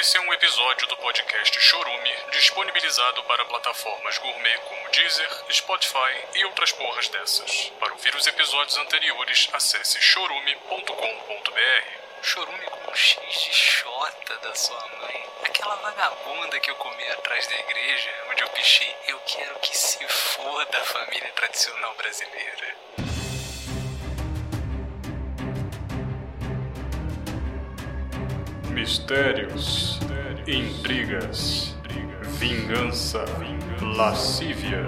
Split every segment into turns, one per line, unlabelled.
Esse é um episódio do podcast Chorume, disponibilizado para plataformas gourmet como Deezer, Spotify e outras porras dessas. Para ouvir os episódios anteriores, acesse chorume.com.br.
Chorume com um X de Xota da sua mãe. Aquela vagabunda que eu comi atrás da igreja, onde eu pichei Eu quero que se foda a família tradicional brasileira.
Mistérios, intrigas, vingança, lascívia,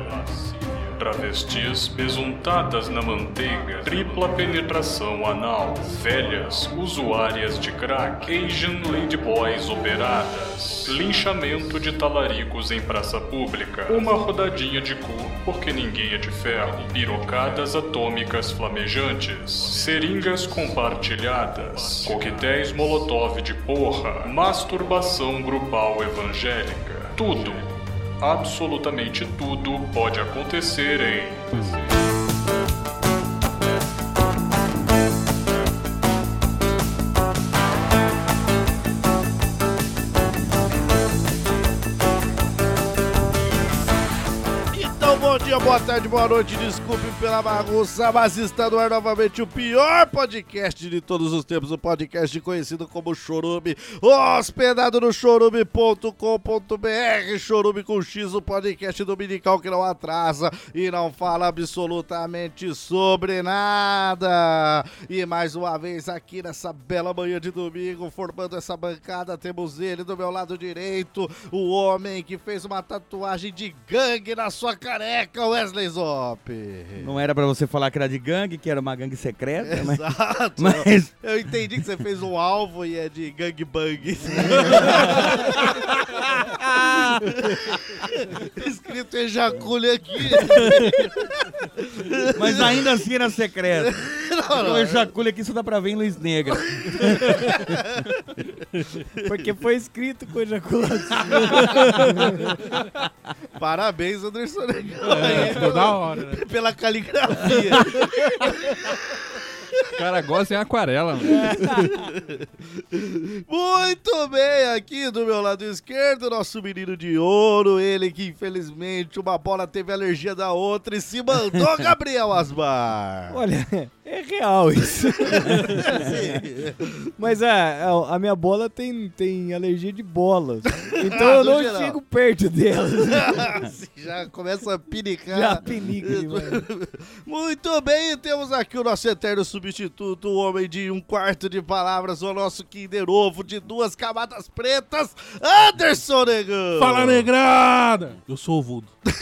travestis besuntadas na manteiga, tripla penetração anal, velhas usuárias de crack, Asian ladyboys operadas, linchamento de talaricos em praça pública, uma rodadinha de cu porque ninguém é de ferro, pirocadas atômicas flamejantes, seringas compartilhadas, coquetéis molotov de porra, masturbação grupal evangélica. Tudo, absolutamente tudo pode acontecer em.
Então, bom dia, boa tarde, boa noite. Desculpe pela bagunça, mas está no ar novamente o pior podcast de todos os tempos. O podcast conhecido como Chorume, hospedado no chorume.com.br. Chorume com X, o podcast dominical que não atrasa e não fala absolutamente sobre nada. E mais uma vez, aqui nessa bela manhã de domingo, formando essa bancada, temos ele do meu lado direito, o homem que fez uma tatuagem de gangue na sua careca, Wesley Zop.
Não era pra você falar que era de gangue, que era uma gangue
É.
secreta, mas,
Exato.
mas
Eu entendi que você fez um alvo e é de gangbang. Escrito ejacule aqui.
mas ainda assim era secreto.
não. é
Eu ejaculo aqui só dá pra ver em luz negra. Porque foi escrito com ejaculação.
Parabéns, Anderson. Negão, aí,
Ficou da hora, né?
pela- Pela caligrafia.
O cara gosta em aquarela, mano.
Muito bem, aqui do meu lado esquerdo, nosso menino de ouro, ele que infelizmente uma bola teve alergia da outra e se mandou, Gabriel Asmar.
Olha, é real isso. Mas a, a, a minha bola tem, tem alergia de bolas. Então
Ah,
eu
no
não
geral.
chego perto dela.
Assim, já começa a pinicar.
Já pinica demais.
Muito bem, e temos aqui o nosso eterno substituto, o homem de um quarto de palavras, o nosso Kinder Ovo de duas camadas pretas, Anderson Negão.
Fala, negrada! Eu sou o Vudo.
Tá,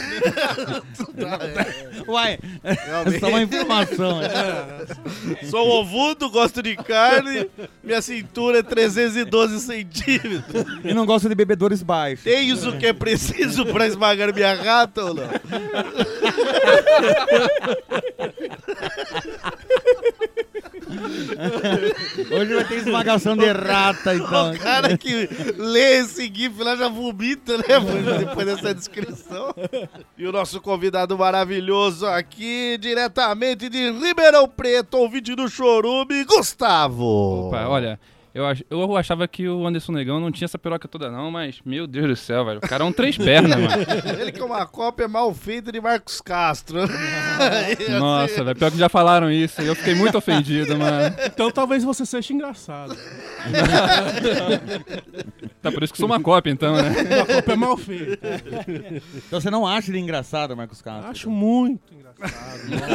Uai, é
Realmente.
só uma informação. é
Sou um ovudo, gosto de carne, minha cintura é 312 centímetros.
E não gosto de bebedores baixos.
Tem isso que é preciso pra esmagar minha rata ou não?
Hoje vai ter esmagação de rata, então.
O cara que lê esse gif lá já vomita, né? mano, Depois dessa descrição. E o nosso convidado maravilhoso aqui, diretamente de Ribeirão Preto, ouvinte do Chorume, Gustavo.
Opa, olha, eu, ach- eu achava que o Anderson Negão não tinha essa piroca toda, não, mas, meu Deus do céu, velho. O cara é um três pernas, mano.
Ele que é uma cópia mal feita de Marcos Castro. Assim,
Nossa, velho. Pior que já falaram isso. E eu fiquei muito ofendido, mano.
Então talvez você seja engraçado.
Tá por isso que sou uma cópia, então, né?
A culpa é mal feita.
Então você não acha ele engraçado, Marcos Castro?
Acho muito engraçado.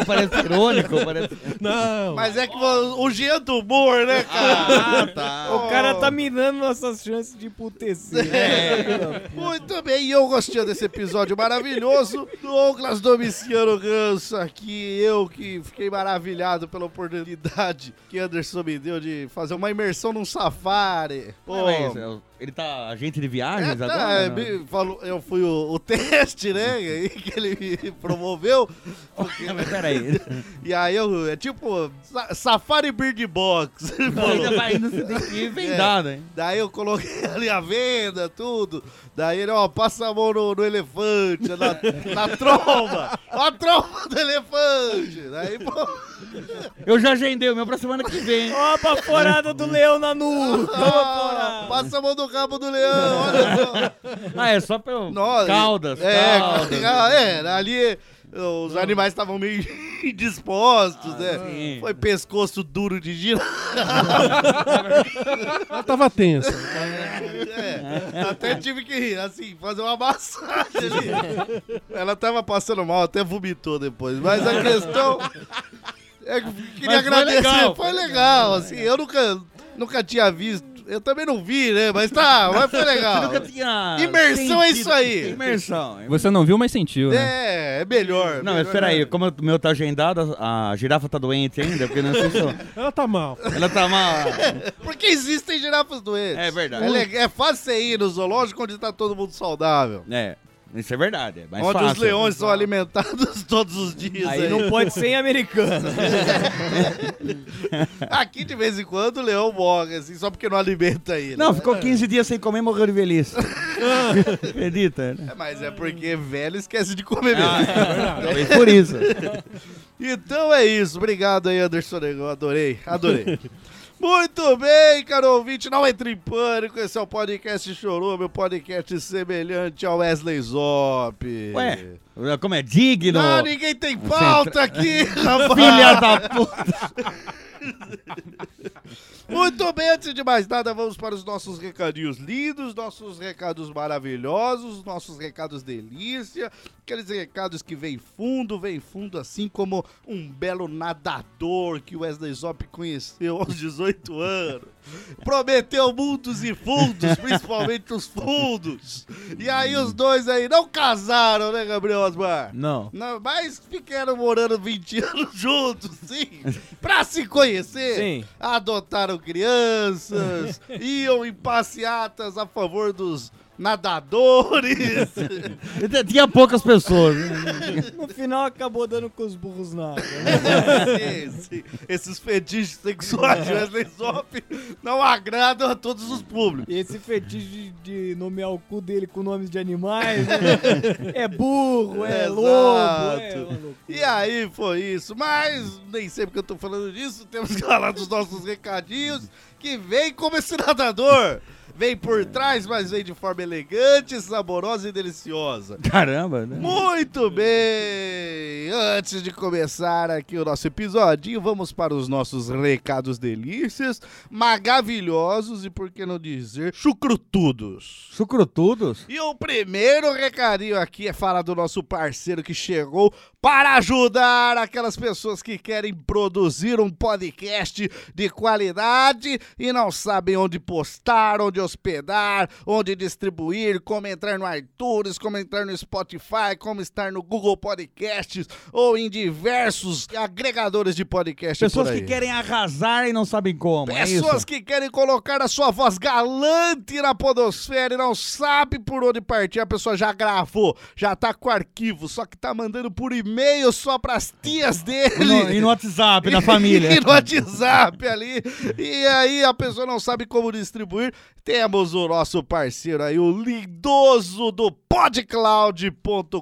Parece irônico, parece...
Não.
Mas é que o o Jean do humor, né, cara?
Ah, tá.
Oh.
O cara tá minando nossas chances de emputecer.
É. Muito bem, e eu gostei desse episódio maravilhoso. Douglas Domiciano Ganso aqui, eu que fiquei maravilhado pela oportunidade que Anderson me deu de fazer uma imersão num safari. Pô,
Mas, é, ele tá agente de
é,
viagens
tá,
agora?
né, é, me falou- eu fui o, o teste, né? que ele me promoveu. Porque-
Mas peraí.
E aí eu, é tipo sa- Safari Bird Box. Ele falou.
Ainda vai, ainda você tem que
É.
vendar, né?
Daí eu coloquei ali a venda, tudo. Daí ele, ó, passa a mão no, no elefante, na, na tromba. Ó a tromba do elefante. Daí, pô,
Eu já agendei o meu pra semana que vem.
Ó a baforada do leão na nuca.
ó, passa a mão no rabo do leão. Olha só.
Ah, é só pelo.
Nossa,
Caldas,
é,
caldas.
ca- é, ali os animais estavam meio indispostos, né?
Ah, sim.
Foi pescoço duro de girafa.
Ela tava tensa.
É, até tive que, assim, fazer uma massagem ali. Ela tava passando mal, até vomitou depois. Mas a questão é que eu queria
Mas foi
agradecer.
legal.
Foi legal, assim, eu nunca, nunca tinha visto. Eu também não vi, né? Mas tá, mas foi legal.
Nunca tinha
Imersão é isso aí.
Imersão.
Você não viu, mas sentiu, né?
É, é melhor.
Não,
melhor.
mas peraí, como o meu tá agendado, a a girafa tá doente ainda, porque não sei se eu-
Ela tá mal.
Ela tá mal.
Porque existem girafas doentes.
É verdade.
É, le- é fácil você ir no zoológico onde tá todo mundo saudável.
É, isso é verdade. É mais
onde
fácil.
os leões são alimentados todos os dias.
Aí
aí.
não pode ser em americano.
Aqui de vez em quando o leão morre, assim, só porque não alimenta ele.
Não, ficou 15 dias sem comer e morreu de velhice. Acredita? né?
É, Mas é porque velho esquece de comer mesmo.
Ah.
Ah,
Talvez por isso.
Então é isso. Obrigado aí, Anderson Negão. Adorei, adorei. Muito bem, caro ouvinte, não entre em pânico. Esse é o podcast Chorou, meu podcast semelhante ao Wesley Zop.
Ué, como é digno?
Não, Ah, ninguém tem pauta aqui, rapaz.
Filha da puta.
Muito bem, antes de mais nada, vamos para os nossos recadinhos lindos, nossos recados maravilhosos, nossos recados delícia, aqueles recados que vem fundo, vem fundo, assim como um belo nadador que o Wesley Zop conheceu aos 18 anos. Prometeu mundos e fundos, principalmente os fundos. E aí os dois aí não casaram, né, Gabriel Osmar?
Não.
Não, mas ficaram morando 20 anos juntos, sim. Pra se conhecer.
Sim.
Adotaram crianças, iam em passeatas a favor dos nadadores.
Tinha poucas pessoas. né?
No final acabou dando com os burros na água. né?
Sim, sim. Esses fetiches sexuais de Wesley Zop não agradam a todos os públicos.
E esse fetiche de, de nomear o cu dele com nomes de animais, né? é burro, é
Exato.
lobo, é uma loucura.
E aí foi isso, mas nem sempre que eu tô falando disso, temos que falar dos nossos recadinhos, que vem como esse nadador. Vem
É.
por trás, mas vem de forma elegante, saborosa e deliciosa.
Caramba, né?
Muito bem! Antes de começar aqui o nosso episódio, vamos para os nossos recados delícias, maravilhosos e, por que não dizer, chucrutudos.
Sucrotudos?
E o primeiro recadinho aqui é falar do nosso parceiro que chegou para ajudar aquelas pessoas que querem produzir um podcast de qualidade e não sabem onde postar, onde hospedar, onde distribuir, como entrar no iTunes, como entrar no Spotify, como estar no Google Podcasts ou em diversos agregadores de podcast
Pessoas
Tipo por aí.
que querem arrasar e não sabem como. é isso?
Pessoas que querem colocar a sua voz galante na podosfera e não sabe por onde partir. A pessoa já gravou, já tá com o arquivo, só que tá mandando por e-mail só pras tias
E no- e
dele.
no WhatsApp, na família.
E no WhatsApp ali. E aí a pessoa não sabe como distribuir. Temos o nosso parceiro aí, o lindoso do podcloud.com.br,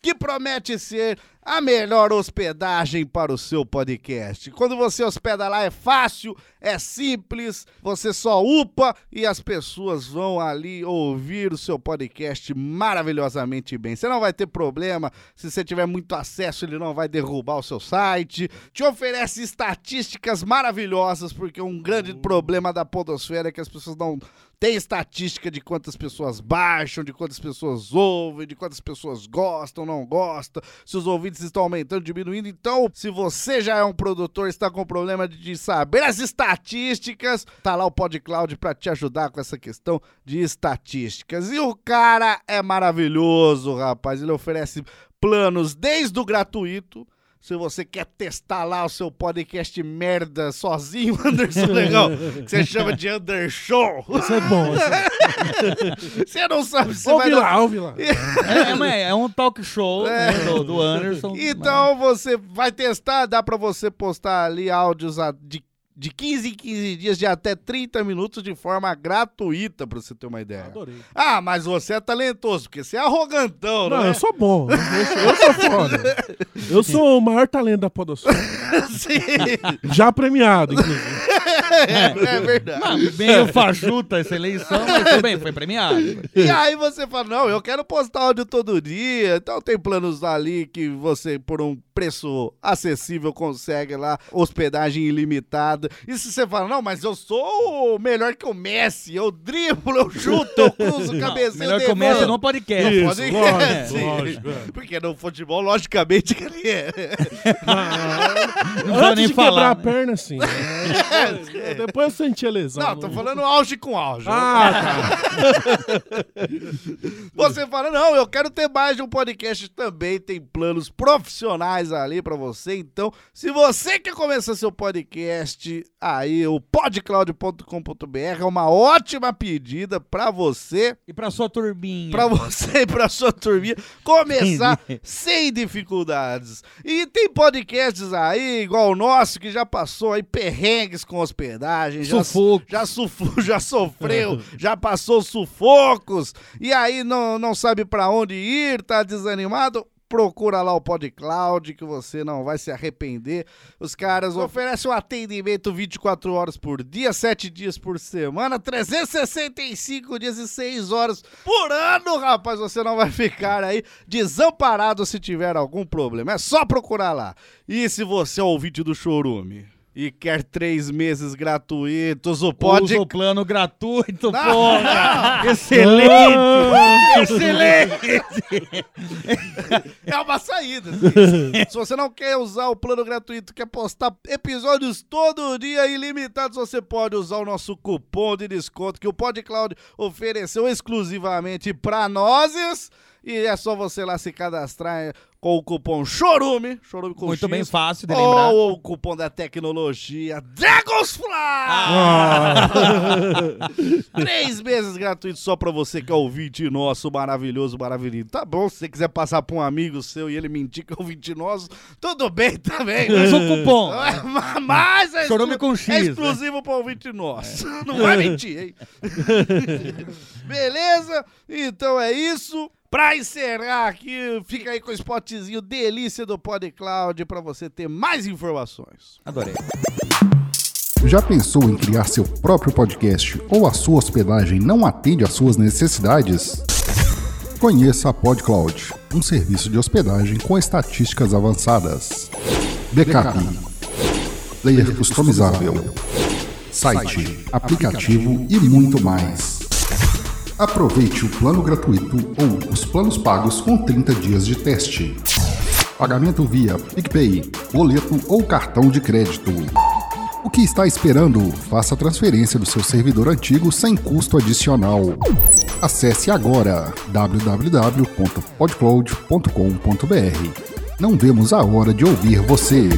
que promete ser a melhor hospedagem para o seu podcast. Quando você hospeda lá é fácil, é simples, você só upa e as pessoas vão ali ouvir o seu podcast maravilhosamente bem. Você não vai ter problema, se você tiver muito acesso, ele não vai derrubar o seu site. Te oferece estatísticas maravilhosas, porque um grande problema da podosfera é que as pessoas não tem estatística de quantas pessoas baixam, de quantas pessoas ouvem, de quantas pessoas gostam, não gostam, se os ouvintes estão aumentando, diminuindo. Então, se você já é um produtor e está com problema de- de saber as estatísticas, tá lá o PodCloud para te ajudar com essa questão de estatísticas. E o cara é maravilhoso, rapaz. Ele oferece planos desde o gratuito Se você quer testar lá o seu podcast merda sozinho, Anderson Negão, que você chama de Undershow,
Isso é bom. Isso é...
você não sabe se vai
Ouve
dar
lá, ouve lá.
É, mas é um talk show né, do, do Anderson.
Então você vai testar, dá pra você postar ali áudios a- de, de 15 em 15 dias de até 30 minutos de forma gratuita, pra você ter uma ideia.
Adorei.
Ah, mas você é talentoso, porque você é arrogantão,
Não,
né?
eu sou bom. Eu sou- eu sou foda. Eu sou o maior talento da Podosfera.
Sim,
Já premiado, inclusive.
é, é verdade.
Meio fajuta essa eleição, mas tudo bem, foi premiado.
E aí você fala, não, eu quero postar áudio todo dia, então tem planos ali que você, por um preço acessível, consegue lá hospedagem ilimitada. E se você fala, não, mas eu sou o melhor que o Messi, eu driblo, eu chuto, eu cruzo, cabeceio,
Melhor que
eu
comece
defendo."
no podcast.
Não
Isso,
pode-
lógico,
Sim.
lógico, é.
Porque no futebol, logicamente, que ele é.
Não precisa
Antes
nem
de quebrar
falar. né?
a perna, sim. Depois eu senti a lesão.
É. Não, tô falando auge com auge.
Ah, tá.
Você fala, não, eu quero ter mais de um podcast também, tem planos profissionais ali pra você. Então, se você quer começar seu podcast, aí o podcloud.com.br é uma ótima pedida pra você,
E pra sua turminha.
pra você e pra sua turminha começar sem dificuldades. E tem podcasts aí, igual o nosso, que já passou aí perrengues com hospedagem, já
Sufoco.
já, sufo, já sofreu, já passou sufocos, e aí não, não sabe pra onde ir, tá desanimado? Procura lá o PodCloud que você não vai se arrepender. Os caras oferecem um atendimento 24 horas por dia, 7 dias por semana, 365 dias e 6 horas por ano, rapaz. Você não vai ficar aí desamparado se tiver algum problema. É só procurar lá. E se você é ouvinte do Chorume e quer 3 meses gratuitos, o
Pode...
Pod...
Usa o plano gratuito,
Não,
porra. Excelente. Excelente.
É uma saída. assim. Se você não quer usar o plano gratuito, quer postar episódios todo dia ilimitados, você pode usar o nosso cupom de desconto que o PodCloud ofereceu exclusivamente pra nós. E é só você lá se cadastrar é, com o cupom Chorume. Chorume com
Muito
X,
bem fácil de lembrar.
Ou o cupom da tecnologia Dragonfly! Três meses gratuitos só pra você que é ouvinte nosso, maravilhoso, maravilhoso. Tá bom, se você quiser passar pra um amigo seu e ele mentir que é ouvinte nosso, tudo bem também. né?
Usa o cupom.
Mas é,
Chorume
exclu-
com X, né? É.
é exclusivo pra ouvinte nosso. Não vai mentir, hein? Beleza? Então é isso. Pra encerrar aqui, fica aí com o spotzinho delícia do PodCloud pra você ter mais informações.
Adorei.
Já pensou em criar seu próprio podcast ou a sua hospedagem não atende às suas necessidades? Conheça a PodCloud, um serviço de hospedagem com estatísticas avançadas. Backup, player customizável, site, aplicativo e muito mais. Aproveite o plano gratuito ou os planos pagos com 30 dias de teste. Pagamento via PicPay, boleto ou cartão de crédito. O que está esperando? Faça a transferência do seu servidor antigo sem custo adicional. Acesse agora www.podcloud.com.br. Não vemos a hora de ouvir você.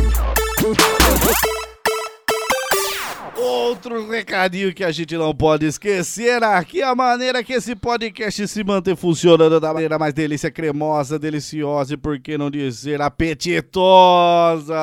Outro recadinho que a gente não pode esquecer aqui, a maneira que esse podcast se mantém funcionando da maneira mais delícia, cremosa, deliciosa e por que não dizer apetitosa.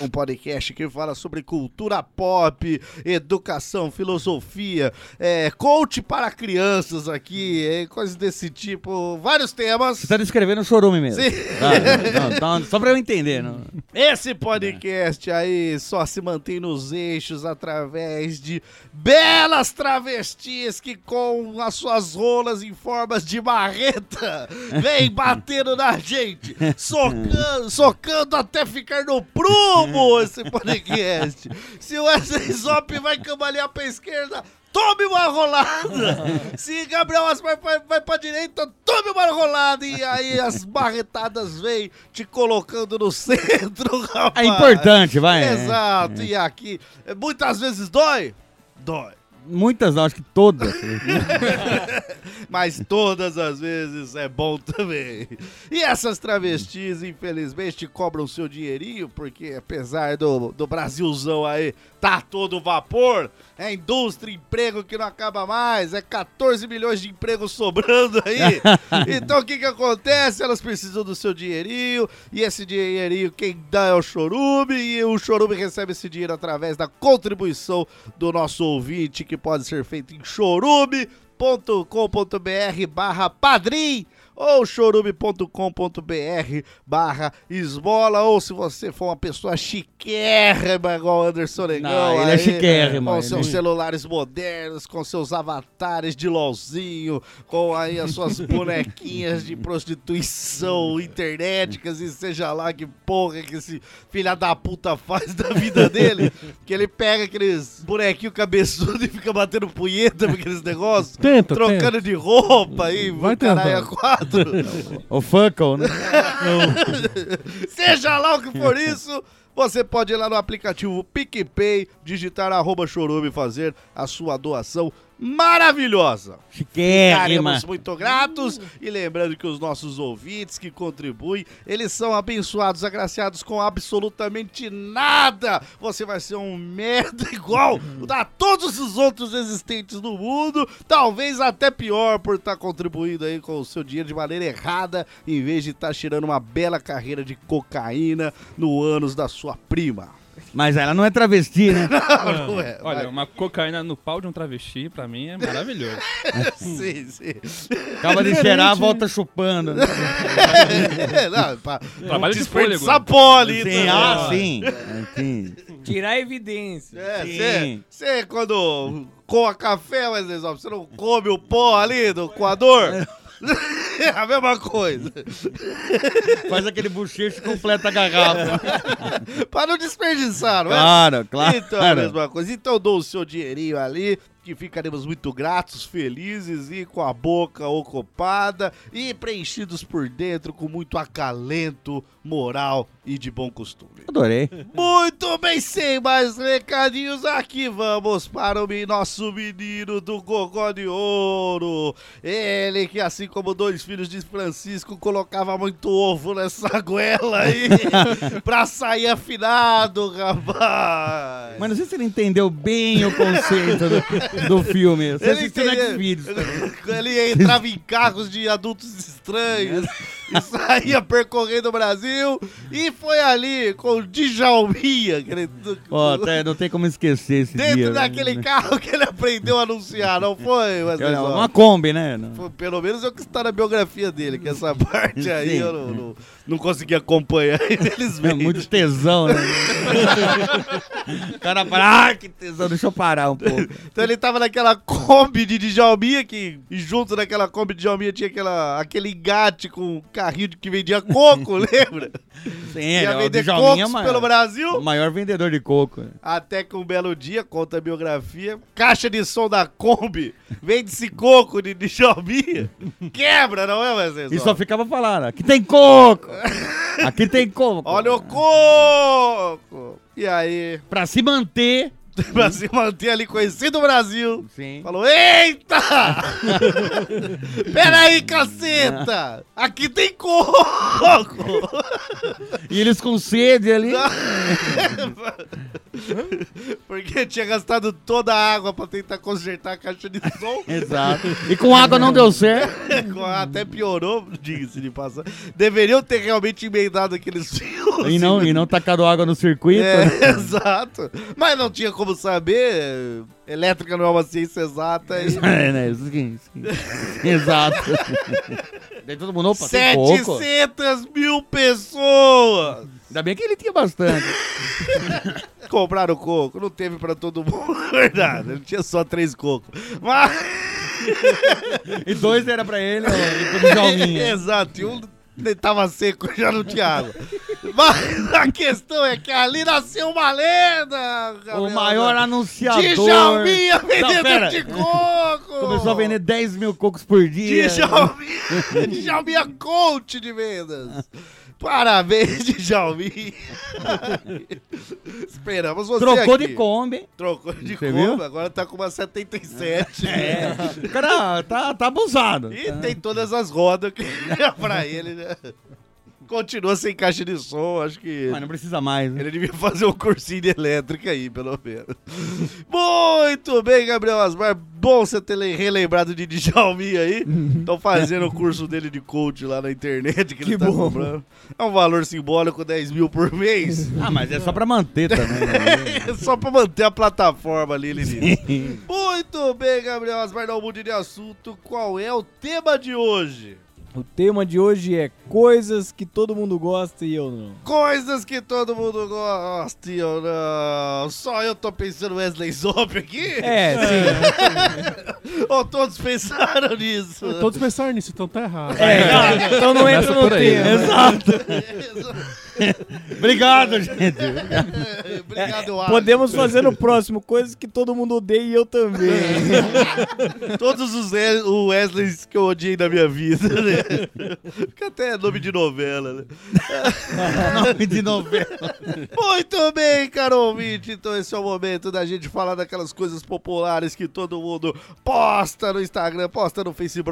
Um podcast que fala sobre cultura pop, educação, filosofia, é, coach para crianças aqui, é, coisas desse tipo, vários temas.
Você tá descrevendo o chorume mesmo.
Sim.
Tá, não, tá, só pra eu entender. Não.
Esse podcast aí só se mantém nos eixos através de belas travestis que com as suas rolas em formas de marreta vem batendo na gente, socando, socando até ficar no prumo esse podcast. Se o Wesley Zop vai cambalear pra esquerda, tome uma rolada. Se Gabriel Asmar vai, vai pra direita, tome uma rolada. E aí as barretadas vêm te colocando no centro, rapaz.
É importante, vai.
Exato. E aqui, eh, muitas vezes dói? Dói.
Muitas não, acho que todas. né?
Mas todas as vezes é bom também. E essas travestis, infelizmente, cobram seu dinheirinho, porque apesar do, do Brasilzão aí, tá todo vapor. É indústria, emprego que não acaba mais. É 14 milhões de empregos sobrando aí. então o que que acontece? Elas precisam do seu dinheirinho. E esse dinheirinho quem dá é o Chorume. E o Chorume recebe esse dinheiro através da contribuição do nosso ouvinte, que pode ser feito em chorume chorume.com.br barra padrim ou chorume.com.br barra esmola, ou se você for uma pessoa chiquérrima, igual o Anderson Negão.
Não, ele é
aí, né?
chiquérrimo,
Com
ele- é
seus celulares modernos, com seus avatares de LOLzinho, com aí as suas bonequinhas de prostituição internéticas e seja lá que porra que esse filha da puta faz da vida dele, que ele pega aqueles bonequinhos cabeçudo e fica batendo punheta com aqueles negócios
Tenta, tenta.
trocando de roupa aí,
Vai
caralho, a
tentando.
quatro.
o Funkle, né?
Seja lá o que for isso, você pode ir lá no aplicativo PicPay, digitar arroba chorume e fazer a sua doação maravilhosa.
Chiquérrima.
Ficaremos muito gratos. E lembrando que os nossos ouvintes que contribuem, eles são abençoados, agraciados com absolutamente nada. Você vai ser um merda igual a todos os outros existentes no mundo, talvez até pior por estar contribuindo aí com o seu dinheiro de maneira errada, em vez de estar tirando uma bela carreira de cocaína no ânus da sua prima.
Mas ela não é travesti, né?
Ah.
Não é?
Olha,
Vai.
uma cocaína no pau de um travesti, pra mim, é maravilhoso.
sim, sim. é
Acaba de cheirar, volta chupando. Né?
É, Não, pra,
Trabalho de fôlego.
Sapole,
Sim, ah, sim. Sim.
Tirar evidência.
É,
Sim.
você quando coa café, mas você não come o pó ali do coador? É a mesma coisa.
Faz aquele bochecho e completa a garrafa.
Pra não desperdiçar, não é?
Claro, claro.
Então é a mesma coisa. Então dou o seu dinheirinho ali, que ficaremos muito gratos, felizes e com a boca ocupada e preenchidos por dentro com muito acalento, moral e de bom costume.
Adorei.
Muito bem, sem mais recadinhos, aqui vamos para o mi- nosso menino do Gogó de Ouro. Ele que, assim como dois filhos de Francisco, colocava muito ovo nessa goela aí pra sair afinado, rapaz.
Mas não sei se ele entendeu bem o conceito do, do filme. Você tá assistiu
entendeu-
Next Videos.
Ele entrava em carros de adultos estranhos e saía percorrendo o Brasil. E foi ali com o Djalminha. que ele-
Ó, até não tem como esquecer esse
Dentro
dia.
daquele
né?
carro que ele aprendeu a anunciar, não foi, Wesley
Eu-
Zó?
Uma Kombi, né? Não.
Foi- Pelo menos é o que está na biografia dele, que essa parte aí
Sim.
eu não, não, não consegui acompanhar,
É
infelizmente.
muito tesão, né? o cara fala, ah, que tesão, deixa eu parar um pouco.
Então ele tava naquela Kombi de Djalminha, que e junto naquela Kombi de Djalminha tinha aquela, aquele engate com um carrinho de- que vendia coco, lembra?
Sim,
Ia
é, o
vender
Djalminha é
cocos
o maior,
pelo
o
Brasil.
maior vendedor de coco. né?
Até que um belo dia, conta a biografia, caixa de som da Kombi, vende-se coco de Djalminha, quebra, não é, Wesley?
E
Zó?
só ficava falando, aqui tem coco! Aqui tem coco!
Olha o coco! E aí,
Pra se manter...
pra se manter ali conhecido o Brasil,
Sim.
falou: Eita! Peraí, caceta! Aqui tem coco!
E eles com sede ali...
Porque tinha gastado toda a água pra tentar consertar a caixa de som.
Exato. E com água não deu certo.
Até piorou, diga-se de passar. Deveriam ter realmente emendado aqueles fios.
E não, e não tacado água no circuito. né?
É, exato. Mas não tinha como saber. eh, Elétrica não é uma ciência exata. E...
É, né? Sim, sim. Exato. Daí todo mundo, opa, tem coco.
700 mil pessoas
Ainda bem que ele tinha bastante.
compraram coco. Não teve pra todo mundo, na verdade. Não tinha só três cocos. Mas,
E dois era pra ele ó, e pro Djalminha.
exato. E um tava seco, já não tinha água. Mas a questão é que ali nasceu uma lenda.
O
Gabriel.
maior anunciador.
Djalminha
Não,
vendedor
pera.
de coco.
Começou a vender 10 mil cocos por dia.
Djalminha, Djalminha coach de vendas. Parabéns, Djalmin. Esperamos você
Trocou
aqui.
de Kombi.
Trocou de
Você
Kombi,
viu?
agora tá com uma 77.
É. O cara tá, tá abusado.
E tem todas as rodas que é pra ele, né? Continua sem caixa de som, acho que...
Mas não precisa mais, né?
Ele devia fazer um cursinho de elétrica aí, pelo menos. Muito bem, Gabriel Asmar. Bom você ter le- relembrado de Djalmin aí. Estão fazendo o curso dele de coach lá na internet que, ele
Que
tá
bom.
comprando. É um valor simbólico, 10 mil por mês.
Ah, mas é só pra manter também. né?
É Só pra manter a plataforma ali, Lili. Muito bem, Gabriel Asmar. Não mude de assunto. Qual é o tema de hoje?
O tema de hoje é coisas que todo mundo gosta e eu não.
Coisas que todo mundo gosta e eu não. Só eu tô pensando Wesley Zop aqui?
É, sim.
Ou todos pensaram nisso?
Todos pensaram nisso, então tá errado.
É, então não entra no
por aí,
tema.
né? Obrigado, gente.
É, Obrigado, Alex.
Podemos fazer no próximo coisas que todo mundo odeia e eu também.
Todos os Wes- o Wesleys que eu odiei na minha vida, né? Fica até nome de novela, né?
Nome de novela.
Muito bem, caro ouvinte. Então esse é o momento da gente falar daquelas coisas populares que todo mundo posta no Instagram, posta no Facebook,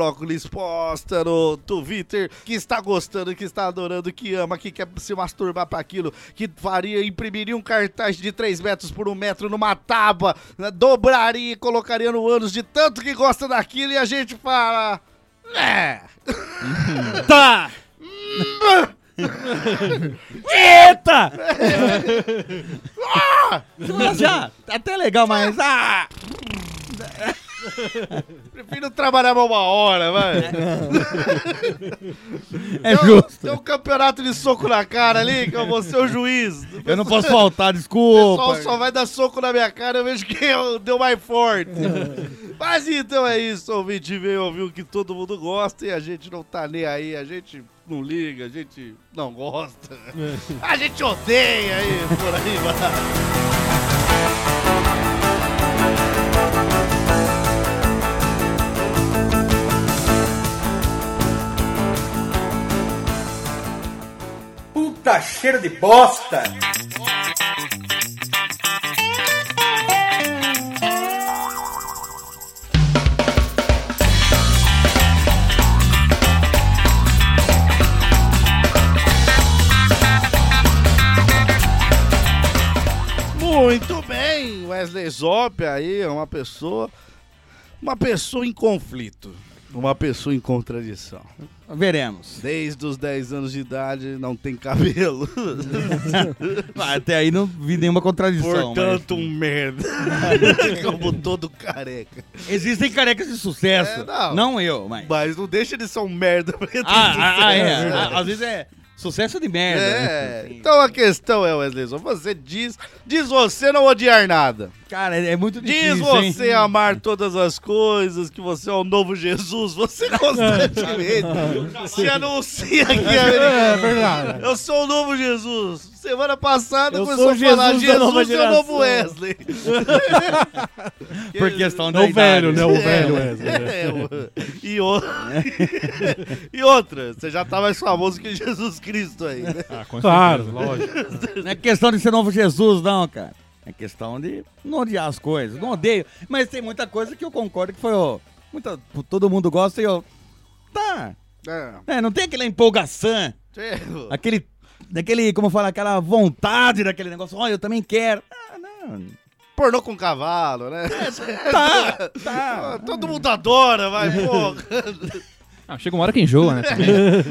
posta no Twitter, que está gostando, que está adorando, que ama, que quer se masturbar para aquilo, que faria, imprimiria um cartaz de 3 metros por 1 metro numa tábua, né, dobraria e colocaria no ânus de tanto que gosta daquilo e a gente fala... É...
Tá! Eita!
Já, Ah! até legal, mas. Ah!
Prefiro trabalhar mais uma hora, vai. Tem
É
um-
justo.
Tem um campeonato de soco na cara ali, que eu vou ser o juiz.
Eu não posso faltar,
O pessoal
desculpa.
só vai dar soco na minha cara, eu vejo quem eu- deu mais forte. Mas então é isso, ouvinte veio ouvir o que todo mundo gosta e a gente não tá nem aí, a gente não liga, a gente não gosta.
É.
A gente odeia aí, por aí, vai.
Puta cheiro de bosta!
Muito bem, Wesley Zop aí é uma pessoa, uma pessoa em conflito, uma pessoa em contradição.
Veremos.
Desde os 10 anos de idade não tem cabelo.
Ah, Até aí não vi nenhuma contradição.
Portanto, um merda. Como todo careca.
mas- Existem carecas de sucesso.
É, não.
não. eu, mas.
Mas não deixa de ser um merda pra ter
Ah, ah, ah, é.
sucesso.
Ah, Às vezes é sucesso de merda. né?
É, então a questão é, Wesley, só você diz, diz você não odiar nada.
Cara, é é muito difícil.
Diz
hein?
você amar todas as coisas, que você é o novo Jesus, você constantemente se anuncia
É
que
verdade.
eu sou o novo Jesus. Semana passada
Eu
começou
sou
a falar
Jesus da nova
Jesus é o novo
geração."
Wesley.
Por questão da
É o
idade.
velho, né? O
É.
velho Wesley.
É, o- e, o- e outra, você já tá mais famoso que Jesus Cristo aí, né?
É,
Claro, lógico.
Não é questão de ser novo Jesus, não, cara. É questão de não odiar as coisas. Não odeio. Mas tem muita coisa que eu concordo que foi, ó. Muita, todo mundo gosta e eu. Tá. É, não tem aquela empolgação,
É,
aquele. Daquele, como fala, aquela vontade daquele negócio. Olha, eu também quero. Ah, não.
pornô com cavalo, né? Ah!
Tá, tá.
Todo mundo adora, vai, pô.
Ah, chega uma hora que enjoa, né? também.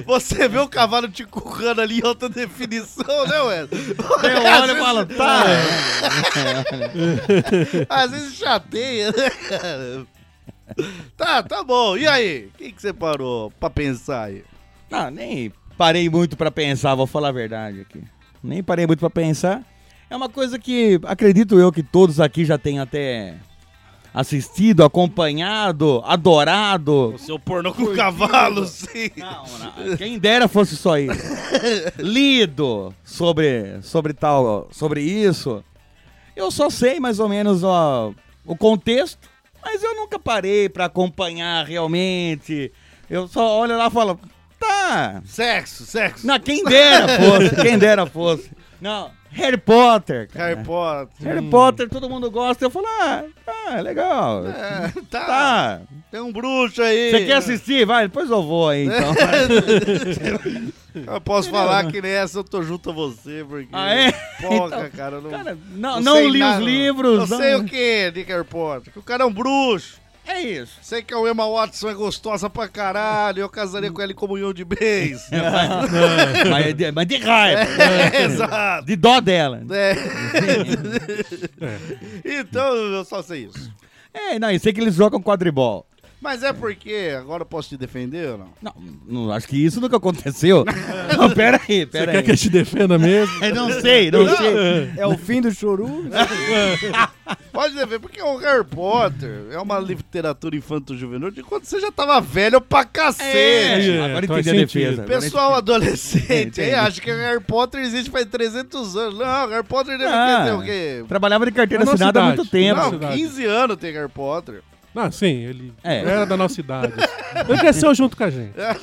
Você vê o cavalo te currando ali em alta definição, né, Wesley?
Eu
Às
olho e
vezes-
falo, tá.
Às vezes chateia, né, cara? Tá, tá bom. E aí? O que, que você parou pra pensar aí?
Não, Ah, nem parei muito pra pensar, vou falar a verdade aqui. Nem parei muito pra pensar. É uma coisa que acredito eu que todos aqui já têm até assistido, acompanhado, adorado.
Seu pornô com cavalo, sim.
Não, não, Quem dera fosse só isso. Lido sobre sobre tal, sobre isso. Eu só sei mais ou menos ó, o contexto, mas eu nunca parei pra acompanhar realmente. Eu só olho lá e falo, tá, Ah,
Sexo, sexo.
não, quem dera fosse, quem dera fosse. Não, Harry Potter, cara.
Harry Hum. Potter.
Harry Potter, todo mundo gosta. Eu falo, ah, tá, legal.
É, tá,
Tá.
Tem um bruxo aí.
Você quer assistir? Vai, depois eu vou aí, então.
Eu posso falar que nessa eu tô junto a você, porque.
Ah, é?
Porca, cara. eu Não,
Cara, não,
não sei
não li
nada,
os livros.
Eu
não-
sei o que de Harry Potter. Que o cara é um bruxo.
É isso.
Sei que a Emma Watson é gostosa pra caralho. Eu casaria
Hum.
com ela em comunhão de bens.
É.
mas, de, mas de raiva,
É, Exato.
de dó dela.
É. então eu só sei isso.
É, não, eu sei que eles jogam quadribol.
Mas é porque, agora eu posso te defender ou não?
Não, não acho que isso nunca aconteceu. não, peraí,
Você
peraí.
quer que eu te defenda mesmo?
Eu não sei, não sei.
É o fim do chorume?
Pode defender, porque o Harry Potter é uma literatura infanto-juvenil de quando você já tava velho pra cacete.
É, agora
É,
entendi
faz
a
sentido.
defesa. Agora
Pessoal adolescente aí
Entendi.
acha que o Harry Potter existe faz 300 anos. Não, Harry Potter deve
Ah. É
ter o quê?
eu Trabalhava de carteira
Mas na
assinada há
cidade.
muito tempo.
Não.
Não, 15 anos tem Harry Potter.
Ah, sim, ele
É.
era da nossa idade. Ele cresceu junto com a gente.
É.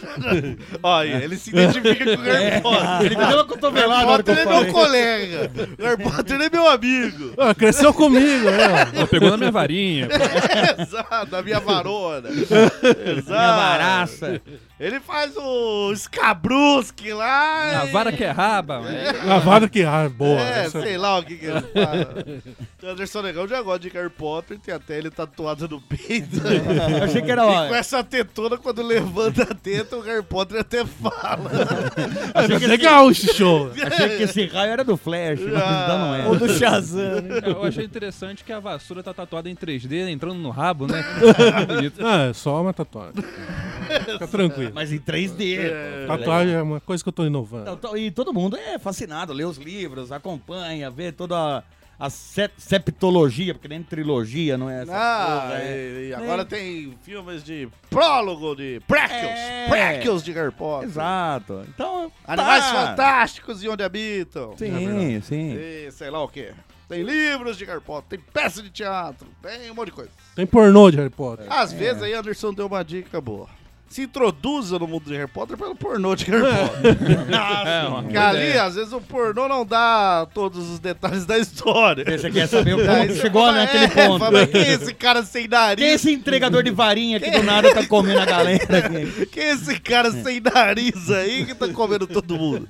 Olha, ele se identifica com o Harry Potter.
É. Ele "Ah, me deu uma
Harry
cotovelada na hora que
Potter
eu
é meu
falei.
colega. O Harry Potter é meu amigo.
Ah, cresceu comigo, né?
Pô, pegou na minha varinha.
Exato, a minha varona.
Minha
Exato.
varaça.
Ele faz o Scabruski lá.
A
e-
vara que é raba, mas...
Lavada que. Ah, boa.
É,
essa-
sei lá o que, que ele fala. Anderson Negão já gosta de Harry Potter, tem até ele tatuado no peito.
Eu achei que era
E com
ó,
essa tetona, quando levanta a teta, o Harry Potter até fala.
achei que esse,
Legal esse show.
achei que esse raio era do Flash, mas
Ah.
então não
Ou
é.
do Shazam, né?
Eu achei interessante que a vassoura tá tatuada em 3D, entrando no rabo, né? Bonito.
Ah, é só uma tatuagem. Fica tranquilo.
Mas em 3D. pô.
Tatuagem é uma coisa que eu tô inovando.
Então, to- E todo mundo é fascinado, lê os livros, acompanha, vê toda a, a se- septologia, porque nem trilogia, não é? essa
Ah,
coisa, é.
e, e agora tem filmes de prólogo, de prequels,
É.
prequels de Harry Potter.
Exato. Então.
é. Animais
tá.
fantásticos É. e onde habitam.
Sim, sim.
E sei lá o quê. Tem livros de Harry Potter, tem peça de teatro, tem um monte de coisa.
Tem pornô de Harry Potter.
Às vezes aí Anderson deu uma dica boa. Se introduza no mundo de Harry Potter pelo pornô de Harry Potter.
É, uma
Porque
coisa
ali, às vezes, o pornô não dá todos os detalhes da história.
Você quer saber o
Aí
ponto?
você
Chegou
fala,
naquele
é,
ponto.
fala, mas quem é esse cara sem
Quem é
nariz?
esse entregador de varinha que
é?
do nada tá comendo a galera aqui?
Quem é esse cara sem nariz aí que tá comendo todo mundo?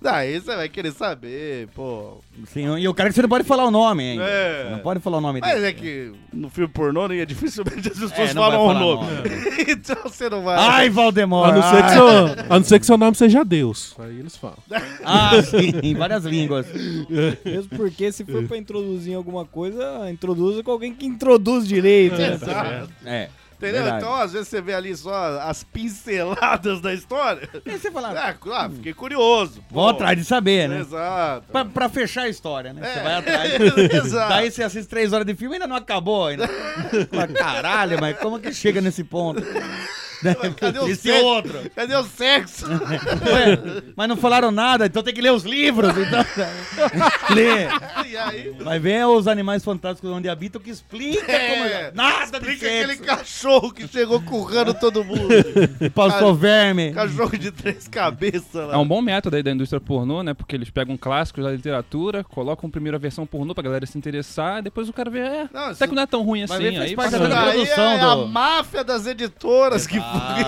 Daí você vai querer saber, pô.
Sim, e o cara que você não pode falar o nome, hein?
É.
Não pode falar o nome
Mas
dele.
é que no filme pornô, né, dificilmente as pessoas
É, não
falam o
vai falar
um nome.
nome.
então você não vai.
Ai, Valdemar!
A não, ser que seu, a não ser que seu nome seja Deus. Ah. Aí eles falam.
Ah, sim, em várias línguas.
Mesmo porque se for pra introduzir em alguma coisa, introduza com alguém que introduz direito. né?
Exato.
É.
Entendeu?
verdade.
Então, às vezes, você vê ali só as pinceladas da história.
Aí É, você fala,
Ah, ah, fiquei curioso. pô.
vou atrás de saber, né?
Exato. É.
Pra, pra fechar a história, né? Você vai atrás.
Exato.
Daí você assiste três horas de filme e ainda não acabou ainda. Fala, Caralho, mas como que chega nesse ponto?
Cadê o
Esse
sexo?
outro.
Cadê o sexo?
Ué, mas não falaram nada, então tem que ler os livros. Então. Lê.
e aí?
Vai ver os animais fantásticos onde habitam que explica como.
É,
Nada de
Explica
sexo.
aquele cachorro que chegou currando todo mundo.
Passou verme.
cachorro de três cabeças lá.
É um bom método aí da indústria pornô, né? Porque eles pegam clássicos da literatura, colocam primeiro a versão pornô pra galera se interessar, e depois o cara vê, é,
Não,
até
isso-
que não é tão ruim assim.
ver, fez
Aí,
parte
passa-
da-
Daí
produção
é
do-
a máfia das editoras que,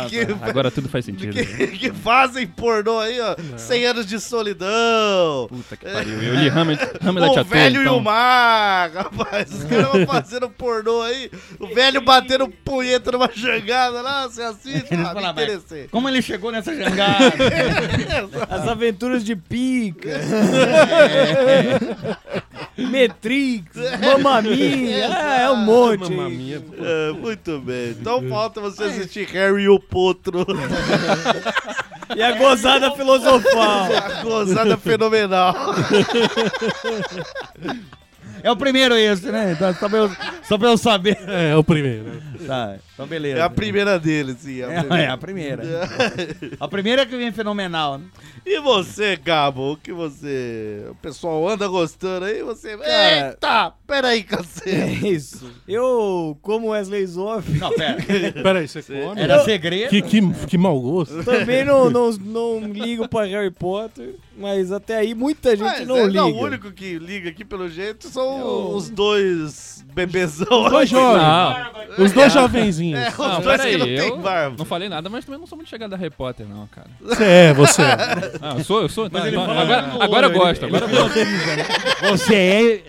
que,
Agora tudo faz sentido.
que-
né?
que fazem pornô aí, ó. 100 anos de solidão.
Puta que pariu. Eu li Hamlet, Hamlet
o
ator,
velho e
então.
o mar, rapaz. Os caras vão fazendo pornô aí. O velho batendo punheta numa jangada lá, você assiste.
Eles
Ah, me
falam, "Mas
interessei.
Como ele chegou nessa jangada?
As aventuras de pica. Metrix, Mamamia, é, é um monte. aí.
É, muito bem. Então falta você assistir Harry e o Potro.
E
É
é a gozada
é
filosofal.
A gozada fenomenal.
É o primeiro esse, né? Então, só, pra eu, só pra eu saber.
É, é o primeiro.
Tá, então beleza.
É a primeira dele, sim. É a primeira.
É, é a primeira. A primeira é que vem fenomenal, né?
E você, Gabo? O que você. O pessoal anda gostando aí? Você.
Cara-
Eita! Peraí, cacete!
É isso. Eu, como Wesley Zoff,
Não, pera.
Peraí, você come?
Era
é-
segredo?
Que, que, que mau gosto.
também não, não, não ligo pra Harry Potter, mas até aí muita gente
Mas
não
é,
liga.
não, o único que liga aqui, pelo jeito, são os dois bebezão.
Dois jovens.
Não,
Os dois jovenzinhos.
É, os
Ah,
não,
dois que
peraí,
não
eu
tem barba.
não falei nada, mas também não sou muito chegado a Harry Potter, não, cara.
Você é, você é.
Ah, eu sou, eu sou. Não,
ele
não,
fala
agora,
no
agora eu
olho,
gosto, agora eu gosto.
Você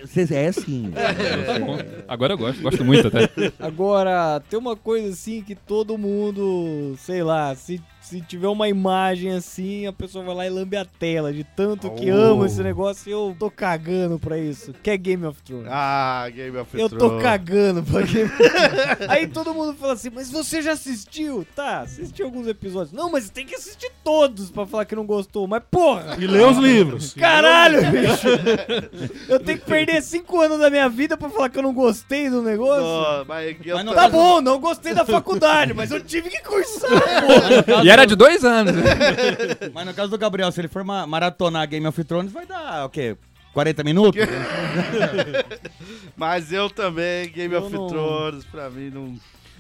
é. Você é sim.
Tá bom. Agora eu gosto, gosto muito até.
Agora, tem uma coisa assim que todo mundo, sei lá, se, se tiver uma imagem assim, a pessoa vai lá e lambe a tela de tanto que
Oh.
ama esse negócio e eu tô cagando pra isso. Que é Game of Thrones.
Ah, Game of
Eu
Thrones.
tô cagando pra Game of Thrones. Aí todo mundo fala assim, mas você já assistiu? Tá, assisti alguns episódios. Não, mas tem que assistir todos pra falar que não gostou. Mas porra!
E lê os livros.
Caralho, bicho! Eu tenho que perder cinco anos da minha vida pra falar que eu não gostei do negócio?
Não, mas eu
Mas não
tô-
Tá bom, não gostei da faculdade, mas eu tive que cursar.
E era de dois anos. né?
Mas no caso do Gabriel, se ele for ma- maratonar Game of Thrones, vai dar o quê? 40 minutos?
Mas eu também, Game
Eu
of
não-
Thrones, pra mim não.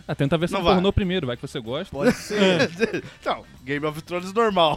Ah, tenta ver se
Não
não
vai.
pornô primeiro, vai que você gosta.
Não, Então, Game of Thrones normal.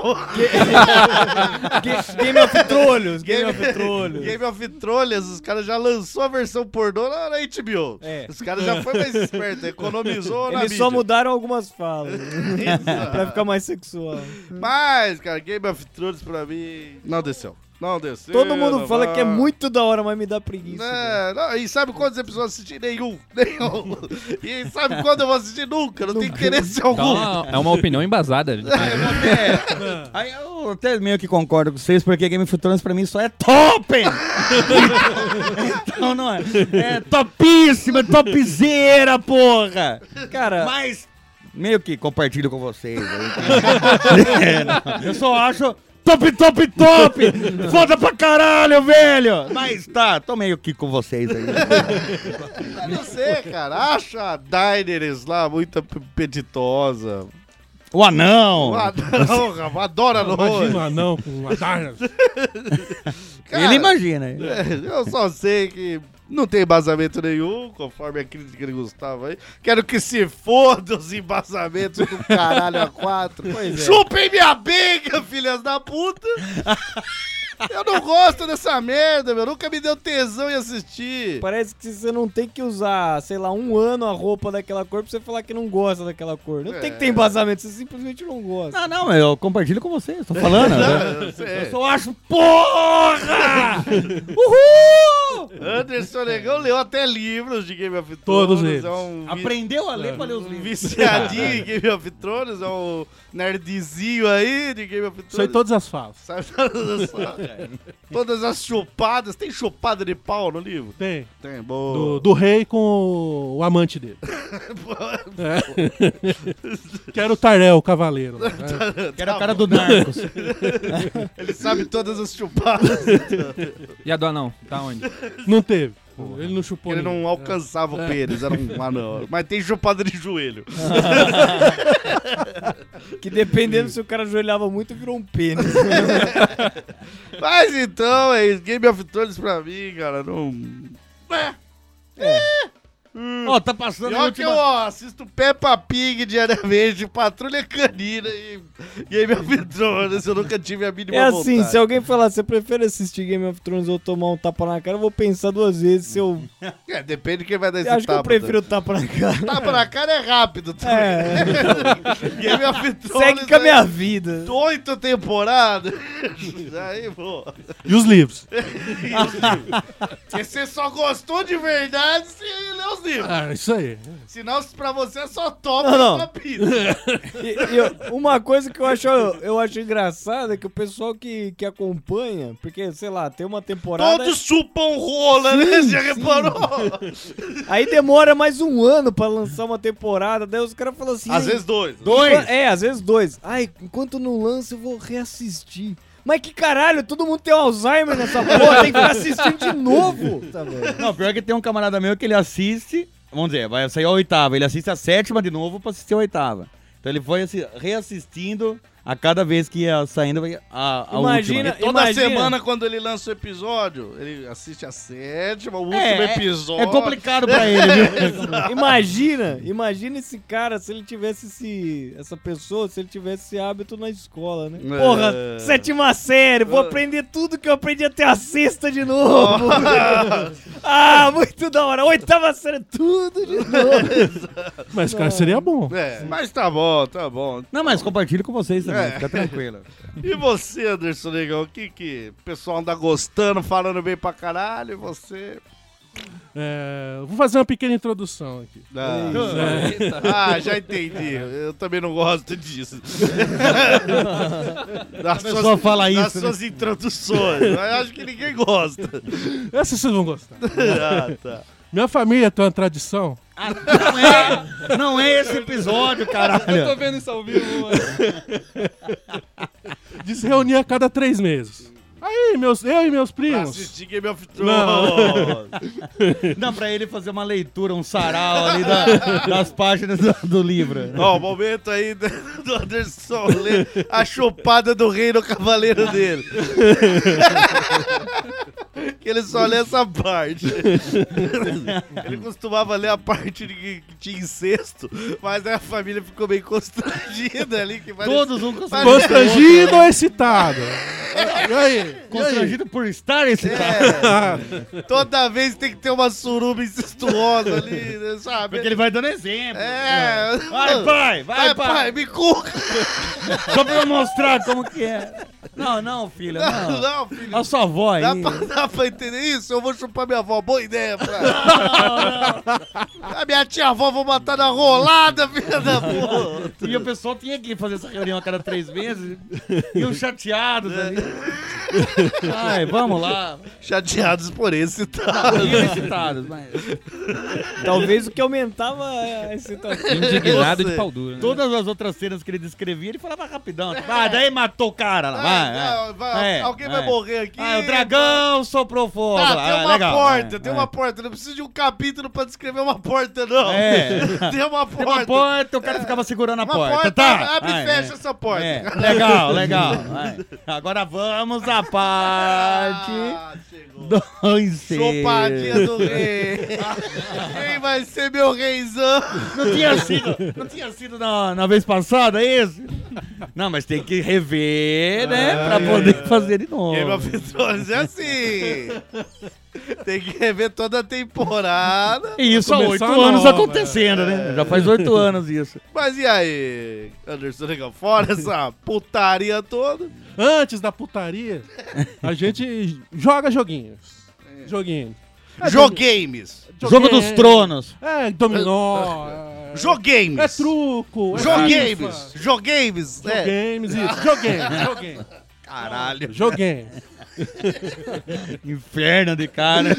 Ga- Game of Trolls, Game of Trolls.
Game of Thrones, os caras já lançou a versão pornô na, na HBO.
É.
Os caras já foi mais esperto, economizou na
Eles
mídia.
só mudaram algumas falas
Isso.
pra ficar mais sexual.
Mas, cara, Game of Thrones pra mim não desceu. Não desceu.
Todo mundo
não
fala
vai.
que é muito da hora, mas me dá preguiça. cara.
É, não, e sabe quantos episódios eu assisti? Nenhum. Nenhum. E sabe quando eu vou assistir? Nunca. Não tem interesse
Então,
algum.
é uma- é uma opinião embasada.
É. Aí eu até meio que concordo com vocês, porque Game of Thrones pra mim só é top! então não é. É topíssima, topzera, porra!
Cara,
Mas meio que compartilho com vocês. É, não, eu só acho top, top, top! Foda pra caralho, velho! Mas tá, tô meio que com vocês aí.
Eu não sei, cara. Acha a Daenerys lá muito p- apetitosa.
O anão!
Ah, não, Rafa, adora no
Imagina um não com uma tarja.
cara. é,
Ele imagina.
Eu só sei que não tem embasamento nenhum, conforme a crítica do Gustavo aí. Quero que se foda os embasamentos do caralho a quatro.
é.
Chupem minha bica, filhas da puta! Eu não gosto dessa merda, meu. Nunca me deu tesão em assistir.
parece que você não tem que usar, sei lá, um ano a roupa daquela cor pra você falar que não gosta daquela cor. Não tem que ter
É.
embasamento, você simplesmente não
Não,
gosta.
não, eu compartilho com vocês, tô falando. né?
Eu sei.
só acho porra! Uhul!
Anderson Negão leu até livros de Game of Thrones.
Todos eles.
É um vi-
Aprendeu a ler pra ler os
um
livros.
viciadinho em Game of Thrones, é um nerdzinho aí de Game of Thrones.
Sei todas as falas.
Sabe todas as, todas as chupadas. Tem chupada de pau no livro?
Tem.
Tem,
Do,
boa.
do rei com o, o amante dele. É. que era o Tarel, o cavaleiro. lá, né?
Que era o cara do Narcos.
Ele sabe todas as chupadas.
E a do anão? Tá onde?
Não teve. Ele não chupou
Ele
É.
não alcançava o pênis, era um anão. Mas tem chupada de joelho.
Que dependendo se o cara ajoelhava muito, virou um pênis.
Mas então, é isso. Game of Thrones pra mim, cara, não... É.
É.
Ó, tá passando a
Pior que eu
última...
ó, assisto Peppa Pig diariamente, Patrulha Canina e Game of Thrones. Eu nunca tive a mínima
É assim,
vontade.
se alguém falar, você prefere assistir Game of Thrones ou tomar um tapa na cara, eu vou pensar duas vezes se eu.
É, depende de quem vai dar esse
Eu acho que eu
tapa.
prefiro o tapa na cara.
também. Tapa na cara é rápido também.
É,
Game of Thrones...
segue com a
né?
minha vida.
Oito temporadas? Aí, pô.
E os livros?
É. Porque você só gostou de verdade se leu os livros.
Ah, isso aí.
Senão, pra você é só top
Não, não.
e topíssimo.
E- e eu- uma coisa que eu acho, eu acho engraçada é que o pessoal que, que acompanha, porque, sei lá, tem uma temporada. é-
Todos chupam rola, né? Já reparou?
Aí demora mais um ano pra lançar uma temporada, daí os caras falam assim.
Às
"Ei,
vezes dois.
enqu- É, às vezes dois. Ai, enquanto não lança, eu vou reassistir. Mas que caralho, todo mundo tem um Alzheimer nessa porra, tem que ficar assistindo de novo. Tá vendo?
Não, pior que tem um camarada meu que ele assiste, vamos dizer, vai sair a oitava, ele assiste a sétima de novo pra assistir a oitava. Então ele foi assi- reassistindo a cada vez que ia saindo a, a
Imagina-
última.
Toda
Imagina.
semana, quando ele lança o episódio, ele assiste a sétima, o último
É, é-
episódio.
É complicado pra ele, viu?
Imagina, imagina esse cara se ele tivesse esse. Essa pessoa, se ele tivesse esse hábito na escola, né?
É.
Porra, sétima série, vou aprender tudo que eu aprendi até a sexta de novo. ah, muito da hora. Oitava série, tudo de novo.
Mas, cara, seria bom.
É, mas tá bom, tá bom.
Não, mas compartilha com vocês também,
É.
fica tranquilo.
E você, Anderson Negão, o que que o pessoal anda gostando, falando bem pra caralho, e você...
É, vou fazer uma pequena introdução aqui.
É
Ah, ah, já entendi. Eu também não gosto disso. das
pessoa fala
das
isso, né?
suas introduções. Eu acho que ninguém gosta.
Essa vocês vão gostar.
Ah, tá.
Minha família tem uma tradição
Ah, não, é, não é esse episódio, caralho.
vendo isso ao vivo, mano.
de se reunir a cada três meses. Aí, meus, eu e meus
Pra
primos.
assistir Game of Thrones.
Dá pra ele fazer uma leitura, um sarau ali da- das páginas do, do livro.
Ó, o momento aí do do Anderson Lê, a chupada do rei no cavaleiro dele. que ele só lê essa parte. ele costumava ler a parte de que que tinha incesto, mas aí a família ficou meio constrangida ali. Que parece-
Todos um constrangido,
Constrangido ou excitado? E aí?
constrangido por estar esse cara.
É, toda vez tem que ter uma suruba incestuosa ali, né, sabe?
Porque ele vai dando exemplo.
É.
Vai, pai, vai,
Vai,
pai.
pai, me curra!
Só pra eu mostrar como que é. Não, não, filho, não.
Não, filho.
Ah. A sua avó aí.
Dá pra, dá pra entender isso? Eu vou chupar minha avó. Boa ideia, pra... A minha tia-avó vou matar na rolada, filha da puta.
E o pessoal tinha que fazer essa reunião a cada três meses. E os chateados ali. Ai, vamos lá.
Chateados por esse, tá?
E os excitados, mas...
Talvez o que aumentava é, a excitação.
Indignado
Você.
de pau dura. Né?
Todas as outras cenas que ele descrevia, ele falava rapidão. Tipo, ah, daí matou o cara lá. Vai, vai.
Não, vai,
É,
alguém vai
é.
morrer aqui.
Ah, o dragão soprou fogo.
Tá,
lá.
tem
Ah,
uma
legal.
porta,
É,
tem
é.
uma porta. Não precisa de um capítulo pra descrever uma porta, não.
É.
Tem uma
Tem uma
porta.
porta, o cara ficava segurando a
Uma
porta.
porta,
tá.
abre e
Ai,
fecha
é.
essa porta.
É, legal, legal. Vai. Agora vamos à parte
Ah, chegou.
do ensejo.
Chupadinha do rei. Quem vai ser meu reizão?
Não tinha sido, não tinha sido na, na vez passada, é isso? Não, mas tem que rever, né? Pra poder fazer de novo.
Game of Thrones é assim. Tem que rever toda a temporada.
E isso há oito
Começar
anos
nova.
acontecendo, né? Já faz oito anos isso.
Mas e aí, Anderson Negão? Fora essa putaria toda.
Antes da putaria, a gente joga joguinhos. Joguinho.
Jogames.
Jogo dos Tronos.
É, dominó. é-
Jogames.
É truco. É
Jogames. Jogames.
FIFA,
É.
Jogames, isso. Jogames, jogames.
Caralho.
Jogames.
Inferno de cara.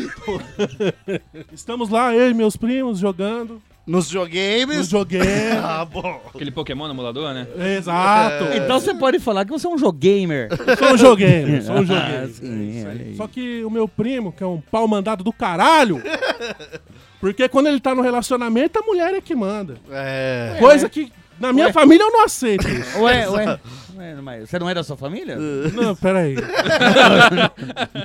Estamos lá, eu e meus primos, jogando.
Nos
Nos
jogames.
joguemos.
Ah, bom.
Aquele Pokémon no emulador, né?
Exato.
É.
Então você pode falar que você é um jogamer.
Sou um jogueiro, sou um
Ah,
jogueiro.
sim, olha aí.
Só que o meu primo, que é um pau mandado do caralho, porque quando ele tá no relacionamento, a mulher é que manda.
É.
Coisa
né?
que na minha família eu não aceito. isso.
Ué, ué. Ué, mas Você não é da sua família?
não, peraí.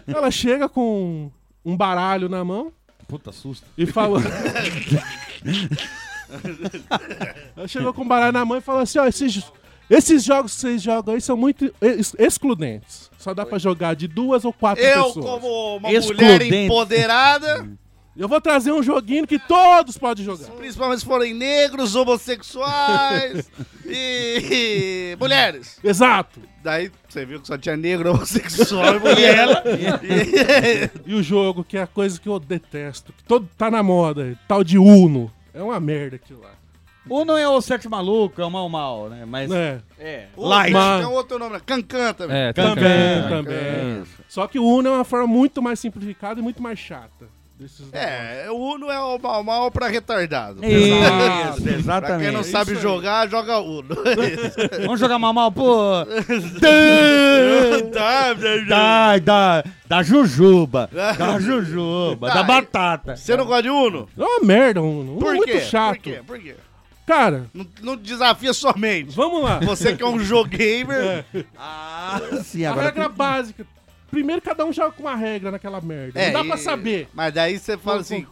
Ela chega com um baralho na mão
Puta susto.
e fala. Ela chegou com um baralho na mão e falou assim: ó, esses, esses jogos que vocês jogam aí são muito ex- excludentes. Só dá pra jogar de duas ou quatro
Eu,
pessoas.
como uma mulher
Excludente.
empoderada,
Eu vou trazer um joguinho que todos podem jogar.
principalmente se forem negros, homossexuais e, e mulheres.
Exato.
Daí você viu que só tinha negro,
É.
homossexual e mulher. né? E-
E o jogo, que é a coisa que eu detesto, que todo tá na moda, aí, tal de Uno. É uma merda aquilo lá.
Um não é o sete maluco, é o mal mal, né? Mas.
Né?
Light.
Mas-
Tem um outro nome, né? Cancan também.
É, tá
Também,
também.
também. Só que o Uno é uma forma muito mais simplificada e muito mais chata. desses negócios.
É, o Uno é o mal, mal pra retardado.
É
Isso,
Pra quem não
exatamente.
sabe jogar, joga Uno.
Vamos jogar mal, mal, pô.
Tá, meu Deus.
Da, da, da jujuba, da jujuba,
Tá,
da
e-
batata.
Você não gosta de Uno?
É uma merda, um, um
Por
muito
quê?
chato.
Por quê? Por quê?
Cara,
Não, não desafia sua mente.
vamos lá.
Você que é um jogamer.
Ah, sim,
A
agora.
regra básica. Primeiro cada um joga com uma regra naquela merda.
É,
não dá
e-
pra saber.
Mas daí você fala assim: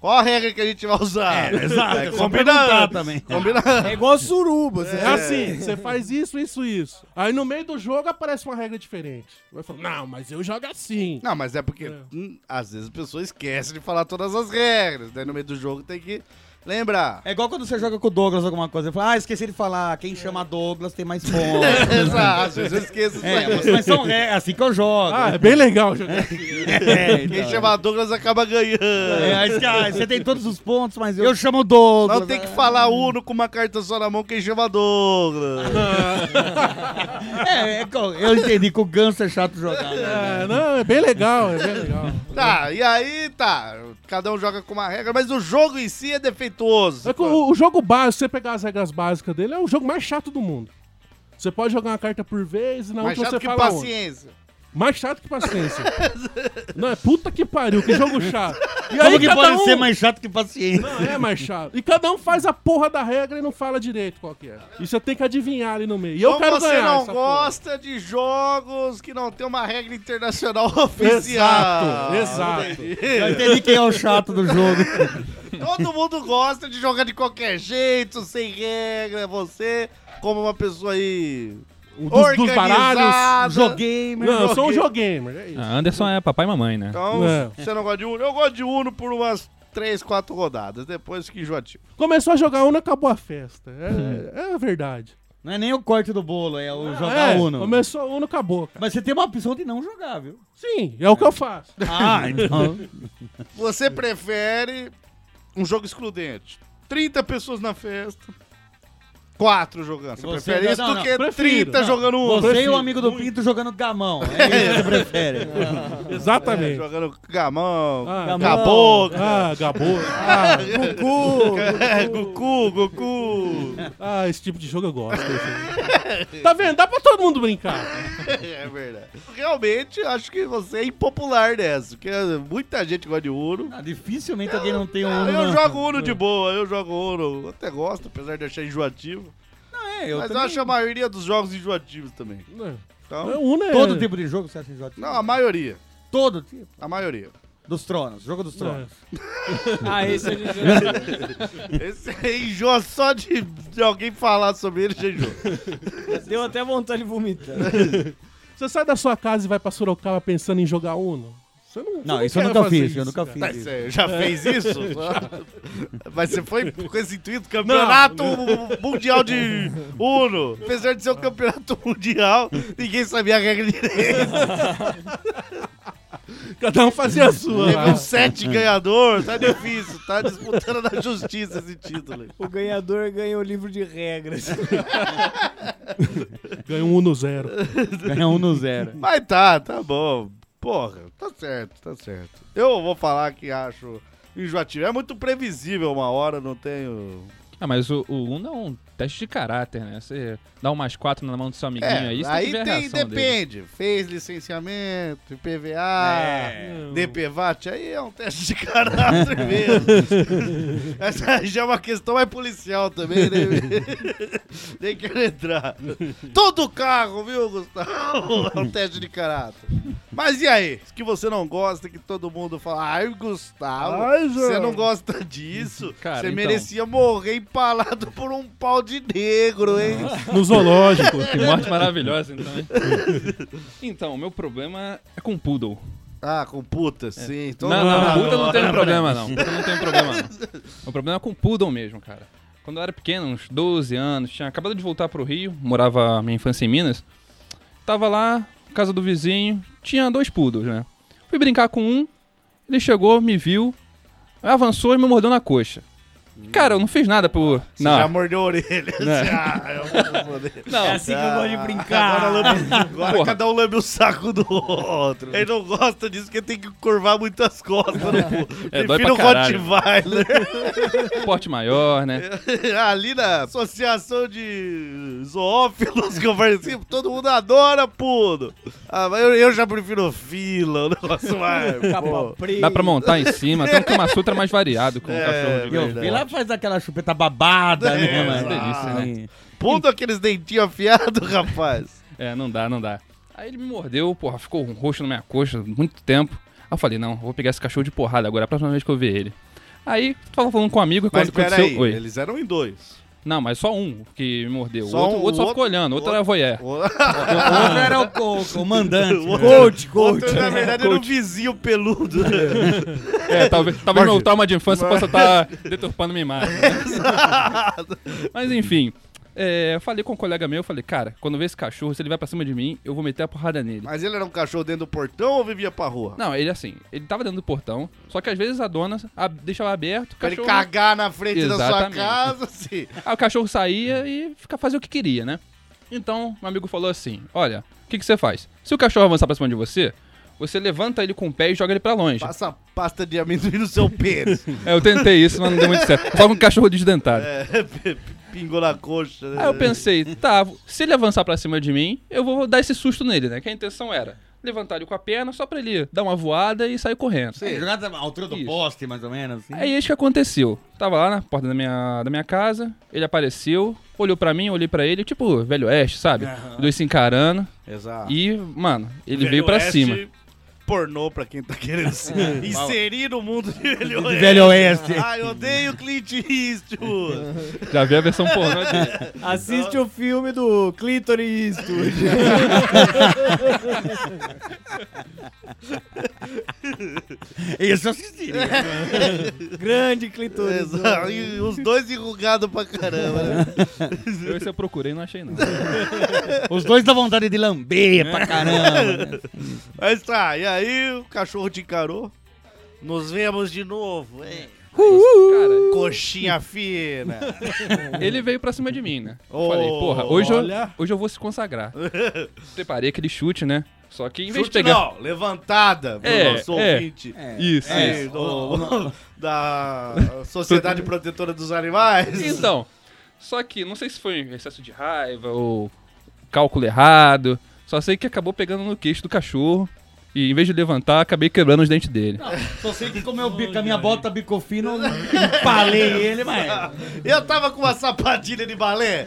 qual a regra que a gente vai usar?
É, exato, é só
um
perguntar
Combinando.
também.
Combinando.
É igual suruba. Você
É assim, você faz isso, isso, isso. Aí no meio do jogo aparece uma regra diferente. Vai falar, não, mas eu jogo assim.
Não, mas é porque hum, às vezes a pessoa esquece de falar todas as regras. Daí no meio do jogo tem que lembrar.
É igual quando você joga com o Douglas alguma coisa. Ele fala, ah, esqueci de falar, quem chama Douglas tem mais pontos.
Exato, às vezes eu esqueço disso
é, mas-
aí.
mas são é assim que eu jogo.
Ah, é bem legal jogar.
é,
Quem
então.
chama Douglas acaba ganhando.
É, aí você- né? ah, você tem todos os pontos, mas eu, eu chamo o Douglas.
Não tem que falar Uno com uma carta só na mão, quem chama Douglas.
É, é que eu- eu entendi que o Ganso é chato jogar. né?
né? É, não, é bem legal, é bem legal.
Tá, e aí tá. Cada um joga com uma regra, mas o jogo em si é defeituoso.
É que o, o jogo básico, se você pegar as regras básicas dele, é o jogo mais chato do mundo. Você pode jogar uma carta por vez e na
Mais
outra
chato
você
que
fala outra.
paciência.
Mais chato que paciência. não, é puta que pariu, que jogo chato. E
Como
aí
que
cada
pode
um-
ser mais chato que paciência?
Não, é mais chato. E cada um faz a porra da regra e não fala direito qual que é. E você tem que adivinhar ali no meio. E eu
Como
quero
você
ganhar
não
essa porra.
gosta de jogos que não tem uma regra internacional oficial.
Exato, exato.
Eu entendi quem é o chato do jogo.
Todo mundo gosta de jogar de qualquer jeito, sem regra. Você, como uma pessoa aí.
Um Dos, dos baralhos.
organizada.
Joguei, meu.
Não, eu sou um jogamer. É isso.
Ah, Anderson é papai e mamãe, né?
Então,
É.
você não gosta de Uno? Eu gosto de Uno por umas 3, 4 rodadas. Depois que enjoativo.
Começou a jogar Uno, acabou a festa. É, é a verdade.
Não é nem o corte do bolo, é
Ah,
o
é,
jogar Uno.
Começou Uno, acabou. cara.
Mas você tem uma opção de não jogar, viu?
Sim, é o que eu faço.
Ah, então.
Você
É.
prefere um jogo excludente? 30 pessoas na festa. 4 jogando. Você,
Você-
prefere
não,
isso
não,
do
não.
que
Prefiro,
30
não.
jogando Uno?
Você e o amigo
um-
do Pinto jogando gamão. É isso que você prefere.
É,
Exatamente.
jogando gamão,
Ah,
caboclo,
Ah, Gabô. Ah,
Goku, Goku.
ah, esse tipo de jogo eu gosto. tá vendo? Dá pra todo mundo brincar.
É verdade. Realmente, acho que você é impopular nessa, porque muita gente gosta de Uno.
Ah, dificilmente alguém não tem um Uno.
Eu
na-
jogo Uno de boa, eu jogo Uno. Até gosto, apesar de achar enjoativo.
É, eu
mas
também.
eu acho a maioria dos jogos enjoativos também. Então,
Uno é...
Todo tipo de jogo você acha enjoativo?
não, a maioria.
Todo tipo.
A maioria.
Dos tronos, jogo
É.
é.
dos tronos.
Ah, esse a gente já...
Esse aí enjoa só de, de alguém falar sobre ele, já enjoa.
Deu até vontade de vomitar.
Você sai da sua casa e vai pra Sorocaba pensando em jogar Uno? Você não,
Não,
você
isso eu
quer
nunca
fazer
fiz,
isso,
eu nunca
cara.
fiz.
Mas
isso.
você já fez isso? Mas você foi com esse intuito? Campeonato Mundial de Uno. Apesar de ser um campeonato mundial, ninguém sabia a regra direito.
Cada um fazia a sua.
Teve um sete ganhador, tá difícil. Tá disputando na justiça esse título.
O ganhador ganha o livro de regras.
Ganhou um Uno zero.
Ganha um no zero.
Mas tá, tá bom. Porra, tá certo, tá certo. Eu vou falar que acho enjoativo. É muito previsível uma hora, não tenho...
Ah, mas o, o Uno é um teste de caráter, né? Você dá umas quatro na mão do seu amiguinho
É,
aí, você
aí
tem que ver a
tem,
reação dele.
depende. Fez licenciamento, IPVA,
É.
DPVAT, aí é um teste de caráter mesmo. Essa aí já é uma questão mais policial também, né? Nem quero entrar. Todo carro, viu, Gustavo? É um teste de caráter. Mas e aí? Que você não gosta, que todo mundo fala, ai, Gustavo,
Ai,
você
João."
não gosta disso?
Cara,
você
então.
merecia morrer empalado por um pau de negro, hein?
No zoológico.
Que morte maravilhosa, então. hein? então, o meu problema é com o Poodle.
Ah, com puta, sim. Todo
não,
mundo
não, puta
adora.
não tem problema, não. Puta não tem problema, não. O problema é com o Poodle mesmo, cara. Quando eu era pequeno, uns 12 anos, tinha acabado de voltar pro Rio, morava a minha infância em Minas. Tava lá, casa do vizinho, tinha dois Poodles, né? Fui brincar com um, ele chegou, me viu, avançou e me mordeu na coxa. Cara, eu não fiz nada por.
Você já
Não. um
mordeu a orelha. Ah, eu vou morder.
É
Não.
assim que eu gosto de
Ah, Agora,
brincar.
lambe- agora
Porra.
cada um lambe o saco do outro. Ele não gosta disso porque tem que curvar muitas costas. Não.
É, dói
Prefiro o
pra caralho.
Rottweiler.
Porte maior, né?
Ali na associação de zoófilos que eu participo, todo mundo adora pudo. Ah, mas eu, eu já prefiro fila, o negócio mais.
Capa
pô.
preta.
Dá pra montar em cima. Tem um Kama Sutra mais variado com o
É,
cachorro de
Eu,
verdade.
e lá faz aquela chupeta babada, né,
É,
mano?
delícia, né?
Sim.
Pudo aqueles dentinhos afiados, rapaz.
É, não dá, não dá. Aí ele me mordeu, porra, ficou um roxo na minha coxa muito tempo. Aí eu falei, não, vou pegar esse cachorro de porrada agora, é a próxima vez que eu ver ele. Aí, tava falando com um amigo e
Mas
quando aconteceu.
peraí,
Oi.
eles eram em dois.
Não, mas só um que me mordeu.
Só
o outro,
um,
o outro só
o
ficou
outro-
olhando, o outro
o
era voyeur.
Outro era o, co- o mandante.
Ah. O
né?
outro, outro, na verdade, era um vizinho peludo.
É, talvez, talvez
Morde.
meu trauma de infância possa estar deturpando minha imagem. né? Mas enfim, é, eu falei com um colega meu, eu falei, cara, quando eu ver esse cachorro, se ele vai pra cima de mim, eu vou meter a porrada nele.
Mas ele era um cachorro dentro do portão ou vivia pra rua?
Não, ele assim, ele tava dentro do portão, só que às vezes a dona ab- deixava aberto, o
Pra ele
cachorro,
cagar na frente da sua
Exatamente.
casa, assim.
aí o cachorro saía e fica, fazia o que queria, né? Então, um amigo falou assim, olha, o que, que você faz? Se o cachorro avançar pra cima de você, você levanta ele com o pé e joga ele pra longe.
Passa pasta de amendoim no seu pênis.
É, eu tentei isso, mas não deu muito certo. Só com o cachorro desdentado.
É, p- pingou na coxa. né?
Aí eu pensei, tá, se ele avançar pra cima de mim, eu vou dar esse susto nele, né? Que a intenção era levantar ele com a perna só pra ele dar uma voada e sair correndo.
Sim, Jogada na altura do
Isso.
poste, mais ou menos. assim.
Aí é isso que aconteceu. Tava lá na porta da minha, da minha casa, ele apareceu, olhou pra mim, eu olhei pra ele, tipo, velho oeste, sabe? Os dois se encarando
Exato.
e, mano, ele
Velho
veio pra
Oeste,
cima.
Pornô pra quem tá querendo se inserir no mundo de Velho Oeste.
Velho Oeste.
Ai, odeio Clint Eastwood.
Já vi a versão pornô dele.
Assiste o filme do Clinton Eastwood.
Isso eu assisti. né?
Grande Clinton Eastwood.
Exato. E os dois enrugados pra caramba, né?
Eu, esse eu procurei e não achei, não.
Os dois dão vontade de lamber pra caramba. né?
Mas tá, e aí o cachorro te encarou. Nos vemos de novo, hein?
Cara,
Coxinha fina.
ele veio pra cima de mim, né? Eu
Oh,
Falei, porra, hoje eu,
olha.
hoje eu vou se consagrar. Preparei aquele chute, né? Só que em vez
Chute
de pegar.
não, levantada pro
É,
nosso
é.
ouvinte.
Isso,
É,
isso.
do- da Sociedade Protetora dos Animais.
Então, só que não sei se foi um excesso de raiva ou cálculo errado. Só sei que acabou pegando no queixo do cachorro. E em vez de levantar, acabei quebrando os dentes dele.
Só sei que como eu bico, a minha bota bicou fino, eu empalei ele, mas...
Eu tava com uma sapatilha de balé.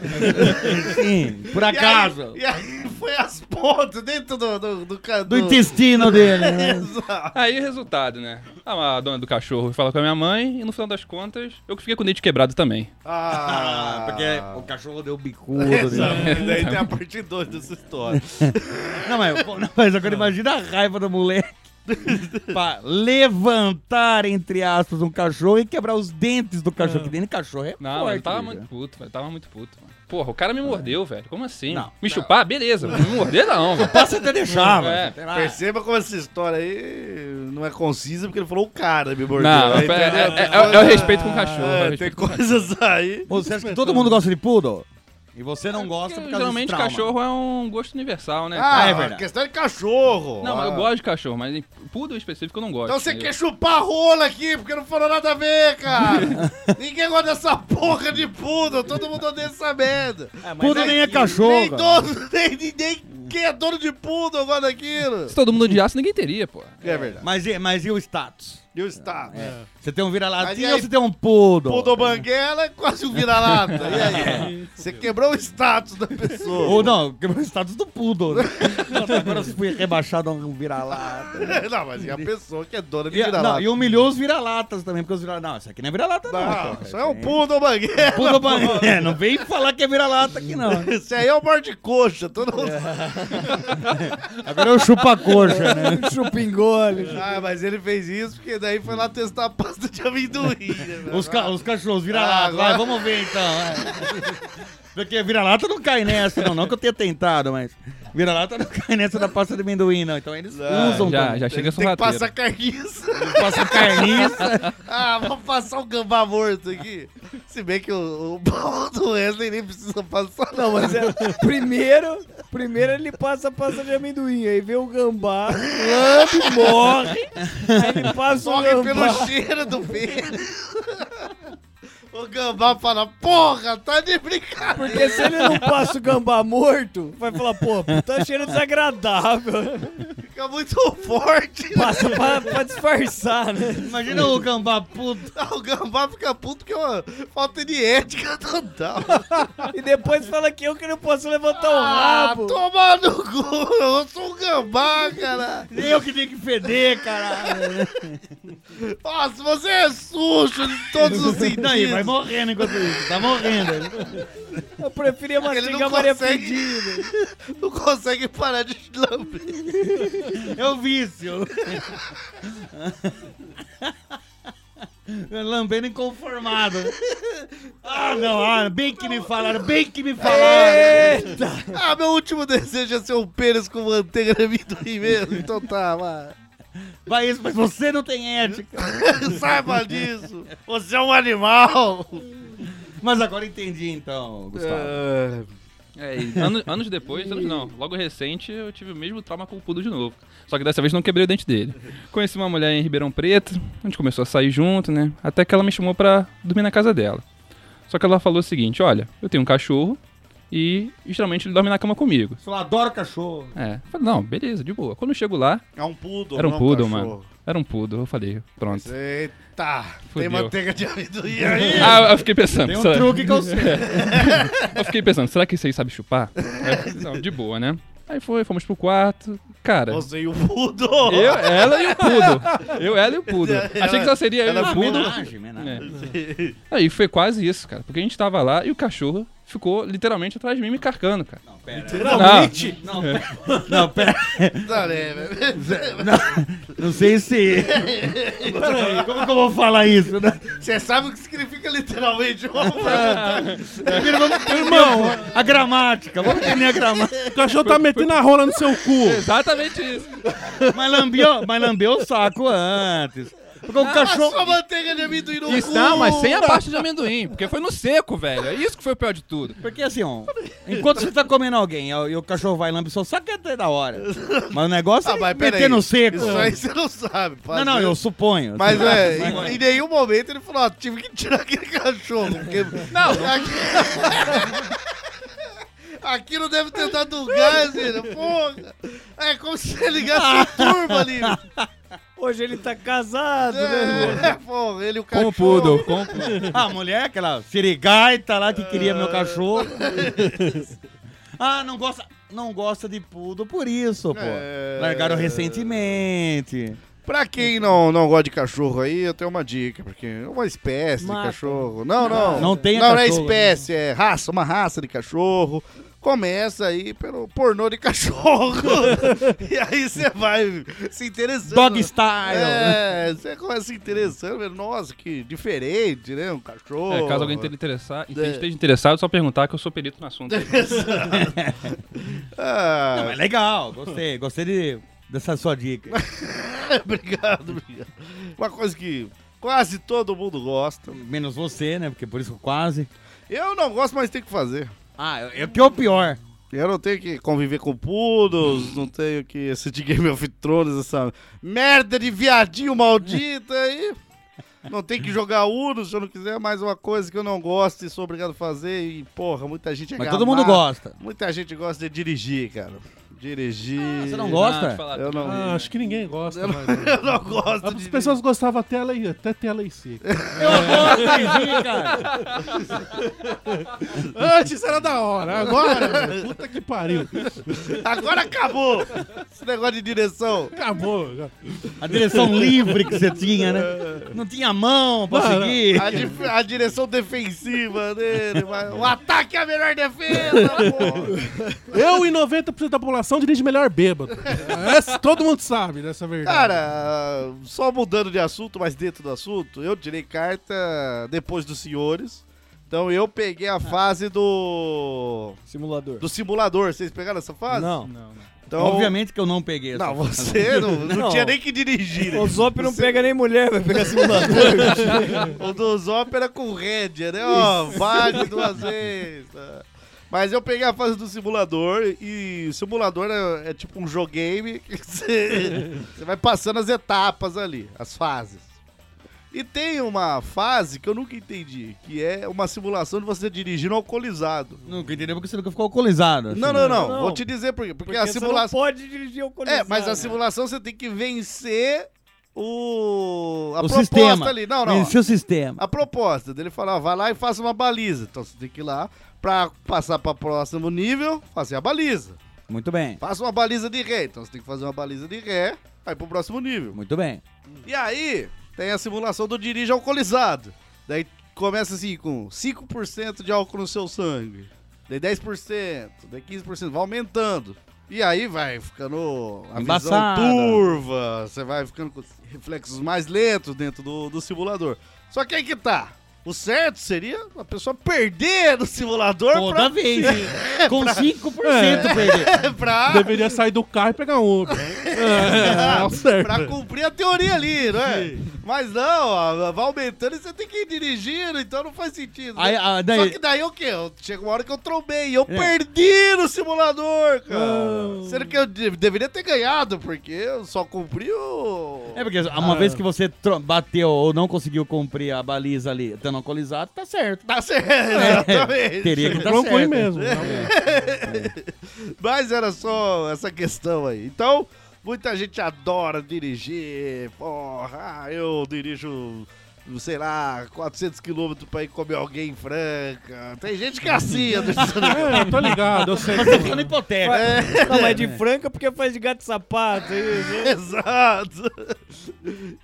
Sim, por
E aí-
acaso.
E aí, foi as pontas dentro do... Do, do, ca- do-
Do
Ah,
intestino dele. né?
Exato.
Aí, resultado, né? A dona do cachorro fala com a minha mãe e no final das contas, eu que fiquei com o dente quebrado também.
Ah,
Ah, porque
é-
o cachorro deu bicudo.
Exato.
né?
Daí tem a parte 2 dessa história.
Não, mas, não, mas agora imagina a raiva do moleque. pra levantar, entre aspas, um cachorro e quebrar os dentes do cachorro. Que dentro de cachorro é
Não,
forte.
ele tava muito
bicho.
puto, velho. Tava muito puto, mano. Porra, o cara me mordeu, velho. Como assim?
Não,
me chupar? Beleza. mas Me morder não, velho.
Passa até deixar,
É,
mano. Sei lá.
Perceba como essa história aí não é concisa, porque ele falou o cara me mordeu.
Não,
Aí tem-
é, é- é- é o respeito com o cachorro. é o
É, tem
respeito com o cachorro.
coisas aí.
Ô, Você acha que todo mundo gosta de poodle? E você não gosta por causa
Porque
desse
É, Geralmente
trauma.
cachorro é um gosto universal, né?
Ah,
é
é
verdade.
questão de cachorro.
Não,
Ah.
eu gosto de cachorro, mas em poodle específico eu não gosto.
Então você
né?
quer chupar rola aqui, porque não falou nada a ver, cara. Ninguém gosta dessa porra de pudo, todo mundo odeia essa merda.
Poodle nem é cachorro.
nem
cara.
dono, nem ninguém que é dono de pudo gosta daquilo.
Se todo mundo odiasse, ninguém teria, pô.
É verdade.
Mas, e- mas e o status?
E o Estado?
Você tem um
Mas e
vira-latinha
aí,
ou você tem um poodle?
Pudo banguela é quase um vira-lata. E aí? Você quebrou o status da pessoa.
Ou não, quebrou É. o status do poodle. né? Nossa, agora eu fui rebaixado a um vira-lata.
Não, mas é a pessoa que é dona de
E, não,
vira-lata.
e humilhou os vira-latas também, porque os vira-latas... Não, isso aqui não é vira-lata não.
Não,
cara.
isso é um pudo banguela.
Pudo pra... É, não vem falar que é vira-lata aqui, não.
Isso aí é o morde coxa,
É.
todo mundo
Agora eu chupo a coxa, né?
Chupingolho.
Ah, mas ele fez isso porque daí foi lá testar a pasta de amendoim. né?
Os, ca... os cachorros,
Ah,
vira-lata.
agora-
Vai, é. vamos ver então. vai. Porque vira-lata não cai nessa, não. Não que eu tenha tentado, mas... Vira-lata não cai nessa da pasta de amendoim, não. Então eles usam
já,
também.
já chega
Ah, Tem que
sorrateiro.
passar carniça.
Passa carniça.
Ah, vamos passar um gambá morto aqui. Se bem que o, o pau do Wesley nem precisa passar, não, mas
Mas é, primeiro, primeiro ele passa a pasta de amendoim, aí vê o gambá, lambe, morre, aí ele passa o
morre
gambá.
pelo cheiro do peido. O gambá fala, porra, tá de brincadeira.
Porque se ele não passa o gambá morto, vai falar, pô, tá cheiro desagradável.
Fica muito forte.
Passa pra, pra disfarçar, né?
Imagina o gambá puto.
O gambá fica puto que é uma falta de ética total.
E depois fala que eu que não posso levantar o
Ah,
rabo.
toma no cu, eu sou um gambá, cara.
Nem eu que tenho que feder, caralho.
Ah, se você é sujo de todos os sentidos.
Daí assim, vai morrendo enquanto isso. Tá morrendo.
Eu preferia
Ele
mastigar
não
Maria
consegue,
Pedinho.
não consegue parar de lamber.
É o vício. Lambendo inconformado. Ah, não, ah, bem que me falaram, bem que me
É.
falaram.
Ah, meu último desejo é ser um pênis com manteiga de amendoim mesmo. Então tá, vai.
Vai isso, mas você não tem ética.
Saiba disso. Você é um animal.
Mas agora entendi então, Gustavo.
É, e anos, anos depois, anos não, logo recente, eu tive o mesmo trauma com o Pudo de novo. Só que dessa vez não quebrei o dente dele. Conheci uma mulher em Ribeirão Preto, a gente começou a sair junto, né? Até que ela me chamou pra dormir na casa dela. Só que ela falou o seguinte: olha, eu tenho um cachorro e geralmente ele dorme na cama comigo.
Eu adoro cachorro.
É, eu falei, não, beleza, de boa. Quando eu chego lá,
É um poodle,
Era um
não
poodle,
cachorro.
mano. era um Pudo, eu falei, pronto.
Eita, tem
Fudeu.
manteiga de amendoim aí?
Ah, eu fiquei pensando.
Tem um
será-
truque que eu sei.
Eu fiquei pensando, será que isso aí sabe chupar? Aí, não, de boa, né? Aí foi, fomos pro quarto. Cara.
Você e o poodle.
Eu, ela e o Pudo. Eu, ela e o Pudo. Achei que só seria eu e
ela
o Pudo.
Homenagem, homenagem.
É. Aí foi quase isso, cara. Porque a gente tava lá e o cachorro ficou literalmente atrás de mim me carcando, cara.
Não, pera.
Literalmente?
Não, pera. Não, pera.
Tá, né, velho?
Não sei se. Peraí, como que eu vou falar isso? né?
Você sabe o que significa literalmente? Vamos perguntar.
Primeiro vamos irmão, a gramática. Vamos entender a gramática.
O cachorro tá metendo a rola no seu cu.
Exatamente isso.
Mas lambeu, mas lambeu o saco antes. Porque o cachorro.
Passou manteiga de amendoim no
isso
cu.
não, mas sem a parte de amendoim. Porque foi no seco, velho. É isso que foi o pior de tudo.
Porque assim, ó, enquanto você tá comendo alguém e o- e o cachorro vai e lambe seu saco é até da hora. Mas o negócio
Ah,
é
mas
meter
peraí.
no seco.
Isso aí você não sabe.
Não,
parceiro.
não, eu suponho.
Mas é,
Mas-
em, em nenhum momento ele falou, ó, tive que tirar aquele cachorro, porque... Não, aqui... Aquilo deve ter dado um gás, ele, porra. É como se você ligasse a turma ali.
Hoje ele tá casado, né?
É, porra, ele e o
Com
cachorro.
o Pudo. Com o Pudo.
A Ah, mulher, aquela sirigaita lá que queria meu cachorro. ah, não gosta, não gosta de pudo por isso, pô.
É.
Largaram recentemente.
Pra quem não, não gosta de cachorro aí, eu tenho uma dica, porque é uma espécie
Mata.
de cachorro. Não, não.
Não tenha
Não, não é
cachorro,
espécie, é raça, uma raça de cachorro. Começa aí pelo pornô de cachorro. e aí você vai se interessando.
Dog style.
É, você começa se interessando, vendo, nossa, que diferente, né? Um cachorro.
É, caso alguém esteja interessado, esteja interessado, é só perguntar que eu sou perito no assunto.
Ah,
Não, é legal, gostei, gostei de- dessa sua dica.
obrigado, obrigado. Uma coisa que quase todo mundo gosta.
Menos você, né? Porque por isso quase.
Eu não gosto, mas tem que fazer.
Ah, eu, eu que é o pior.
Eu não tenho que conviver com pudos, não tenho que assistir Game of Thrones, essa merda de viadinho maldita aí. Não tem que jogar Uno se eu não quiser, é mais uma coisa que eu não gosto e sou obrigado a fazer. E, porra, muita gente é
Mas
gamado.
todo mundo gosta.
Muita gente gosta de dirigir, cara. Dirigir.
Você não é gosta?
Eu não,
Ah, acho que ninguém gosta. mais.
eu não gosto
As
de
pessoas gostavam até ela ir, até ter ela em si.
Eu gosto de rir, cara.
Antes era da hora, agora, meu, puta que pariu.
Agora acabou! Esse negócio de direção.
Acabou. já.
A direção livre que você tinha, né? Não tinha mão pra
Não, não.
seguir.
A, dif- a direção defensiva dele. mas O ataque é a melhor defesa, porra.
Eu e 90% da população dirige melhor bêbado. Essa, todo mundo sabe dessa verdade.
Cara, só mudando de assunto, mas dentro do assunto, eu tirei carta depois dos senhores. Então eu peguei a fase do.
Simulador.
do simulador. Vocês pegaram essa fase?
Não.
Então,
Obviamente que eu não peguei essa.
Não, você não, não
Não.
tinha nem que dirigir. né?
O Zop não pega nem mulher, vai pegar simulador.
O dos ópera com rédea, né? Ó, vale duas vezes. tá? Mas eu peguei a fase do simulador e simulador é, é tipo um joguinho que você, você vai passando as etapas ali, as fases. E tem uma fase que eu nunca entendi, que é uma simulação de você dirigindo alcoolizado.
Nunca entendeu porque você nunca ficou alcoolizado. assim, né?
Não, não, não,
Não.
Vou te dizer por quê. Porque,
Porque
a
você
simulação.
não pode né? dirigir o colisão.
É, mas a simulação você tem que vencer o. A
o
proposta
sistema.
ali. Não, não.
Venceu o sistema.
A proposta dele falar, ó, vai lá e faça uma baliza. Então você tem que ir lá pra passar pra próximo nível, fazer a baliza.
Muito bem.
Faça uma baliza de ré. Então você tem que fazer uma baliza de ré, aí pro próximo nível.
Muito bem.
E aí tem a simulação do dirige alcoolizado. Daí começa assim com 5% de álcool no seu sangue. Daí 10%, daí 15%, vai aumentando. E aí vai ficando a
Embaçado.
visão turva, você vai ficando com reflexos mais lentos dentro do, do simulador. Só que aí que tá. O certo seria a pessoa perder no simulador
Toda
pra, É.
vez. hein? Com 5% perder.
pra,
Deveria sair do carro e pegar um Uber.
Tá
é, é o certo.
pra cumprir a teoria ali, não é? Mas não, ó, vai aumentando e você tem que ir dirigindo, então não faz sentido. né?
Aí, ah,
Só
daí, É.
que daí o quê? Eu- Chega uma hora que eu trombei e eu perdi no simulador, cara. Sendo que eu de- deveria ter ganhado, porque eu só cumpri o.
É porque
ah.
uma vez que você tro- bateu ou não conseguiu cumprir a baliza ali, estando alcoolizado, tá certo.
Tá certo, exatamente.
É, Teria que tá
Conclui
certo.
mesmo. né?
Mas era só essa questão aí. Então, muita gente adora dirigir. Porra, ah, eu dirijo, sei lá, 400 quilômetros pra ir comer alguém em Franca. Tem gente que é assim, Anderson.
É, eu tô ligado, eu sei.
Mas tô ficando hipotético.
Não, mas de franca porque faz de gato e sapato. Isso.
Exato.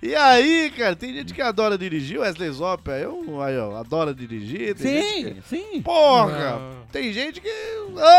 E aí, cara, tem gente que adora dirigir, Wesley Zop, aí eu, aí, ó, adora dirigir. Tem gente
Sim, sim.
que- porra! Tem gente que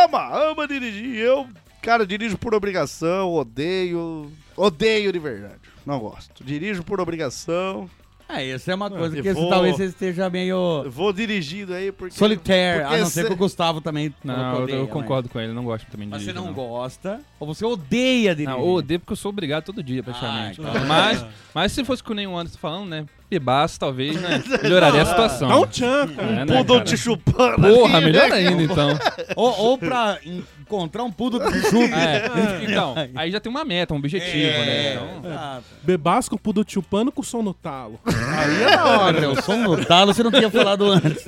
ama, ama dirigir. Eu, cara, dirijo por obrigação, odeio. Odeio de verdade. Não gosto. Dirijo por obrigação.
Ah, essa é uma coisa
eu
que
vou-
esse- talvez você esteja meio
Eu Vou dirigindo aí porque.
solitário, a não ser
cê-
que o Gustavo também
Não,
falou
eu,
que odeia, né?
eu
mas-
concordo com ele, não gosto também de
Mas você
dirigir,
não, gosta, ou você odeia dirigir.
Não, eu odeio porque eu sou obrigado todo dia, praticamente.
Ah,
cara. mas, mas se fosse com nenhum Anderson falando, né? Bebaço, talvez, né? Melhoraria a situação.
Dá um tchan, cara.
É, né,
Pudam
cara?
te chupando.
Porra,
ali, né?
melhor ainda, então.
Ou, ou pra en- encontrar um pudo que te chupa.
É, então, aí já tem uma meta, um
É.
objetivo, né? Então,
Exato.
Bebasco pudo chupando com som no talo.
Aí
um
é da hora, o som no talo você não tinha falado antes.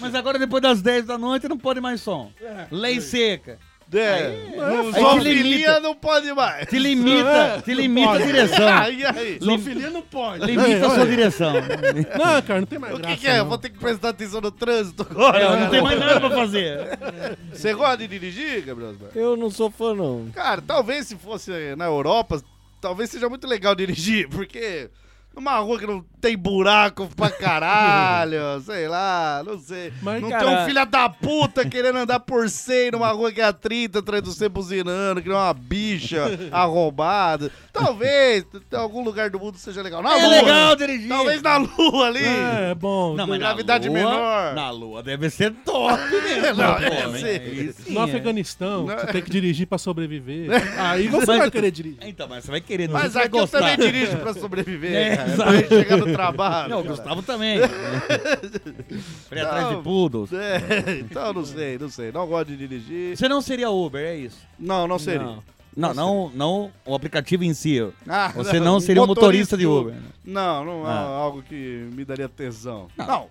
Mas agora, depois das 10 da noite, não pode mais som. Lei seca.
É.
aí
Zoofilia
limita.
não pode mais.
Te
É.
limita, te limita a direção.
Aí, aí.
Zoofilia não pode.
Limita a sua direção.
É,
Não, cara, não tem mais
O
graça.
que, que é? Eu
não.
vou ter que prestar atenção no trânsito agora.
É, não
cara.
tem mais nada pra fazer.
Você gosta de dirigir, Gabriel Osmar?
Eu não sou fã, não.
Cara, talvez se fosse na Europa, talvez seja muito legal dirigir, porque numa rua que não tem buraco pra caralho, sei lá, não sei.
Mas,
não
cara-
tem um filho da puta querendo andar por 100 numa rua que é a 30, atrás do você buzinando, que não é uma bicha arrombada. Talvez em algum lugar do mundo seja legal. Na
É
lua.
legal dirigir.
Talvez na lua ali.
É, é bom.
Não, mas na
gravidade
lua-
menor.
Na lua deve ser top mesmo.
Não,
pô,
é,
mas
sim.
aí sim,
no
é.
Afeganistão,
Não.
você tem que dirigir pra sobreviver. Aí você
Mas-
vai querer dirigir.
Então, mas você vai querer, não
Mas
você vai
aqui eu
gostar.
também dirijo pra sobreviver,
É,
cara.
exato.
Pra chegar no trabalho.
Não, o
cara.
Gustavo também. Foi atrás
Não.
de poodles.
É, então não sei, não sei. Não gosto de dirigir.
Você não seria Uber, é isso?
Não, não seria.
Não.
Não, não, não o aplicativo em si.
Ah,
Você não seria um motorista de Uber.
Não, não é
Ah.
algo que me daria tesão. Não.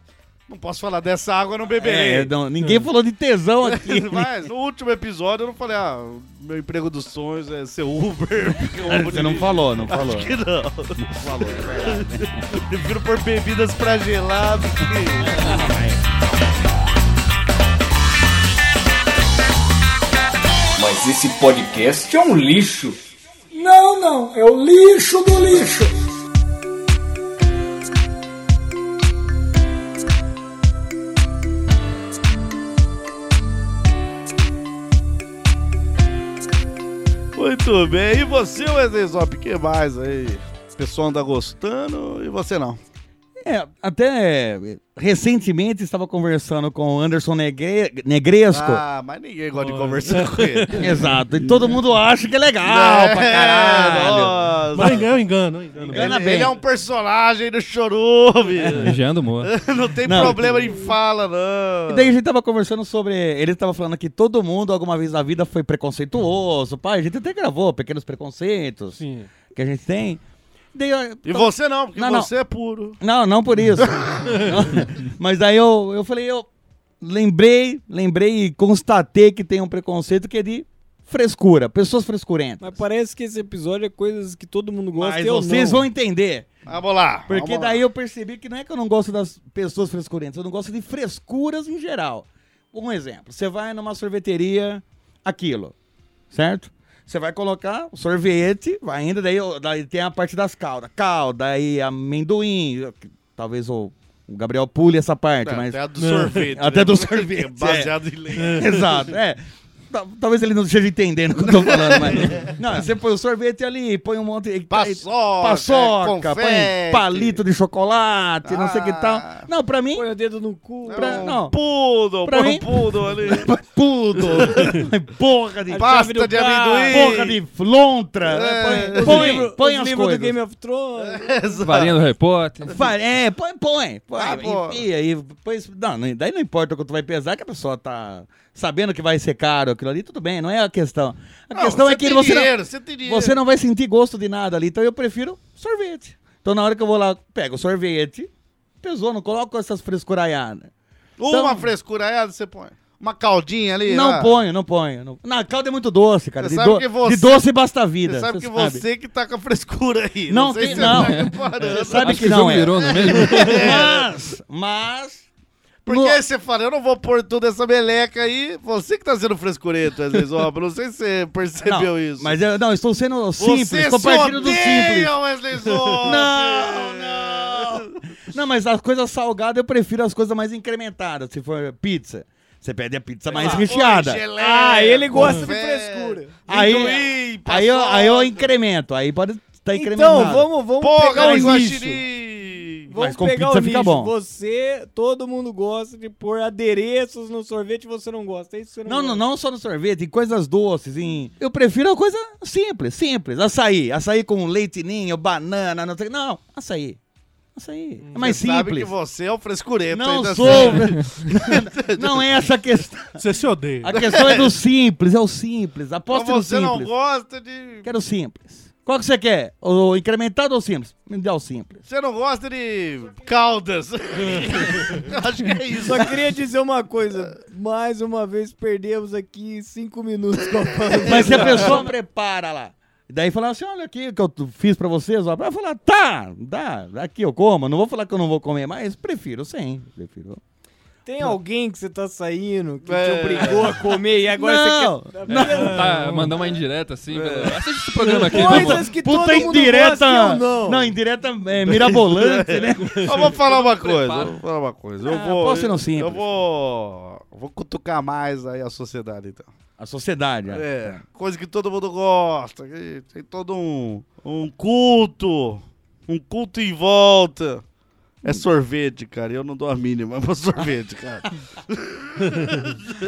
não, posso falar dessa água, eu não
É,
beberei.
não, ninguém falou de tesão aqui.
Mas no último episódio eu não falei, ah, meu emprego dos sonhos é ser Uber. porque eu amo
Você não
dirigir.
falou, não falou.
Acho que não. Não falou, é verdade. Prefiro pôr bebidas pra gelado que...
Mas esse podcast é um lixo.
Não, não, é o lixo do lixo.
Muito bem. E você, Wesley Zop, que mais aí? O pessoal anda gostando e você não?
É, até é, recentemente estava conversando com o Anderson Negre... Negresco.
Ah, mas ninguém gosta de conversar com ele.
Exato. E todo mundo acha que é legal pra caralho.
Nossa.
Mas engano, engano, engano.
engana
ele,
bem.
ele é um personagem do chorume.
Vigiando, Moa.
não tem
Não.
problema em fala, não.
E daí a gente tava conversando sobre. Ele tava falando que todo mundo, alguma vez na vida, foi preconceituoso. Pai, a gente até gravou pequenos preconceitos
Sim.
que a gente tem. E daí eu-
E você não, porque
Não, não.
você é puro.
Não, não por isso. Não. Mas daí eu, eu falei, eu lembrei, lembrei e constatei que tem um preconceito que é de frescura, pessoas frescurentas.
Mas parece que esse episódio é coisas que todo mundo gosta
Mas
e eu
vocês
não.
vão entender.
Vamos lá.
Porque
vamos lá.
daí eu percebi que não é que eu não gosto das pessoas frescurentas, eu não gosto de frescuras em geral. Um exemplo, você vai numa sorveteria, aquilo, certo? Você vai colocar o sorvete, vai ainda, daí, daí tem a parte das caldas. Calda, aí amendoim, talvez o, o Gabriel pule essa parte,
É,
mas...
Até do sorvete. né?
Até do sorvete, é.
Baseado em leite.
Exato, é. Ta- Talvez ele não esteja entendendo o que eu tô falando, mas. Não, você põe o sorvete ali, põe um monte de.
Paçoca,
paçoca, põe
confete.
palito de chocolate, não sei o que tal.
Ah.
Não, pra mim.
Põe o dedo no cu.
Pra-
Um
não.
Poodle,
Pra
põe um
mim-
poodle ali.
Pudo! Porra de. Ah,
A chave
Pasta
do
de
carro.
amendoim.
É. Porra de flontra!
É.
Põe,
Os
põe,
livros-
põe
os
as
livros
coisas.
do Game of Thrones.
Tá.
Varinha do Harry Potter.
Fa- É, põe, põe. põe
Ah, pô.
enfia aí. põe isso- não, não- daí não importa o quanto vai pesar, que a pessoa tá sabendo que vai ser caro aquilo ali, tudo bem, não é a questão. A
Não,
questão
você
é que
tem
você não,
dinheiro, você tem dinheiro.
você não vai sentir gosto de nada ali, então eu prefiro sorvete. Então na hora que eu vou lá, pego o sorvete, pesou, não coloco essas frescuraiadas.
Uma
Então-
frescura ela, você põe. Uma caldinha ali. ah.
Não
lá.
ponho, não ponho. Não, não, a calda é muito doce, cara.
Você
De,
sabe
do-
que você-
de doce basta a vida.
Você sabe que você que tá com a frescura aí.
Não
sei
tem-
se
não.
Você tá reparando.
Você sabe
Acho
que
o
não
jogo
é.
virou, não é mesmo?
Mas, mas...
Porque
no-
aí você fala, eu não vou pôr tudo essa meleca aí. Você que tá sendo frescurento às vezes, ó. Não sei se você percebeu
não,
isso.
Mas eu, não, estou sendo simples,
você se
compartilho do simples.
odeia, Wesley Zop.
Não, não. Não, mas as coisas salgadas eu prefiro as coisas mais incrementadas. Se for pizza, você pede a pizza mais
Ah,
recheada.
põe geleia,
Ah, ele gosta de
confete,
frescura.
Aí,
amendoim,
aí, eu, aí eu
paçoca.
incremento. Aí pode estar incrementado.
Então, vamos, vamos pegar
Porra,
o
de
nicho.
guaxinim.
Mas
Vamos
com
pegar
pizza
o
fica
nicho.
bom.
Você, todo mundo gosta de pôr adereços no sorvete e você não gosta. É isso que você não,
Não, não,
gosta.
não só no sorvete, em coisas doces, em... Eu prefiro a coisa simples, simples. Açaí, açaí com leite ninho, banana, não sei... Não, açaí. Açaí. É mais
Hum, Você Sabe que
simples.
você é o frescurento.
Não
ainda
sou...
assim.
não é essa a questão.
Você se odeia.
A questão é do simples, é o simples.
Então
Aposta no
você não
simples.
gosta de...
Quero simples. Qual que você quer? O incrementado ou o simples? Me dá o simples.
Você não gosta de caldas. Eu acho que é isso.
Só queria dizer uma coisa. Mais uma vez perdemos aqui cinco minutos com a fala.
Mas é- se a pessoa prepara lá, daí falar assim, olha aqui o que eu t- fiz pra vocês, ó, vai falar, tá, dá, aqui eu como, não vou falar que eu não vou comer, mas prefiro sem, prefiro.
Tem alguém que você tá saindo que
É.
te obrigou a comer e agora
Não,
você quer.
Tá, mandar uma indireta assim. pelo- Assiste esse programa aqui.
Coisas que todo mundo gosta e eu não.
não, indireta é, mirabolante, né?
Eu vou falar uma coisa.
prepara.
Eu vou falar uma coisa. Eu
Ah,
vou.
posso ser não
eu
simples.
vou. Vou cutucar mais aí a sociedade, então.
A sociedade, ó.
É. Coisa que todo mundo gosta. que Tem todo um, um culto. Um culto em volta. É sorvete, cara. Eu não dou a mínima pra sorvete, cara.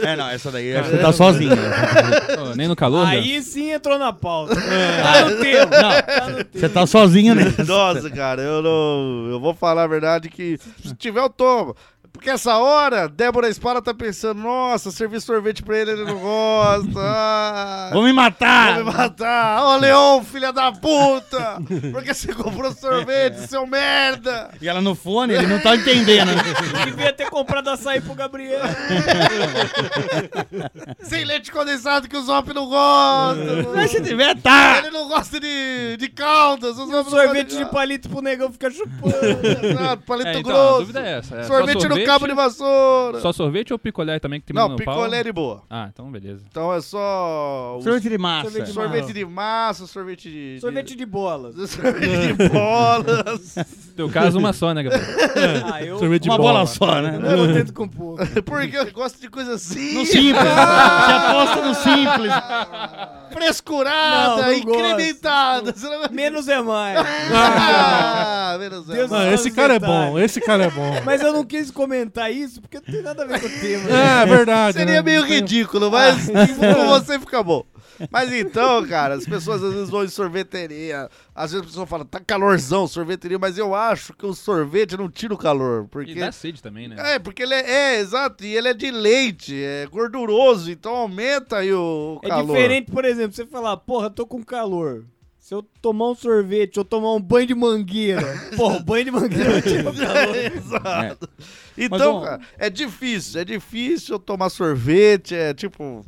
É, não, essa daí acho que você tá sozinho.
É.
Ô, Nem no calor, né?
Aí sim entrou na pauta.
É.
Tá no tempo. Tá no tempo.
Ah, Você tá sozinho, né?
Nossa, cara, eu não. Eu vou falar a verdade que se tiver, eu tomo. Porque essa hora, Débora Espada tá pensando, nossa, servi sorvete pra ele, ele não gosta. Ah,
Vão me matar!
Vai me matar! Ô, Leon, filha da puta! Por que você comprou sorvete, seu merda?
E ela no fone, ele não tá entendendo. né?
Devia ter comprado açaí pro Gabriel.
Sem leite condensado que o Zop não gosta!
Mas se tiver,
Ah.
tá!
Ele não gosta de, de caldas! O Zop não
Sorvete
gosta
de palito pro negão ficar chupando.
Exato, palito
É, então, a
grosso!
dúvida é essa. é só
sorvete, no cabo de vassoura.
Só sorvete ou picolé também que tem
Não,
no
picolé
pau?
de boa.
Ah, então beleza.
Então é só. o
Sorvete de massa.
Sorvete de
sorvete de massa, sorvete de.
Sorvete de bolas.
de... sorvete de bolas.
No teu caso, uma só, né, Gabriel?
Ah, eu,
Sorvete de
Uma bola, só, né?
eu não tento com pouco.
Porque eu gosto de coisa assim.
No simples. Você aposta no simples.
Frescurada,
Não, não
incrementada.
Menos é mais.
Ah, menos é.
Deus
mais.
Não, esse cara é bom, esse cara é bom.
Mas eu não quis comentar isso porque não tem nada a ver com o tema.
É, verdade. né? Ah,
Seria meio ridículo, mas com você fica bom. Mas então, cara, as pessoas às vezes vão em sorveteria. Às vezes a pessoa fala, tá calorzão sorveteria, mas eu acho que o sorvete não tira o calor.
E
Porque.
dá sede também, né?
É, porque ele é, é, exato, e ele é de leite, é gorduroso, então aumenta aí o
É
calor.
diferente, por exemplo, você falar, porra, tô com calor. Se eu tomar um sorvete ou tomar um banho de mangueira. porra, o banho de mangueira tipo, vai tirar o calor.
Exato.
É. Mas,
Então,
ó,
cara, é difícil, é difícil eu tomar sorvete, é tipo.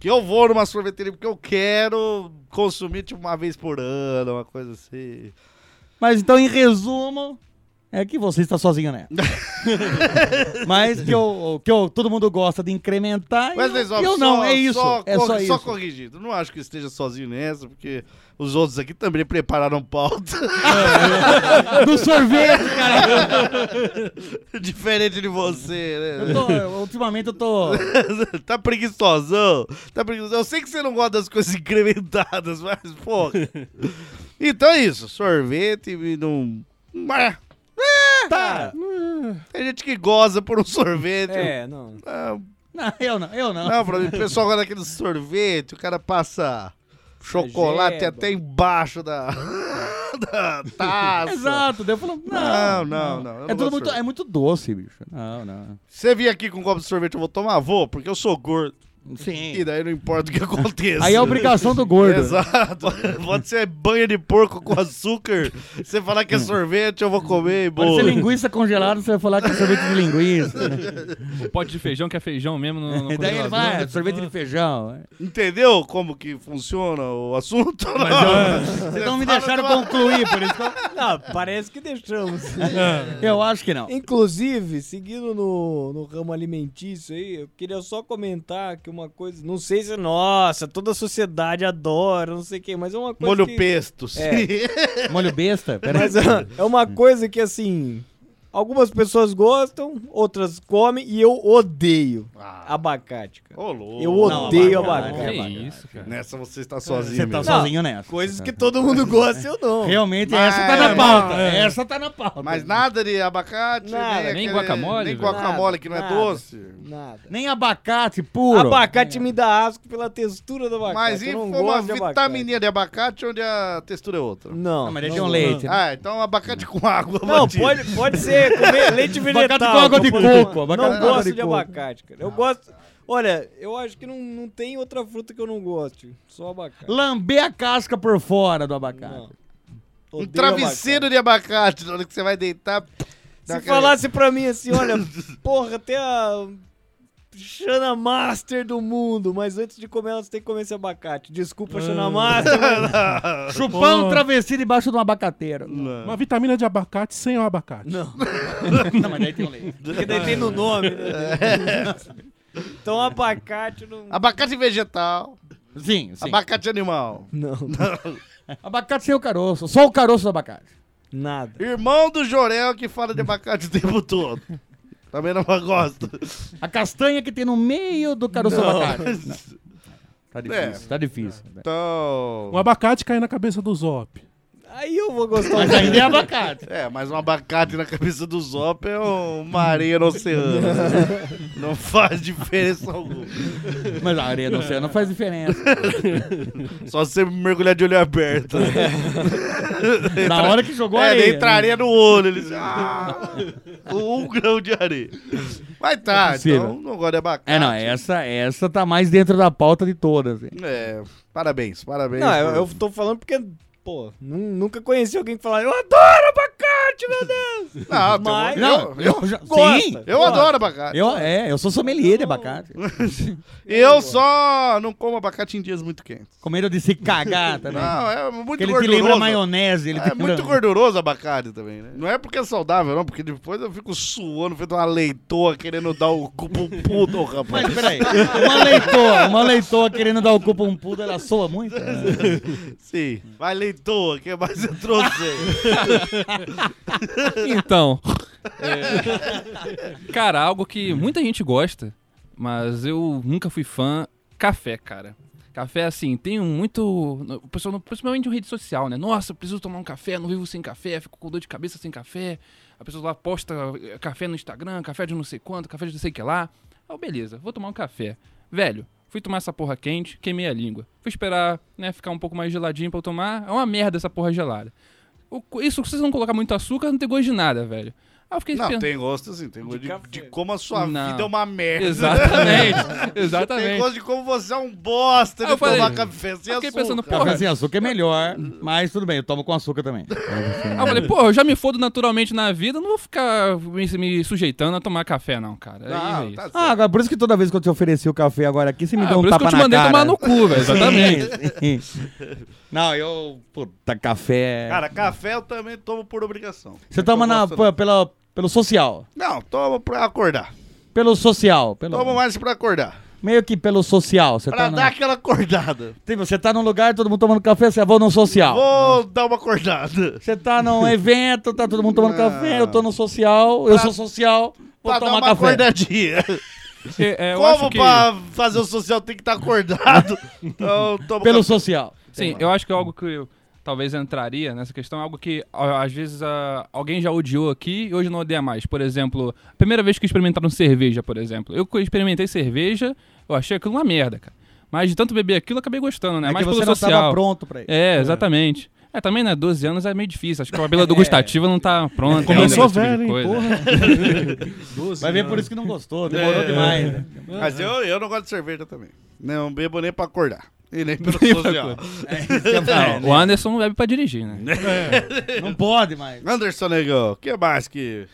Que eu vou numa sorveteria porque eu quero consumir tipo uma vez por ano, uma coisa assim.
Mas então, em resumo, é que você está sozinho né? Mas que, eu, que eu, todo mundo gosta de incrementar. e
Wesley
eu-
Zop,
e eu
só-
não, é isso.
Só,
é
cor-
só isso.
corrigido. Não acho que esteja sozinho nessa, porque os outros aqui também prepararam pauta.
Do sorvete, cara.
Diferente de você,
Eu tô- eu- ultimamente eu tô.
né? tá preguiçosão. Tá preguiçosão. Eu sei que você não gosta das coisas incrementadas, mas, pô. então é isso. Sorvete e não. Mas
Tá.
Tem gente que goza por um sorvete.
É, não.
Ah,
Não, eu não, eu não.
Não, pra mim, o pessoal gosta daquele sorvete, o cara passa chocolate
Geba.
até embaixo da, da taça.
Exato, daí eu falo,
Não,
não.
não, não. eu não gosto
É, tudo
de
muito,
sorvete.
é muito doce, bicho. Não, não.
Você vir aqui com um copo de sorvete, eu vou tomar? Vou, porque eu sou gordo. E
Sim.
daí não importa o que aconteça.
Aí é a obrigação do gordo.
Exato. Pode ser banha de porco com açúcar. Você falar
Hum.
que é sorvete, eu vou comer e
Pode
boa.
ser linguiça congelada, você vai falar que é sorvete de linguiça. né?
O pote de feijão que é feijão mesmo no, no
E daí ele vai, é sorvete de feijão.
Entendeu como que funciona o assunto?
é
Vocês não Então me deixaram concluir, por isso que eu...
Não, parece que deixamos.
Eu acho que não.
Inclusive, seguindo no, no ramo alimentício aí, eu queria só comentar que uma coisa. Não sei se. Nossa, toda a sociedade adora, não sei o quê, mas é uma coisa.
Molho
que,
pesto. sim.
Molho besta? Peraí.
Mas ah, é uma coisa que, assim, algumas pessoas gostam, outras comem e eu odeio abacate, cara.
Ô, louco.
Eu odeio
Não, abacate.
abacate.
Ah, Que
Abacate.
isso, cara.
Nessa você está sozinho.
Você tá
mesmo.
sozinho nessa.
Coisas que todo mundo gosta, eu não.
Realmente,
Mas-
essa tá na pauta. Essa tá na pauta.
Mas nada de abacate,
Nada.
nem,
Nem
aquele- nem
guacamole, velho.
guacamole que não é
Nada.
doce.
Nada.
Nem abacate puro.
Abacate me dá asco pela textura do abacate.
Mas e
eu
for
não
uma
gosto de abacate.
vitamininha de abacate onde a textura é outra?
Não,
Não, mas ele
não
tem um
gosto.
leite. né?
Ah, então abacate com água.
Não,
batida.
pode, pode ser comer leite vegetal.
Abacate com água de
Não,
coco, abacate
Não
com água
gosto
de
de,
coco.
abacate, cara. Eu gosto... Olha, eu acho que não, não tem outra fruta que eu não goste. Só abacate.
Lamber a casca por fora do abacate.
Não.
Um
Odeio
travesseiro de abacate na hora que você vai deitar.
Se
dá aquela-
falasse pra mim assim, olha, porra, até a Xana Master do mundo, mas antes de comer ela, você tem que comer esse abacate. Desculpa, Xana Master. mas-
Chupar um travesseiro debaixo de um abacateiro.
Uma vitamina de abacate sem o abacate.
Não,
Não, mas daí tem um leite.
porque daí tem no nome, né? Então abacate não...
Abacate vegetal,
Sim, sim.
abacate animal.
Não,
Abacate sem o caroço. Só o caroço do abacate.
nada.
Irmão do Jorel que fala de abacate o tempo todo. Também não gosto.
A castanha que tem no meio do caroço do abacate. Não. Tá difícil,
É.
tá difícil.
Então.
Um abacate cai na cabeça do Zop.
um
Aí eu vou gostar.
Mas ainda é abacate.
É, mas um abacate na cabeça do Zop é uma areia no oceano. não faz diferença alguma.
Mas a areia do oceano faz diferença.
Só se você mergulhar de olho aberto.
Na hora que jogou a
é,
areia. né?
nem entraria no olho. Eles... Ah, um grão de areia. Mas tá,
É possível.
então não gosto de abacate.
É, não, essa, essa tá mais dentro da pauta de todas. hein?
É, parabéns, parabéns.
Não, eu,
por-
eu tô falando porque Pô, nun- nunca conheci alguém que falasse, eu adoro abacate, meu Deus!
Ah, tem um monte-
Mas-
Não, eu, já.
Gosta.
Sim!
Eu
Gosta.
adoro abacate. Eu,
Eu, é, eu sou sommelier de abacate.
só não como abacate em dias muito quentes.
Comendo de se cagar também.
Não, é muito
Porque ele te
gorduroso.
lembra maionese. Ele
É
te lembra-
muito gorduroso abacate também, né? Não é porque é saudável, não, porque depois eu fico suando, feito uma leitoa querendo dar o cu pro puto, rapaz.
Mas peraí, uma leitoa, uma leitoa querendo dar o cu pra um pudo, ela soa muito? né?
Sim. Vai leitoa, que mais eu trouxe aí?
Então. é, cara, algo que muita gente gosta, mas eu nunca fui fã, café, cara. Café, assim, tem muito. o pessoal não- Principalmente em rede social, né? Nossa, eu preciso tomar um café, não vivo sem café, fico com dor de cabeça sem café. A pessoa lá posta eh, café no Instagram, café de não sei quanto, café de não sei o que lá. Ah, beleza, vou tomar um café. Velho, fui tomar essa porra quente, queimei a língua. Fui esperar, né, ficar um pouco mais geladinho pra eu tomar. É uma merda essa porra gelada. O- Isso, se vocês não colocar muito açúcar, não tem gosto de nada, velho. Aí eu fiquei
Não,
pensando-
tem gosto assim, tem gosto de,
café.
de como a sua
Não.
vida é uma merda.
Exatamente,
Tem
exatamente.
gosto de como você é um bosta
Aí
de
Ah, eu falei-
tomar café sem
eu fiquei
açúcar.
pensando, porra,
Café sem açúcar é melhor, mas tudo bem, eu tomo com açúcar também.
Ah,
Aí eu falei, pô, eu já me fodo naturalmente na vida, não vou ficar me, me sujeitando a tomar café, não, cara. É
Não,
isso.
tá
Ah, agora por isso que toda vez que eu te ofereci o café agora aqui, você me
Ah,
deu um
por isso
tapa
que eu te
na
mandei
cara.
tomar no cu, velho. Exatamente.
Sim, sim. Não, eu. Puta, café.
Cara, café eu também tomo por obrigação.
você
É
toma
que eu
na,
gosto,
pô, pela, pelo social.
Não, Não, tomo pra acordar.
Pelo social. Pelo,
Tomo mais pra acordar.
meio que pelo social. Você
um- Pra
tá,
dar
na,
aquela acordada.
Tem- você tá num lugar, todo mundo tomando café, você vou no social.
Vou dar uma acordada.
Você tá num evento, tá todo mundo
Não.
tomando café, eu tô no social, eu sou social,
pra
vou
dar
tomar
uma
café.
acordadinha.
É, é, eu acho
Como
que-
pra fazer o social tem que estar acordado? Então, eu tomo
Pelo
café.
social.
Sim, eu acho que é algo que eu, talvez entraria nessa questão, algo que ó, às vezes ah, alguém já odiou aqui e hoje não odeia mais. Por exemplo, a primeira vez que experimentaram cerveja, por exemplo. Eu que experimentei cerveja, eu achei aquilo uma merda, cara. Mas de tanto beber aquilo, eu acabei gostando, né?
É
Mas
que
pelo
você não
social.
tava pronto pra isso.
É, exatamente. É, também, né? 12 anos é meio difícil. Acho que a cabela do gustativa não tá pronta.
Começou
ainda, esse
velho,
tipo de
hein?
coisa.
Porra.
Vai ver por isso que não gostou,
É.
demorou demais. né?
Mas eu, eu não gosto de cerveja também. Não bebo nem pra acordar. E nem pelo social.
Não, o Anderson não bebe pra dirigir, né?
Não pode mais.
Anderson Negão, o que mais que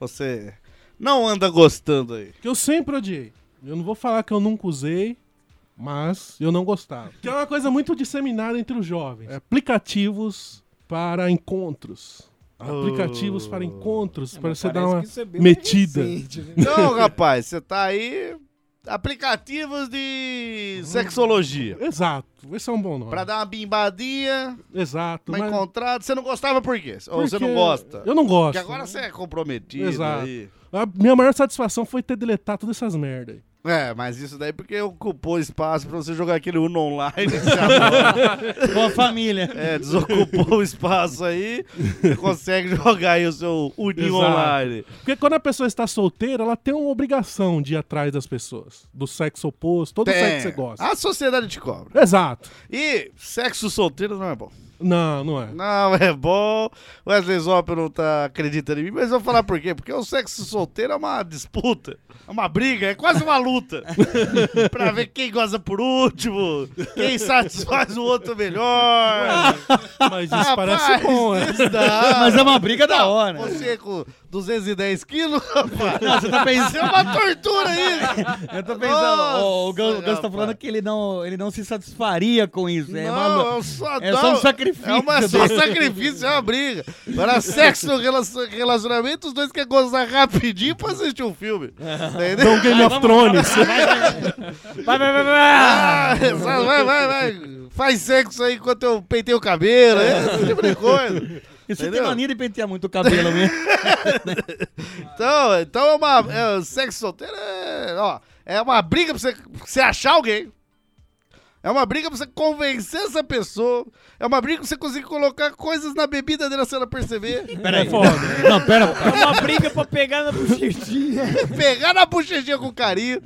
você não anda gostando aí?
Que eu sempre odiei. Eu não vou falar que eu nunca usei, mas eu não gostava. Que é uma coisa muito disseminada entre os jovens. É, Aplicativos para encontros.
Oh.
Aplicativos para
É,
encontros, para você dar uma... metida.
né?
Não, rapaz, você tá aí. Aplicativos de sexologia.
Exato, esse é um bom nome.
Pra dar uma bimbadinha,
Exato.
uma
mas-
encontrada. Você não gostava por quê? Ou você não
porque
gosta?
Eu não gosto. né?
Porque agora você é comprometido.
Exato.
aí.
A minha maior satisfação foi ter deletado todas essas merdas.
É, mas isso daí porque ocupou espaço pra você jogar aquele Uno online. que você adora.
Com a família.
é, desocupou o espaço aí, você consegue jogar aí o seu Uninho
Exato.
online.
Porque quando a pessoa está solteira, ela tem uma obrigação de ir atrás das pessoas. Do sexo oposto, todo sexo que você gosta.
A sociedade te cobra.
Exato.
E sexo solteiro não é bom.
Não, não é.
Não é bom. Wesley Zop não tá acreditando em mim, mas eu vou falar por quê. Porque o sexo solteiro é uma disputa, é uma briga, é quase uma luta. pra ver quem goza por último, quem satisfaz o outro melhor.
Mas isso parece bom, né?
isso dá.
Mas é uma briga da hora.
Você com 210 quilos, rapaz.
Você
Isso
tá pensando.
é uma tortura aí.
Eu tô pensando,
Nossa,
ó, o Gus, o Gus tá
rapaz.
falando que ele não, ele não se satisfaria com isso. É uma
não,
lu-
eu só
é
dou-
só um sacrifício.
É uma, só um sacrifício, é uma briga. Agora, sexo no relacion- relacionamento, os dois querem gozar rapidinho pra assistir um filme. Entendeu?
Então
Ah,
Game of Thrones.
Vai, vai, vai, vai.
Ah, só vai, vai, vai. Faz sexo aí enquanto eu peitei o cabelo,
É.
né? esse tipo de coisa.
E Você
Entendeu?
tem mania de pentear muito o cabelo mesmo.
Então, então é uma. é, o sexo solteiro é. Ó, é uma briga pra você, pra você achar alguém. É uma briga pra você convencer essa pessoa. É uma briga pra você conseguir colocar coisas na bebida dela se ela perceber.
Pera aí. Não, pera.
É Uma briga pra pegar na bochechinha.
pegar na bochechinha com carinho,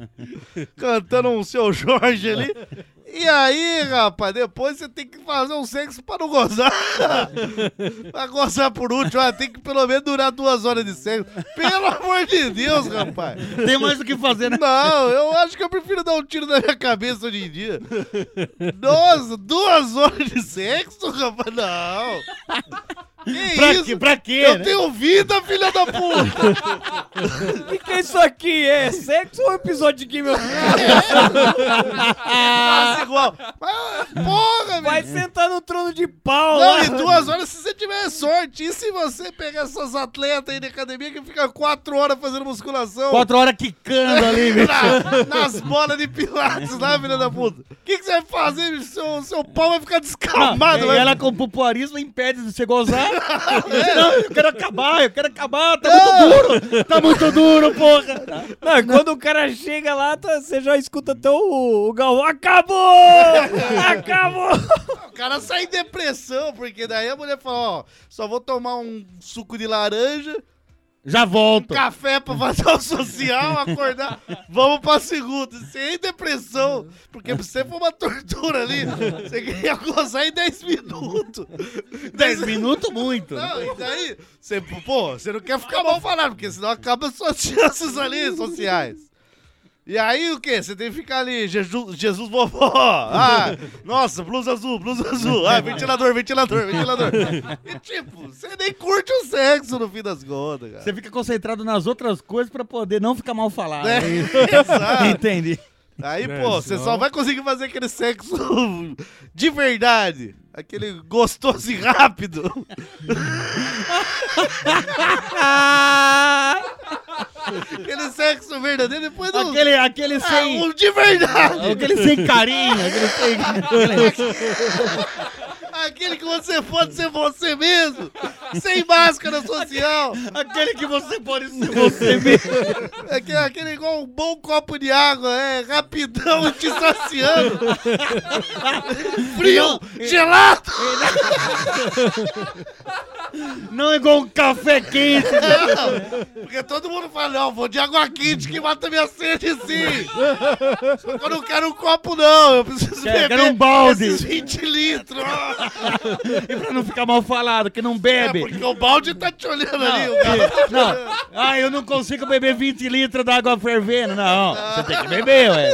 cantando um seu Jorge ali. E E aí, rapaz, depois você tem que fazer um sexo pra não gozar. pra gozar por último, ah, tem que pelo menos durar duas horas de sexo. Pelo amor de Deus, rapaz.
Tem mais o que fazer, né?
Não, eu acho que eu prefiro dar um tiro na minha cabeça hoje em dia. Nossa, duas horas de sexo, rapaz? Não. Que
Pra
isso?
quê? Pra quê?
Eu
né?
tenho vida, filha da puta!
O que, que é isso aqui? É sexo ou episódio de Game of Thrones?
Faço igual. Mas, porra,
Vai
velho!
sentar no trono de pau
Não,
lá.
e duas horas se você tiver sorte. E se você pegar essas atletas aí na academia que fica quatro horas fazendo musculação?
Quatro horas quicando ali, né? bicho.
Na- nas bolas de pilates lá, filha da puta. O que, que você vai fazer, bicho? Seu, seu pau vai ficar descalmado. né?
e
vai...
ela com pupuarismo impede de você gozar.
É.
Não, eu quero acabar, eu quero acabar. Tá muito duro, tá muito duro, porra.
Não, quando o cara chega lá, tá- você já escuta até o, o Galvão. Acabou! Acabou!
O cara sai em depressão, porque daí a mulher fala, ó, só vou tomar um suco de laranja,
Já volto.
Um café pra fazer o social, acordar, vamos pra segunda. Sem depressão, porque pra você foi uma tortura ali, você queria gozar em 10 minutos.
10 minutos, muito.
Não, e daí, você, pô, você não quer ficar mal falado, porque senão acaba suas chances ali sociais. E aí o quê? Você tem que ficar ali, Jesus, Jesus vovó. Ah, nossa, blusa azul, blusa azul. Ah, ventilador, ventilador, ventilador. E tipo, você nem curte o sexo no fim das contas, cara.
Você fica concentrado nas outras coisas pra poder não ficar mal falado.
É, exato.
Entendi.
Aí,
É,
pô, você só
senão-
vai conseguir fazer aquele sexo de verdade. Aquele gostoso e rápido. Ah, aquele sexo verdadeiro depois do.
Aquele, aquele
Ah,
sem...
um de verdade.
Aquele sem carinho, aquele sem...
Aquele que você pode ser você mesmo. sem máscara social.
Aquele que você pode ser você mesmo.
Aquele, aquele igual um bom copo de água, é rapidão te saciando. Frio, gelado.
Não é igual um café quente.
Não, porque todo mundo fala, não, vou de água quente que mata minha sede sim. Só que eu não quero um copo não, eu preciso
Quero-
beber
quero um balde.
esses 20 litros. Ah,
E pra não ficar mal falado, que não
É,
bebe.
porque o balde tá te olhando ali. O cara...
Não, não. Ah, eu não consigo beber 20 litros d'água fervendo. Não, você tem que beber, ué.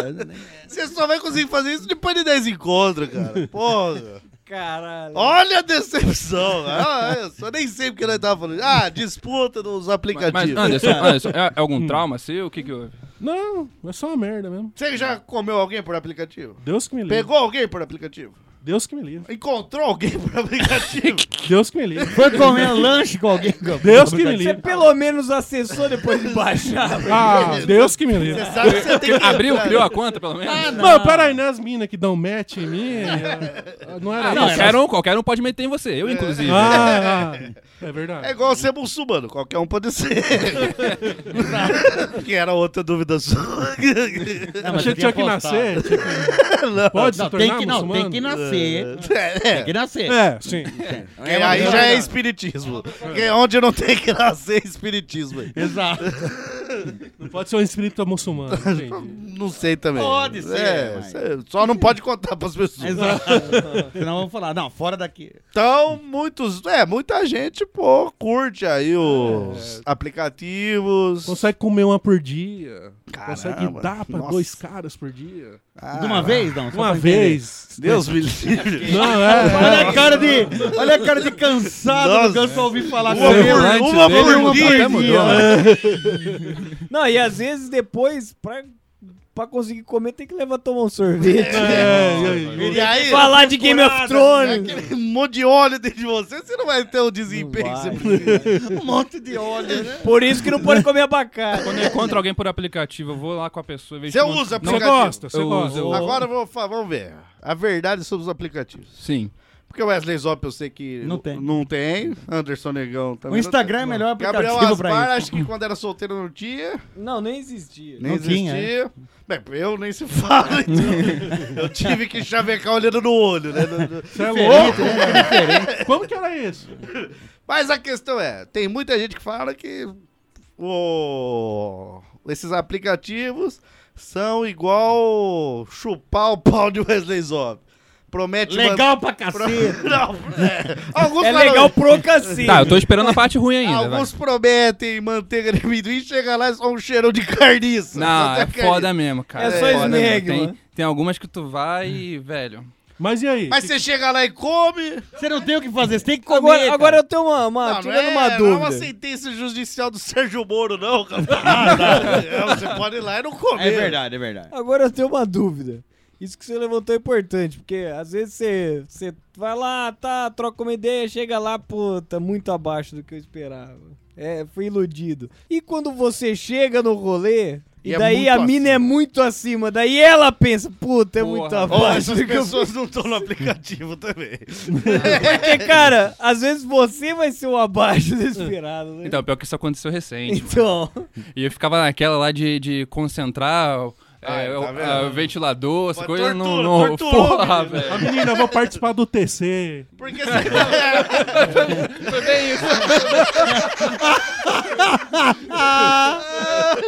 Você só vai conseguir fazer isso depois de 10 encontros, cara. Porra.
Caralho.
Olha a decepção. Ah, eu só nem sei porque nós tava falando. Ah, disputa nos
Mas, mas,
aplicativos.
Anderson, Anderson, é, é algum trauma seu? O que que houve?
Não, é só uma merda mesmo.
Você já comeu alguém por aplicativo?
Deus que me livre.
Pegou alguém por aplicativo?
Deus que me livre.
Encontrou alguém por aplicativo?
Deus que me livre.
Foi comer lanche com alguém. com-
Deus que me
Você
livre.
pelo menos acessou depois de baixar.
Ah, Deus que me livre.
Você sabe que você tem que
Abriu,
entrar,
criou
né?
a conta, pelo menos?
Ah,
Não, peraí, não é as minas que dão match em mim. é- Não
Ah,
era
Não,
isso.
qualquer, um, qualquer um pode meter em você, eu inclusive.
Ah, ah, é
É
verdade.
igual ser muçulmano, qualquer um pode ser. que era outra dúvida sua.
Não, mas
Achei
eu
que tinha que
postar.
nascer. tinha que- Pode se
Não,
tornar
tem que, não, tem
muçulmano?
que nascer. Tem
É,
que nascer.
É, sim.
é, aí já é espiritismo. Porque onde não tem que nascer, é espiritismo. aí.
Exato.
Não pode ser um espírito muçulmano. entendi.
Não sei também.
Pode ser,
É,
mas-
cê- só não pode contar pras pessoas.
Exato. Senão vamos falar, não, fora daqui.
Então, muitos. É, muita gente, pô, curte
É.
aí os aplicativos.
Consegue comer uma por dia.
Caramba,
consegue dar pra
nossa.
dois caras por dia.
De uma vez, não? só
Uma
pra entender.
vez.
Deus me livre.
Não, é.
Olha a cara de, olha a cara de cansado do
Nossa.
Ganso ouvir falar
Uma
comeu.
por,
antes
uma
dele,
por
uma
dia.
até mudou, né?
Não, e às vezes depois, pra, pra conseguir comer, tem que levar tomar um sorvete.
É, é, é.
E aí, é
Falar de Game of Thrones.
aquele monte de óleo dentro de você, você não vai ter o desempenho que você
vai.
precisa.
um monte de óleo, né?
É Por isso que não pode comer abacate.
Quando é- eu encontro alguém por aplicativo, eu vou lá com a pessoa. vejo
Você
que não-
usa
não,
Você
aplicativo?
gosta, você
Eu
gosta.
uso.
Agora eu vou fa- vamos ver. A verdade sobre os aplicativos.
Sim.
Porque o Wesley Zop eu sei que
Não
n-
tem.
não tem. Anderson Negão também.
O Instagram é
não tem.
melhor
Gabriel
aplicativo pra
Aspar,
isso.
acho que quando era solteiro não tinha,
Não, nem existia.
nem
Não tinha, é.
existia. Bem, eu nem se fala, então. eu tive que chavecar olhando no olho, né? No- no-
Você é louco? Como que era isso?
Mas a questão é, tem muita gente que fala que o- esses aplicativos são igual chupar o pau de Wesley Zop. Promete man-
Legal pra
Pro-
cacete.
Não, é. Alguns
É
falam-
legal pro cacete.
Tá, eu tô esperando a parte ruim ainda, né, vai.
Alguns prometem manteiga de amendoim e chega lá e só um cheirão de carniça.
Não,
Só tem
é
a
foda
carniça.
mesmo, cara.
É só
foda mesmo.
esnegue,
Tem,
mano.
tem algumas que tu vai e, velho.
Mas e aí?
Mas você chega lá e come.
Você não tem o que fazer, você tem que comer.
Agora, agora
cara.
eu tenho uma, uma,
não,
tive
não é,
uma
não é uma
dúvida.
sentença judicial do Sérgio Moro, não, cara. É, você pode ir lá e não comer.
É verdade, é verdade.
Agora eu tenho uma dúvida. Isso que você levantou é importante, porque às vezes você, você vai lá, tá, troca uma ideia, chega lá, puta, muito abaixo do que eu esperava. É, fui iludido. E quando você chega no rolê, e,
E é
daí
muito
a mina é
acima.
muito acima, daí ela pensa, puta, é muito
Porra,
Ó,
abaixo
essas
do que eu
pessoas não estão no aplicativo também.
Porque, cara, às vezes você vai ser o abaixo do esperado, né?
Então, pior que isso aconteceu recente.
Então,
E eu ficava naquela lá de, de concentrar.
Ai,
é,
tá
o-
vendo?
a- o ventilador, essa
Pô,
coisa
tortura,
não. não
torturou,
porra,
menino.
velho.
Ah, menina, eu vou participar do TC.
Porque assim, você...
Foi bem isso.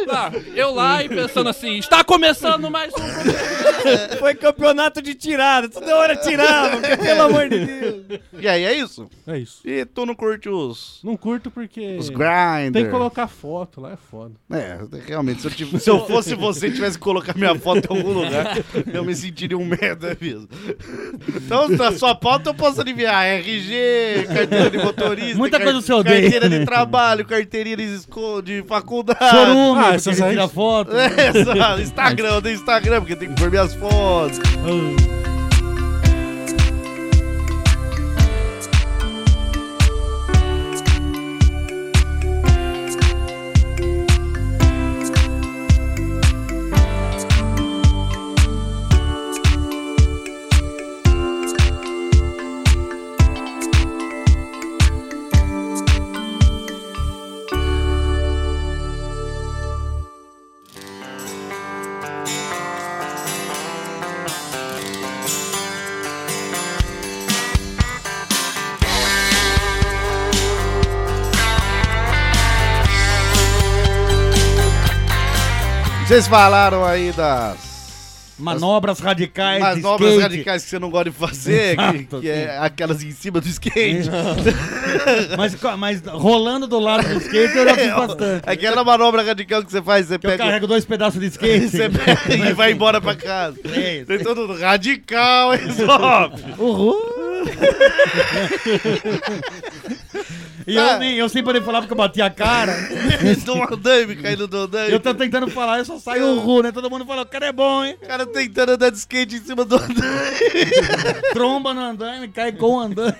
Tá, eu lá e pensando assim: está começando mais um.
foi campeonato de tirada, toda hora tirava, porque, pelo amor de Deus.
E aí, é isso.
É isso.
E tu não curte os...
Não curto porque.
Os grinders.
Tem que colocar foto lá, é foda.
É, realmente, se eu, tiv- se eu fosse você e tivesse que colocar minha foto em algum lugar, eu me sentiria um merda mesmo. Então, a sua pauta eu posso aliviar. RG, carteira de motorista,
Muita coisa você odeia,
carteira de
né?
trabalho, carteirinha de, esco- de faculdade.
Chorume,
Ah,
ah,
essas
você
aí-
tira foto.
Essa, Instagram, eu tenho Instagram, porque tem que pôr minhas fotos.
Ah,
Vocês falaram aí das.
Manobras radicais.
As
é de
manobras
skate.
radicais que você não gosta de fazer, que,
Exato,
que é aquelas em cima do skate.
mas, co- mas rolando do lado do skate eu já
É,
fiz bastante.
Aquela manobra radical que você faz, você
Que eu
pega.
carrego dois pedaços de skate.
Você pega e vai embora pra casa.
É isso.
Tem todo mundo, radical, hein, Zop?
Uhul! e eu, nem, eu sem poder falar porque eu bati a cara.
Do andame, caindo do andame.
Eu tô tentando falar, eu só saio uhul, né? Todo mundo fala, o cara é bom, hein?
O cara tentando andar de skate em cima do andame.
Tromba no andame, cai gol andando.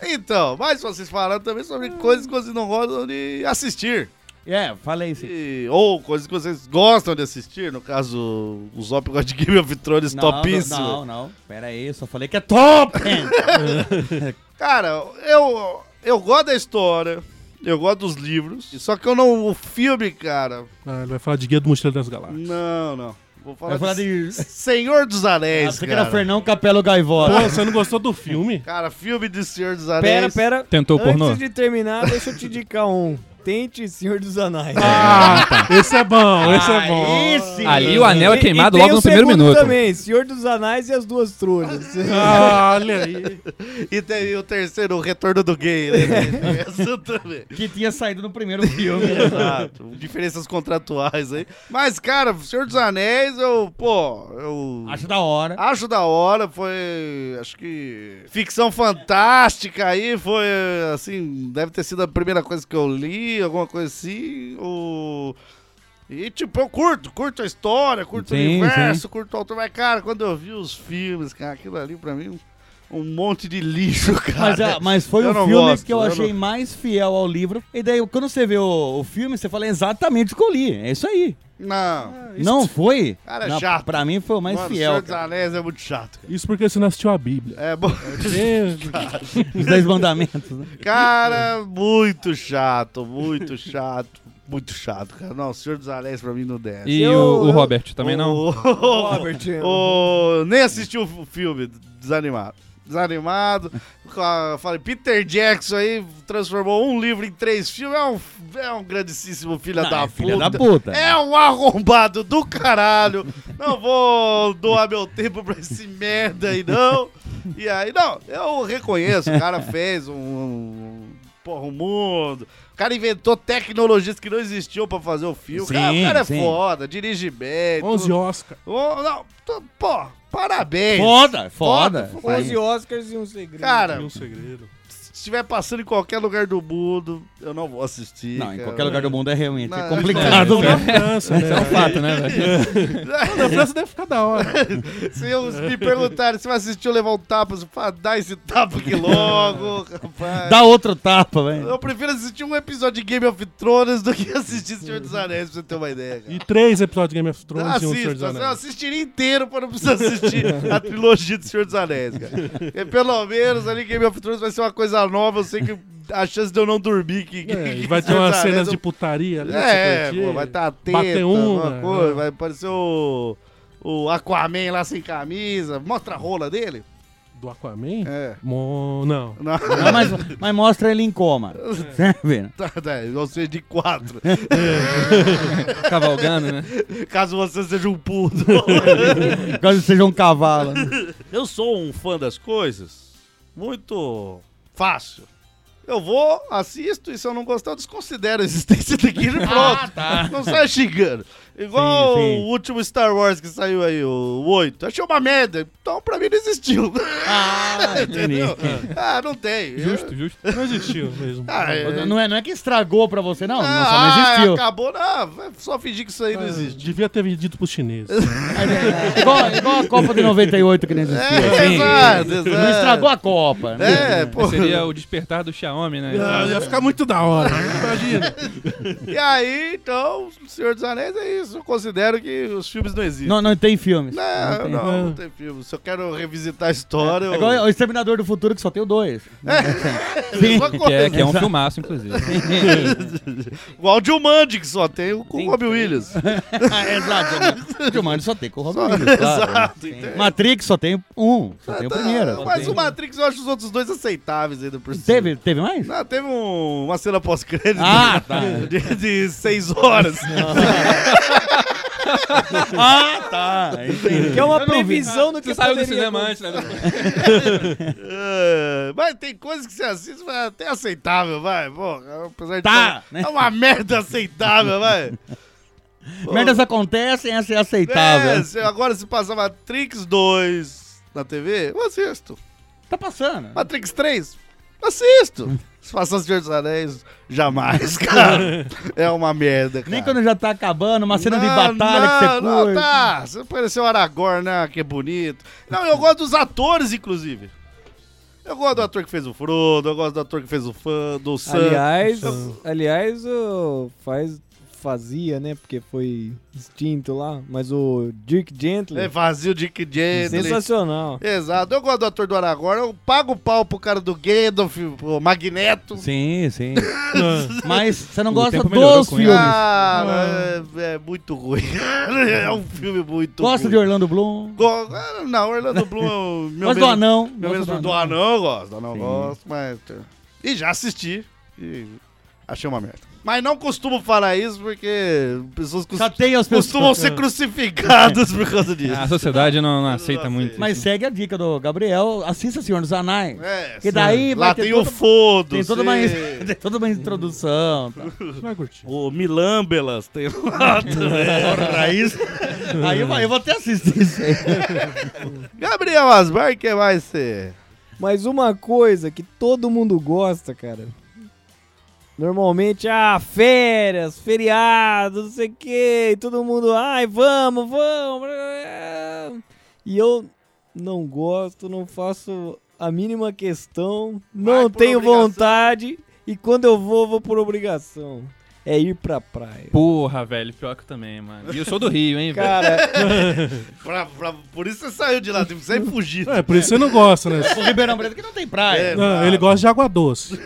Então, mas vocês falaram também sobre coisas que vocês não gostam de assistir.
É, falei isso.
E- ou coisas que vocês gostam de assistir. No caso, o Zop gosta de Game of Thrones topíssimo.
Não, não, pera aí, eu só falei que é top!
Cara, eu, eu gosto da história. Eu gosto dos livros. Só que eu não. O filme, cara.
Ah, ele vai falar de Guia do Mochileiro das Galáxias.
Não, não. Vou falar,
Vai falar
de,
de.
Senhor dos
Ah,
Anéis.
Você que era
cara.
Fernão Capelo Gaivota.
Pô, você não gostou do filme?
cara, filme de Senhor dos Anéis.
Pera, pera,
Tentou pornô?
Antes de terminar, deixa eu te indicar um. Tente Senhor dos Anéis.
Ah, esse é bom, esse é bom.
Esse!
Ali o anel é
E-
queimado
e tem
logo
o
no primeiro
segundo
minuto.
também, Senhor dos Anéis e as Duas Trolhas.
Ah, olha aí.
E tem o terceiro, o Retorno do Gay. Né? Essa também.
Que tinha saído no primeiro filme.
Exato. Diferenças contratuais aí. Mas, cara, Senhor dos Anéis, eu, pô, eu.
Acho da hora.
Acho da hora, foi. Acho que. Ficção fantástica aí, foi. Assim, deve ter sido a primeira coisa que eu li, alguma coisa assim. O. E, tipo, eu curto, curto a história, curto o
Sim,
universo, curto o autor. Mas, cara, quando eu vi os filmes, cara, aquilo ali pra mim, um, um monte de lixo,
Mas,
cara.
ah, mas foi
eu
o
não
filme
gosto,
que eu,
eu
achei mais fiel ao livro. E daí, quando você vê o, o filme, você fala exatamente o que eu li. É isso aí.
Não.
não foi?
É Cara, é
Não,
chato.
Pra mim foi o mais
Mano, Senhor
fiel.
dos
cara.
Anéis é muito chato, cara.
Isso porque você não assistiu a Bíblia.
É bom.
Os Dez Mandamentos. Né?
Cara, muito chato, muito chato, muito chato, cara. Não, o Senhor dos Anéis pra mim não desce.
E
Eu-
o, o
eu-
Robert também não?
O-
Robert.
o- nem assisti o filme desanimado. desanimado. Com a- Falei, Peter Jackson aí transformou um livro em três filmes. É um, é um grandíssimo filho
Não,
da
é
puta.
filho da puta.
É um arrombado do caralho. Não vou doar meu tempo pra esse merda aí, não. E aí, não, eu reconheço. O cara fez um. um porra, um mundo. O cara inventou tecnologias que não existiam pra fazer o filme. O cara-
Sim,
o cara é
sim.
foda, dirige bem.
11
tudo.
Oscar.
Ô, não, tô- pô, parabéns.
Foda, foda.
Foda,
11 Oscars e um segredo.
Cara,
E um segredo.
se estiver passando em qualquer lugar do mundo, eu não vou assistir.
Não, em
cara.
qualquer lugar do mundo é realmente
Não,
é
Ou
complicado,
na
velho.
França, né?
É um fato, né, velho?
Na França deve ficar da hora.
Se eu- se me perguntarem se vai assistir eu levar um tapa, eu falo, "Ah, dá esse tapa aqui logo, rapaz.
Dá outro tapa, velho.
Eu prefiro assistir um episódio de Game of Thrones do que assistir Senhor dos Anéis, pra você ter uma ideia. Cara.
E três episódios de Game of
Eu
Thrones e um Senhor dos
assisto, eu
Anéis.
assistiria inteiro pra não precisar assistir a trilogia do Senhor dos Anéis, cara. Porque pelo menos ali Game of Thrones vai ser uma coisa nova, eu sei que a chance de eu não dormir que, que-
É, e
que
vai ter
Senhor
umas
dos Anéis um
cenas
eu-
de putaria ali.
É,
você curtir.
pô, vai estar tá teta,
bater uma,
uma coisa,
né?
vai parecer o, o Aquaman lá sem camisa. Mostra a rola dele.
Do Aquaman?
É.
Mo- Não.
Não,
Não, mas, mas mostra ele em coma. né? Sabe?
tá, tá, ou seja, de quatro.
Cavalgando, né?
Caso você seja um puto.
Caso seja um cavalo.
Eu sou um fã das coisas muito fácil. Eu vou, assisto, e se eu não gostar, eu desconsidero a existência daquilo e pronto. Não sai xingando. Igual
Ah, tá. Sim, sim.
o último Star Wars que saiu aí, o 8. Achei uma merda. Então, pra mim, não existiu.
Ah, entendi.
Entendeu? Ah, não tem.
Justo, justo.
Não existiu mesmo.
Ah, é-
Não é, não é que estragou pra você, não. não, só
Ah,
não existiu. Ah.
acabou, não, vai só fingir que isso aí não existe.
Devia ter vendido pros chineses.
Igual, igual a Copa de 98 que não
É,
existiu.
exato, exato.
Não estragou a Copa, né?
É, pô.
Seria o despertar do Xiaomi, né?
Ah, ia ficar muito da hora. Imagina.
E aí, então, Senhor dos Anéis é isso. Eu considero que os filmes não existem.
Não, não tem filmes.
Não, não,
tem.
não, tem filme. Se eu quero revisitar a história,
É igual
eu...
o Exterminador do Futuro que só tem o dois.
mesma
Que é,
coisa.
que é um filmaço, inclusive.
um-
Igual o Jumanji, que só tem o com o Robin Williams.
ah,
É,
exato. Jumanji só tem com o Robin Williams, claro.
Exato,
Tem.
entendeu?
Matrix só tem um, só tem o
Tá,
primeiro.
Mas
Tem-
o Matrix eu acho os outros dois aceitáveis ainda por cima.
Teve, teve mais?
Não, teve um- uma cena pós-crédito
Ah, tá.
de, de seis horas.
Ah, tá. Entendi.
Que é uma
Eu não vi.
previsão do que
Você saiu do
poderia
cinema
acontecer.
antes, né?
É, mas tem coisas que você assiste, mas é até aceitável, vai. Pô, apesar de
Tá,
ser-
né?
É uma merda aceitável, vai. Pô,
Merdas acontecem, essa é
é,
aceitável.
se- agora se passar Matrix 2 na TV, eu assisto.
Tá passando.
Matrix 3, assisto. Se passar Senhor dos Anéis, jamais, cara. É uma merda, cara.
Nem quando já tá acabando, uma cena de
Não,
batalha
não,
que você curte.
Não, tá. Você apareceu o Aragorn, né? Que é bonito. Não, eu gosto dos atores, inclusive. Eu gosto do ator que fez o Frodo, eu gosto do ator que fez o fã, do Sam.
Aliás, aliás, o faz fazia, né? Porque foi extinto lá, mas o Dirk Gently,
É vazio Dick Gently.
sensacional.
Exato. Eu gosto do ator do Aragorn. Eu pago o pau pro cara do Gandalf, pro Magneto.
Sim, sim. Mas você não
O
gosta
tempo melhorou
dos
com ele.
filmes.
Cara, é, é muito ruim. É um filme muito
Gosta de
ruim.
Orlando Bloom.
Go- ah, Não, Orlando Bloom é o meu
Gosta do
menos-
anão.
Meu
gosta
menos do anão eu gosto, do anão eu gosto, mas. E já assisti. E achei uma merda. Mas não costumo falar isso porque pessoas cos-
Chateia as
costumam
pessoas. É.
ser crucificadas por causa disso. É,
A sociedade não, não aceita muito.
Mas segue a dica do Gabriel, assista Senhor dos Anéis.
É,
Que daí vai
lá
ter
tem
toda-
o Fodo,
Tem toda, uma,
sim.
tem toda uma introdução. tá?
Você vai curtir.
O Milambelas tem lá também.
Aí, aí eu, vou- eu vou até assistir isso aí.
Gabriel Asbar, que vai ser?
Mas uma coisa que todo mundo gosta, cara. Normalmente, ah, férias, feriados, não sei o que, todo mundo, ai, vamos, vamos. E eu não gosto, não faço a mínima questão, não
por
tenho
obrigação.
vontade, e quando eu vou, vou por obrigação. é ir pra praia.
Porra, velho, pior que eu também, mano. E eu sou do Rio, hein, velho.
Cara,
Pra- pra- por isso você saiu de lá, tipo, teve que sair fugido.
É, por isso você não gosta, né?
O Ribeirão Preto que não tem praia.
É,
Não, ele gosta de água doce.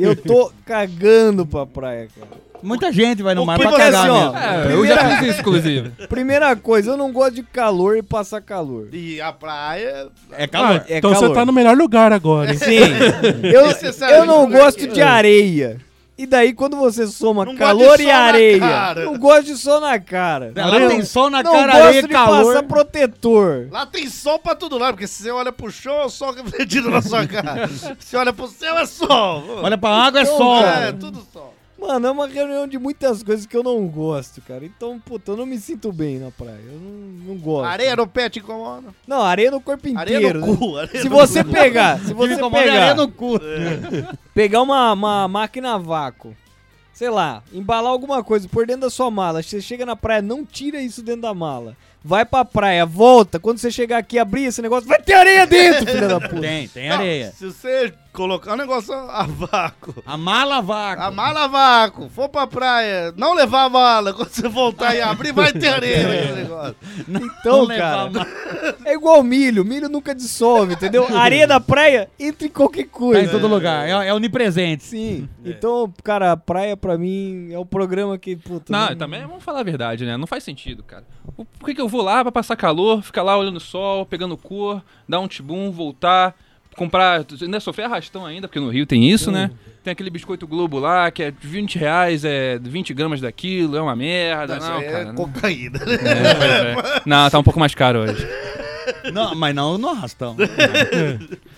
eu tô cagando pra praia, cara.
Muita gente vai no
O
mar
que
pra
você- assim,
cagar
ó,
mesmo.
É, eu já fiz isso, inclusive.
Primeira coisa, eu não gosto de calor e passar calor.
E a praia.
É
Ah,
calor.
é
então
calor.
você tá no melhor lugar agora, hein?
Eu,
Você sabe
eu não
como é
gosto
que é.
de areia. E daí, quando você soma
Não gosta
calor
de
e
sol na
areia,
cara.
não gosto de sol na cara.
Lá tem sol na
não
cara,
gosto
areia,
de
calor.
passar protetor.
Lá tem sol pra todo lado, porque se você olha pro chão, é o sol que vendido na sua cara. se olha pro céu, é sol.
Olha pra água, é
Então,
sol.
É, tudo sol.
Mano, é uma reunião de muitas coisas que eu não gosto, cara. Então, puta, eu não me sinto bem na praia. Eu não, não gosto.
Areia no pé te incomoda.
Não, areia no corpo
Areia
inteiro.
no
né?
cu. Areia
Se
no
você
cu.
pegar, se
Você
você
incomoda é areia
pegar,
no cu.
pegar uma, uma máquina a vácuo, sei lá, embalar alguma coisa por dentro da sua mala, você chega na praia, não tira isso dentro da mala. Vai pra praia, volta, quando você chegar aqui, abrir esse negócio, vai ter areia dentro, filha da puta.
Tem, tem
Ah, Não,
areia.
Se você colocar um negócio a vácuo.
A mala vaca.
A mala a vácuo, for pra praia, não levar a mala, quando você voltar e abrir, vai ter
É.
areia naquele negócio.
Então, cara,
Tá
é igual milho, milho nunca dissolve, entendeu? Areia da praia entra em qualquer
Tá
coisa.
em todo lugar. É, é onipresente.
Sim. Então, cara, a praia pra mim é um programa que, puta.
Não, tá e também vamos falar a verdade, né? Não faz sentido, cara. O- Por que, que eu vou lá pra passar calor, ficar lá olhando o sol, pegando cor, dar um tibum, voltar, comprar. Ainda sofrer arrastão ainda, porque no Rio tem isso, né? Tem aquele biscoito Globo lá, que é 20 reais, é 20 gramas daquilo, é uma merda. Não,
Isso aí
cara,
é
não.
cocaína.
É, pois é. Não, tá um pouco mais caro hoje.
Não, mas não no arrastão.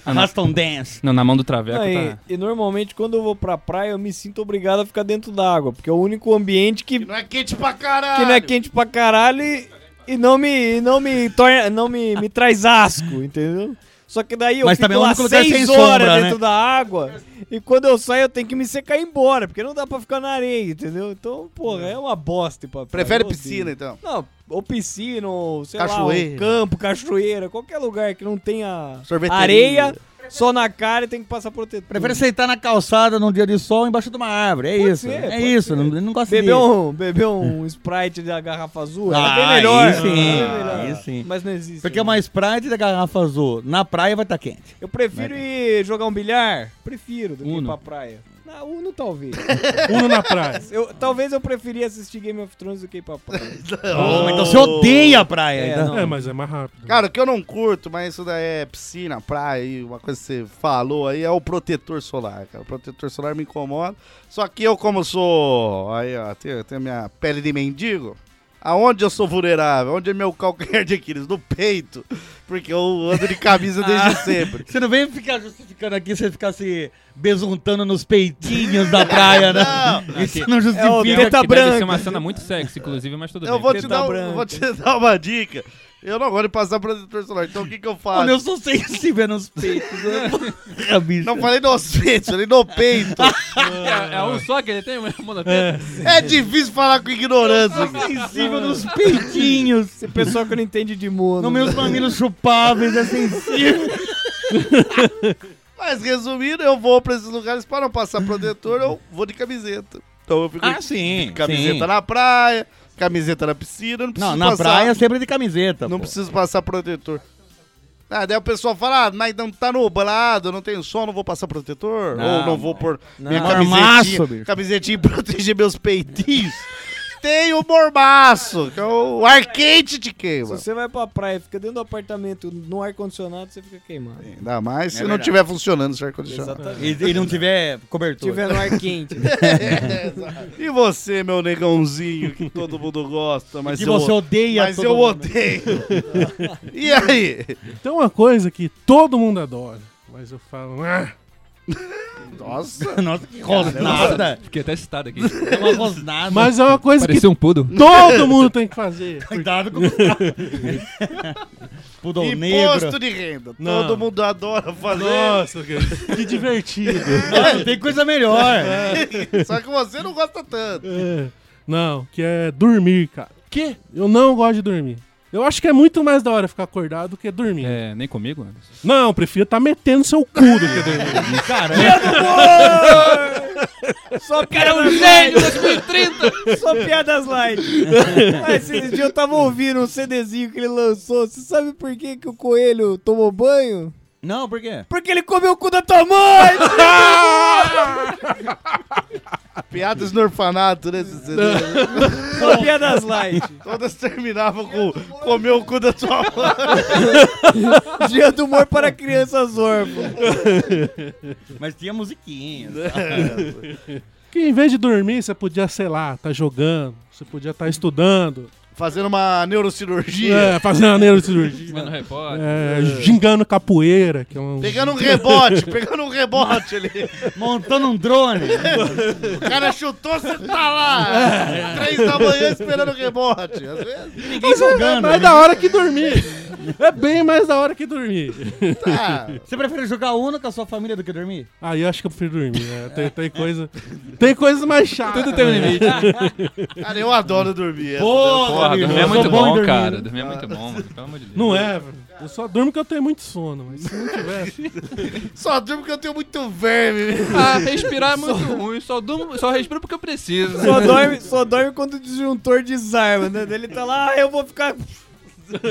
arrastão dance.
Não, na mão do Traveco
Não, e,
tá.
e normalmente quando eu vou pra praia eu me sinto obrigado a ficar dentro d'água, porque é o único ambiente que,
Que não é quente pra caralho.
que não é quente pra caralho e, e não me e não me torna, não me, me traz asco, entendeu? Só que daí eu
Mas
fico
também é o
lá
único lugar
seis
sem
horas
sombra,
dentro
né?
da água e quando eu saio eu tenho que me secar e ir embora, porque não dá pra ficar na areia, entendeu? Então, porra, é uma bosta ir pra praia,
Prefere
eu odeio.
piscina, então.
Não, ou piscina, ou sei lá,
Cachoeira.
ou campo, cachoeira, qualquer lugar que não tenha
Sorveteria.
areia, só na cara e tem que passar protetor.
Prefere sentar na calçada num dia de sol embaixo de uma árvore. É
Pode
isso.
ser,
é
pode
isso.
ser.
Não, não gosta
Beber
disso.
um, beber um Sprite da garrafa azul
Ah,
é bem melhor.
aí sim,
é bem melhor.
aí sim.
Mas não existe.
Porque é uma Sprite da garrafa azul na praia vai estar quente.
Eu prefiro ir jogar um bilhar. Prefiro do que ir
Uno.
pra praia. Na Uno, talvez.
É.
Uno na praia.
eu, talvez eu preferia assistir Game of Thrones do que ir pra praia.
Oh, então você odeia a praia.
É,
então.
não.
É, mas é mais rápido.
Cara, o que eu não curto, mas isso daí é piscina, praia, e uma coisa que você falou aí é o protetor solar, cara. O protetor solar me incomoda. Só que eu, como sou. Aí, ó, tenho, tenho minha pele de mendigo. Aonde eu sou vulnerável? Onde é meu calcanhar de Aquiles? No peito. Porque eu ando de camisa desde
Ah.
sempre.
Você não vem ficar justificando aqui, você ficar se besuntando nos peitinhos da praia, né?
Não.
Isso não justifica.
É o
Que
Teta
tá
deve- que Deve ser
branca.
uma cena muito sexy, inclusive, mas tudo
Eu
bem.
vou te,
Teta
dar, um-
branca.
vou te dar uma dica. Eu não gosto de passar protetor solar. Então o que, que eu faço?
Mano, eu sou sensível nos peitos. né? Porra, bicho.
Não falei nos peitos, falei no peito.
É, é um só que ele tem, monoteta.
É difícil falar com ignorância. cara.
sensível nos peitinhos.
Esse pessoal que não entende de mono.
Nos meus mamilos chupáveis, é sensível.
Mas resumindo, eu vou pra esses lugares para não passar protetor, eu vou de camiseta. Então eu fico
Ah,
de
sim.
camiseta
sim.
na praia, camiseta na piscina, não preciso
Não, na
passar,
praia é sempre de camiseta.
não
pô.
preciso passar protetor. Ah, daí o pessoal fala, ah, mas não tá nublado, não tem sol, não vou passar protetor?
Não,
Ou não vou pôr minha
Não. é Mormaço,
camisetinha,
bicho.
camisetinha e proteger meus peitinhos? tem o mormaço, que é o ar quente de
Se
queima.
você vai pra praia e fica dentro do apartamento no ar-condicionado, você fica queimado. Se
Ainda mais se não
É verdade.
tiver funcionando esse ar-condicionado.
E, e não tiver cobertura.
tiver no ar quente.
E você, meu negãozinho, que todo mundo gosta, mas
que
eu,
você odeia
mas
todo
eu
mundo.
odeio. e aí?
Tem Então é uma coisa que todo mundo adora, mas eu falo, ah,
Nossa.
Nossa, que rosnada.
Fiquei até citado aqui.
É uma rosnada.
mas é uma coisa que
Parecia um pudo.
todo mundo tem que fazer.
Cuidado com o Gustavo. Pudor negro.
Imposto de renda.
Não.
Todo mundo adora fazer.
Nossa, que, que divertido.
Ah, não tem coisa melhor.
Só que você não gosta tanto.
É, não, que é dormir, cara. Que? Eu não gosto de dormir. Eu acho que é muito mais da hora ficar acordado do que dormir.
É, nem comigo, Anderson.
tá Não, eu prefiro estar metendo seu cu do que dormir.
Cara,
Só
Cara, é um gênio 2030!
Só piadas light. Mas esse dia eu tava ouvindo um CDzinho que ele lançou. Você sabe por que, que o coelho tomou banho?
Não, por quê?
Porque ele comeu o cu da tua mãe!
Piadas no orfanato, né? Cê- cê-
Só piadas light.
Todas terminavam com comer o cu da sua mãe.
Dia do humor para crianças órfãs.
Mas tinha musiquinha.
Que em vez de dormir, você podia, sei lá, tá jogando, você podia estar estudando,
Fazendo uma neurocirurgia.
é, fazendo a neurocirurgia,
Mano, repórter.
é, gingando capoeira, que é um...
Pegando um rebote, pegando um rebote ali.
Montando um drone.
O cara chutou, você tá lá. Três da manhã esperando o rebote. Às vezes.
Ninguém jogando.
é mais da hora que dormir. É bem mais da hora que dormir.
Tá.
Você prefere jogar Uno com a sua família do que dormir?
Aí eu acho que eu prefiro dormir. né? Tem, tem coisa. Tem coisas mais chatas. Tudo tem um limite.
Cara, eu adoro dormir.
Porra,
Porra, dormir é
Eu
muito
sou bom em
bom,
dormir,
cara.
né?
Dormir é muito bom, mano. Pelo amor de Deus.
Não é, velho. Eu só durmo que eu tenho muito sono, mas se não tivesse.
Só durmo porque eu tenho muito verme.
Ah, respirar é muito ruim. Só, durmo, só respiro porque eu preciso.
Só dorme, só dorme quando o disjuntor desarma, né? Ele tá lá, ah, eu vou ficar.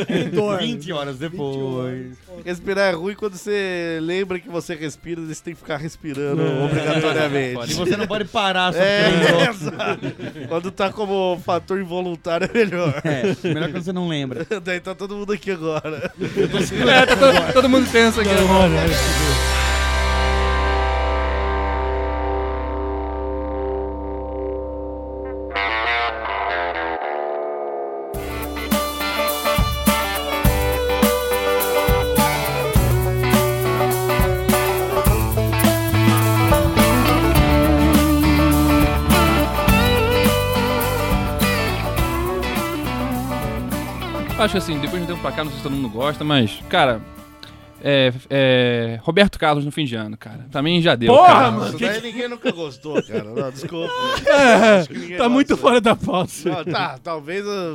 Ele dorme.
20 horas depois.
Respirar é ruim quando você lembra que você respira, você tem que ficar respirando obrigatoriamente.
E você não pode parar só
É,
porque
exato. Quando tá como fator involuntário é melhor.
é, melhor que você não lembra.
Daí tá todo mundo aqui agora.
É, tá todo, todo mundo tenso aqui. Acho que assim, depois de um tempo pra cá, não sei se todo mundo gosta, mas, cara. É, é, Roberto Carlos no fim de ano, cara. Pra mim já deu.
Porra,
cara.
Ah, mano.
Isso daí ninguém nunca gostou, cara. Não, desculpa. Acho que ninguém
É, tá muito
gosta.
fora da pauta.
Não, tá, talvez a,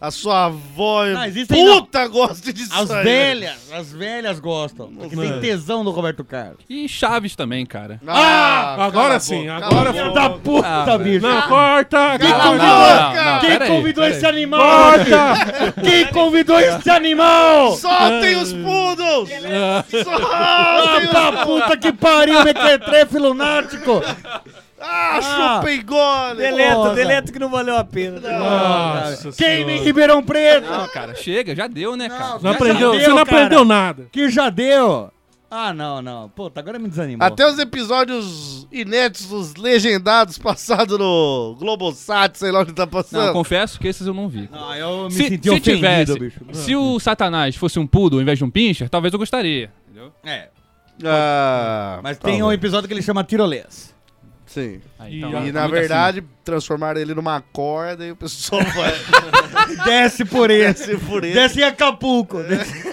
a sua avó é
Não, existem
puta goste disso
As
aí.
velhas, as velhas gostam. Porque tem tesão do Roberto Carlos.
E Chaves também, cara.
Ah, cala a
Agora
boca,
sim,
cala
agora
a
filho
boca.
da puta.
Puta, bicho.
Não, corta,
Cala a
corta,
boca!
Quem
Ah, peraí,
convidou
peraí.
esse animal?
corta.
Quem convidou esse animal?
Soltem os poodles! Soltem
Ah, pra puta que pariu, mequetrefe lunático!
Ah, chupa e gole!
Deleta,
Porra.
deleta que não valeu a pena.
Nossa
Queime em
Senhora.
Ribeirão Preto!
Não, cara, chega, já deu, né, cara?
Não
Já
aprendeu,
deu,
você não
cara.
aprendeu nada.
Que já deu! Ah, não, não. Puta, agora me desanimou.
Até os episódios inéditos, os legendados, passado no Globosat, sei lá onde tá
Não,
passando.
confesso que esses eu não vi.
Ah, eu me
se
senti
se
ofendido,
tivesse,
bicho.
se o Satanás fosse um poodle ao invés de um pincher, talvez eu gostaria. Entendeu?
É,
Ah,
mas tem Ah, um episódio que ele chama tirolês.
Sim.
Aí,
é
E-
então,
E
muito
na
assim.
verdade, transformaram ele numa corda e o pessoal vai
Desce por esse.
se furar.
Desce em Acapulco. Desce-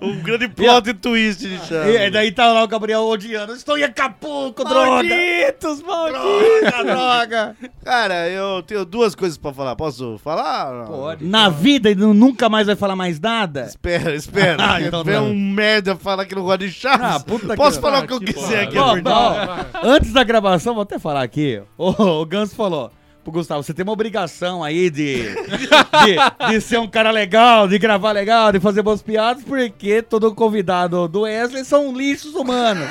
Um grande plot twist de chama.
E daí tá lá o Gabriel odiando. Estou em Acapulco, droga!
Malditos, malditos.
Droga, droga!
Cara, eu tenho duas coisas pra falar. Posso falar? Pode.
Na vida ele nunca mais vai falar mais nada?
Espera, espera.
Ah, então
Vem
não.
um merda falar que não gosta de Chaves.
Ah, puta que
Posso
pariu. Tipo,
falar o que eu quiser aqui, é
Ó,
verdade.
ó, antes da gravação, vou até falar aqui. O, o Ganso falou. Pro Gustavo, você tem uma obrigação aí de, de, de ser um cara legal, de gravar legal, de fazer boas piadas, porque todo convidado do Wesley são lixos humanos.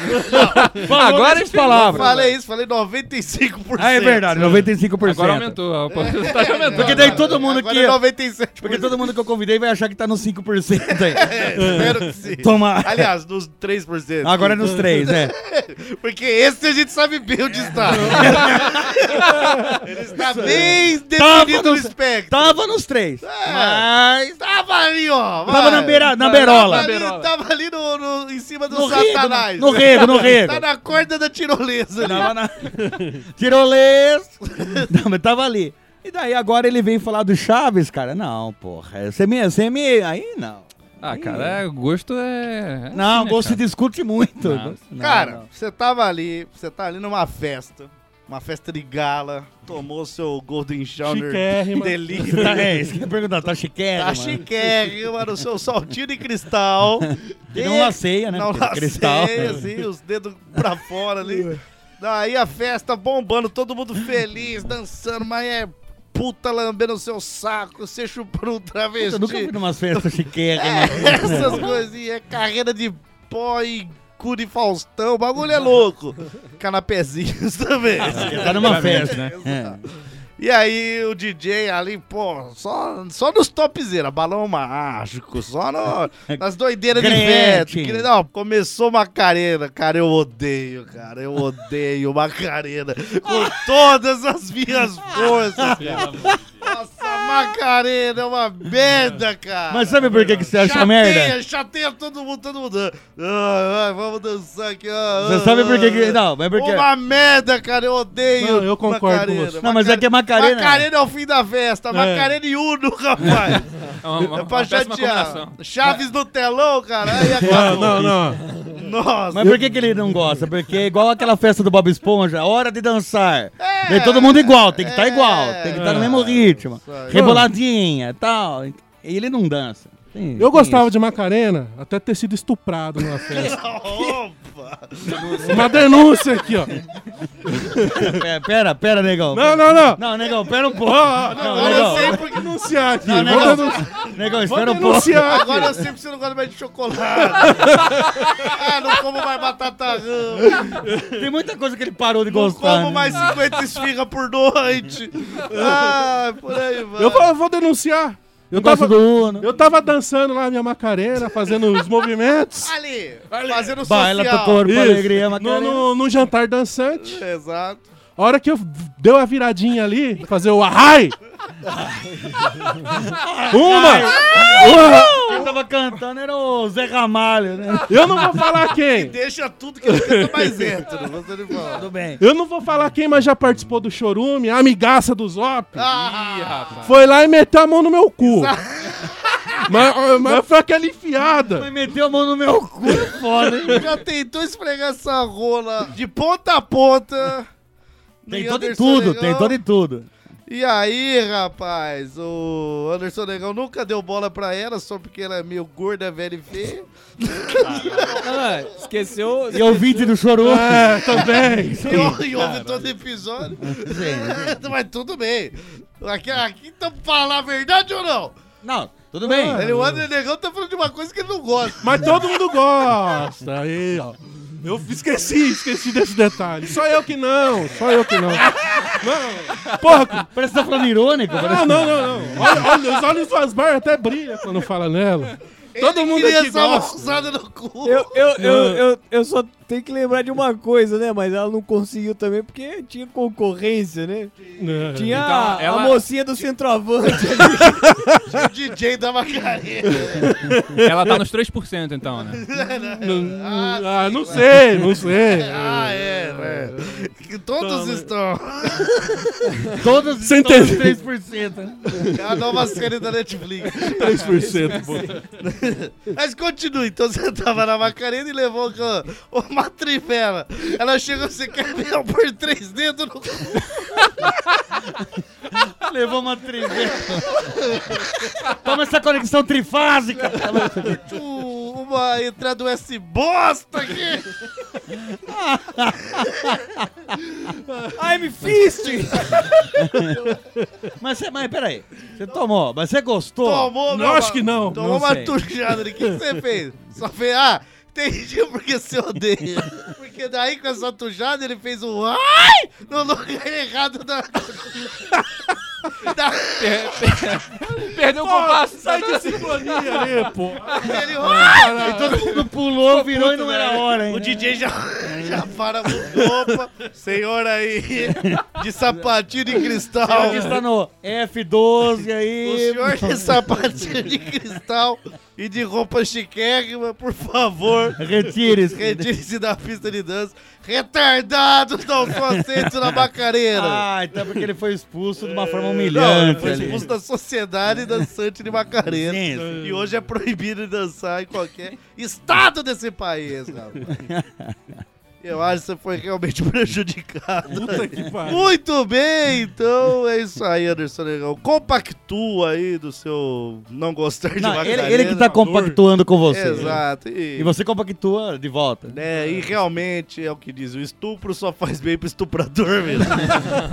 Agora
as
ele
palavras.
Falei isso, falei 95%.
Ah, é verdade, 95%.
Agora aumentou. tá A porcentagem aumentou.
Porque daí todo mundo
Agora
que.
é 97%.
Porque todo mundo que eu convidei vai achar que tá nos 5% aí.
É, espero que sim.
Toma.
Aliás, nos 3%.
Agora é nos 3,
né?
é.
Porque esse a gente sabe bem onde está. Ele está bem
Tava
definido no
nos-
espectro.
Tava nos 3.
Mas tava ali, ó.
Tava
É. vai.
na beira- na berola.
Tava
Na berola.
ali, tava ali no, no- em cima do
No
satanás.
rego, no rego, no rego.
Tá na corda da tirolesa ali.
Tava na... Tirolês! Não, mas tava ali. E daí agora ele vem falar do Chaves, cara? Não, porra. Você me... Você me... Aí não.
Assim,
Ah, cara, é, gosto é. é
Não,
assim, né,
gosto se
cara?
discute muito.
Não.
Não,
Cara,
não.
você tava ali, você tá ali numa festa. uma festa de gala, tomou seu Golden Shower
Chiquérrima.
delírio.
Tá, é, isso que eu ia perguntar, tá chiquérrimo.
Tá chiquérrima no seu saltinho de cristal.
E não laceia, né?
Não
Porque
laceia,
cristal, né?
assim, os dedos pra fora ali. Aí a festa bombando, todo mundo feliz, dançando, mas é puta lambendo o seu saco, você chupando um travesti.
Eu nunca fui numa festa chiquérrima.
É, essas coisinhas, é carreira de pó e cu de Faustão, o bagulho é louco. Canapezinhos também.
Tá numa festa, né?
E aí o DJ ali, pô, só, só nos topzera, balão mágico, só no- nas doideiras de vento.
Gretchen.
Que- Não, começou Macarena, cara, eu odeio, cara, eu odeio Macarena com todas as minhas forças, cara. Nossa, Macarena é uma merda, cara.
É. Mas sabe por que, que você acha
chateia,
merda?
Chateia todo mundo, todo mundo. Ah, ah, vamos dançar aqui. ah,
Você
ah,
sabe por que que-
ah.
não, mas é porque-
Uma merda, cara, eu odeio
Não, eu concordo com
Macarena.
você.
Não, mas é que é Macarena.
Macarena é o fim da festa. Macarena e Uno, rapaz.
É uma, uma,
É pra
uma péssima
chatear.
combinação.
Chaves no telão, cara. Aí
Não,
acabou.
não, não.
Nossa.
Mas por que, que ele não gosta? Porque é igual aquela festa do Bob Esponja, hora de dançar. É, todo mundo igual, tem que estar
é.
igual, tem que estar no mesmo ritmo. Reboladinha, tal. E ele não dança. Tem-
Eu
tem
gostava de Macarena até ter sido estuprado numa festa.
Opa.
Uma denúncia aqui, ó.
isso. Pera, pera, pera, negão.
Não, não, não.
Não, negão, pera um pouco. não,
Agora eu
negão.
sei porque...
Denunciar aqui.
Não,
Vou
negão.
denun-
Negão,
Vou
espera um pouco.
denunciar aqui.
Agora eu sei porque você não gosta mais de chocolate. ah, não como mais batata rã.
Tem muita coisa que ele parou de
Não
gostar.
como
né?
mais 50 esfirra por noite. Ah, por aí vai.
Eu vou, vou denunciar. Eu
Eu gosto
tava,
do Uno.
eu tava dançando lá minha Macarena, fazendo os movimentos.
Ali, fazendo
Baila pro
social.
corpo,
Isso.
alegria,
No,
Macarena.
no, no jantar dançante.
Exato.
A hora que eu deu a viradinha ali, fazer o arrai! Uma! Uma!
Quem tava cantando era o Zé Ramalho, né?
Eu não vou falar quem!
Deixa tudo que ele canta mais hétero. Você não fala.
Tudo bem.
Eu não vou falar quem, mas já participou do chorume, a amigaça do Zop.
Ah,
Foi lá e meteu a mão no meu cu. mas, mas foi aquela enfiada.
Mas meteu a mão no meu cu, é foda, hein?
já tentou esfregar essa rola de ponta a ponta. no
Tentou de
Anderson
tudo,
Negão.
tentou de tudo.
E aí, rapaz, o Anderson Negão nunca deu bola pra ela, só porque ela é meio gorda, velha e feia.
Ah, esqueceu.
E ouvinte do Chorume.
É, também.
E ouve- E ouve todo episódio. Mas tudo bem. Aqui, aqui tá pra falar a verdade ou não?
Não, tudo bem.
Ele, o Anderson Negão tá falando de uma coisa que ele não gosta.
Mas todo mundo gosta. Aí, ó. Eu esqueci, esqueci desse detalhe. Só eu que não, só eu que não. Não. Porra,
Parece que tá falando irônico.
não,
Parece...
não, não, não. Olha, olha, os olhos suas barras até brilham quando fala nela. Todo
ele
mundo
queria
aqui
essa
gosta.
almoçada no cu.
Eu, eu, eu, eu, eu só tenho que lembrar de uma coisa, né? Mas ela não conseguiu também porque tinha concorrência, né?
É.
Tinha
Então, ela-
a mocinha do centroavante.
O DJ da Macarena.
Ela tá nos 3%, então, né?
Ah, não sei, não sei.
Ah, é, é. Que todos estão.
Todos
Você
estão nos
entendeu?
3%.
É a nova série da Netflix.
3%. pô.
Mas continue. Então você tava na Macarena e levou com- uma trivela. Ela chegou, você quer ver eu por três dedos no cu?
Levou uma trivela. Toma essa conexão trifásica.
Um- Uma entrada S bosta aqui.
I'm fist!
Mas, você, mas peraí, você tomou, mas você gostou?
Tomou,
não, acho que não.
Tomou
Não
uma
sei.
turjada. O que que você fez? Só fez, ah, entendi porque você odeia. Porque daí com essa tujada ele fez um ai no lugar errado da. da...
Perdeu o compasso.
Sai de sincronia ali, pô.
Ele, ai!
Todo mundo pulou, virou e não era a hora, hein?
O DJ já, já para com roupa, senhor aí, de sapatinho de cristal.
Ele está no F12
tá O
é. aí.
senhor de sapatinho de cristal e de roupa chiquérrima, por favor.
Retire-se.
Retire-se da pista de dança. Retardados não são aceitos na Macarena.
Ah, então porque ele foi expulso de uma forma
É. Não, ele
humilhante.
foi
ali.
expulso da sociedade dançante de Macarena.
Sim,
E hoje é proibido de dançar em qualquer estado desse país, rapaz. Eu acho que você foi realmente prejudicado.
Puta que pariu.
Muito bem, então é isso aí, Anderson Negão. Compactua aí do seu não gostar de
Não, ele,
Magdalena.
ele que tá compactuando com você. né?
Exato. E,
E você compactua de volta.
né, e realmente é o que diz, o estupro só faz bem pro estuprador mesmo.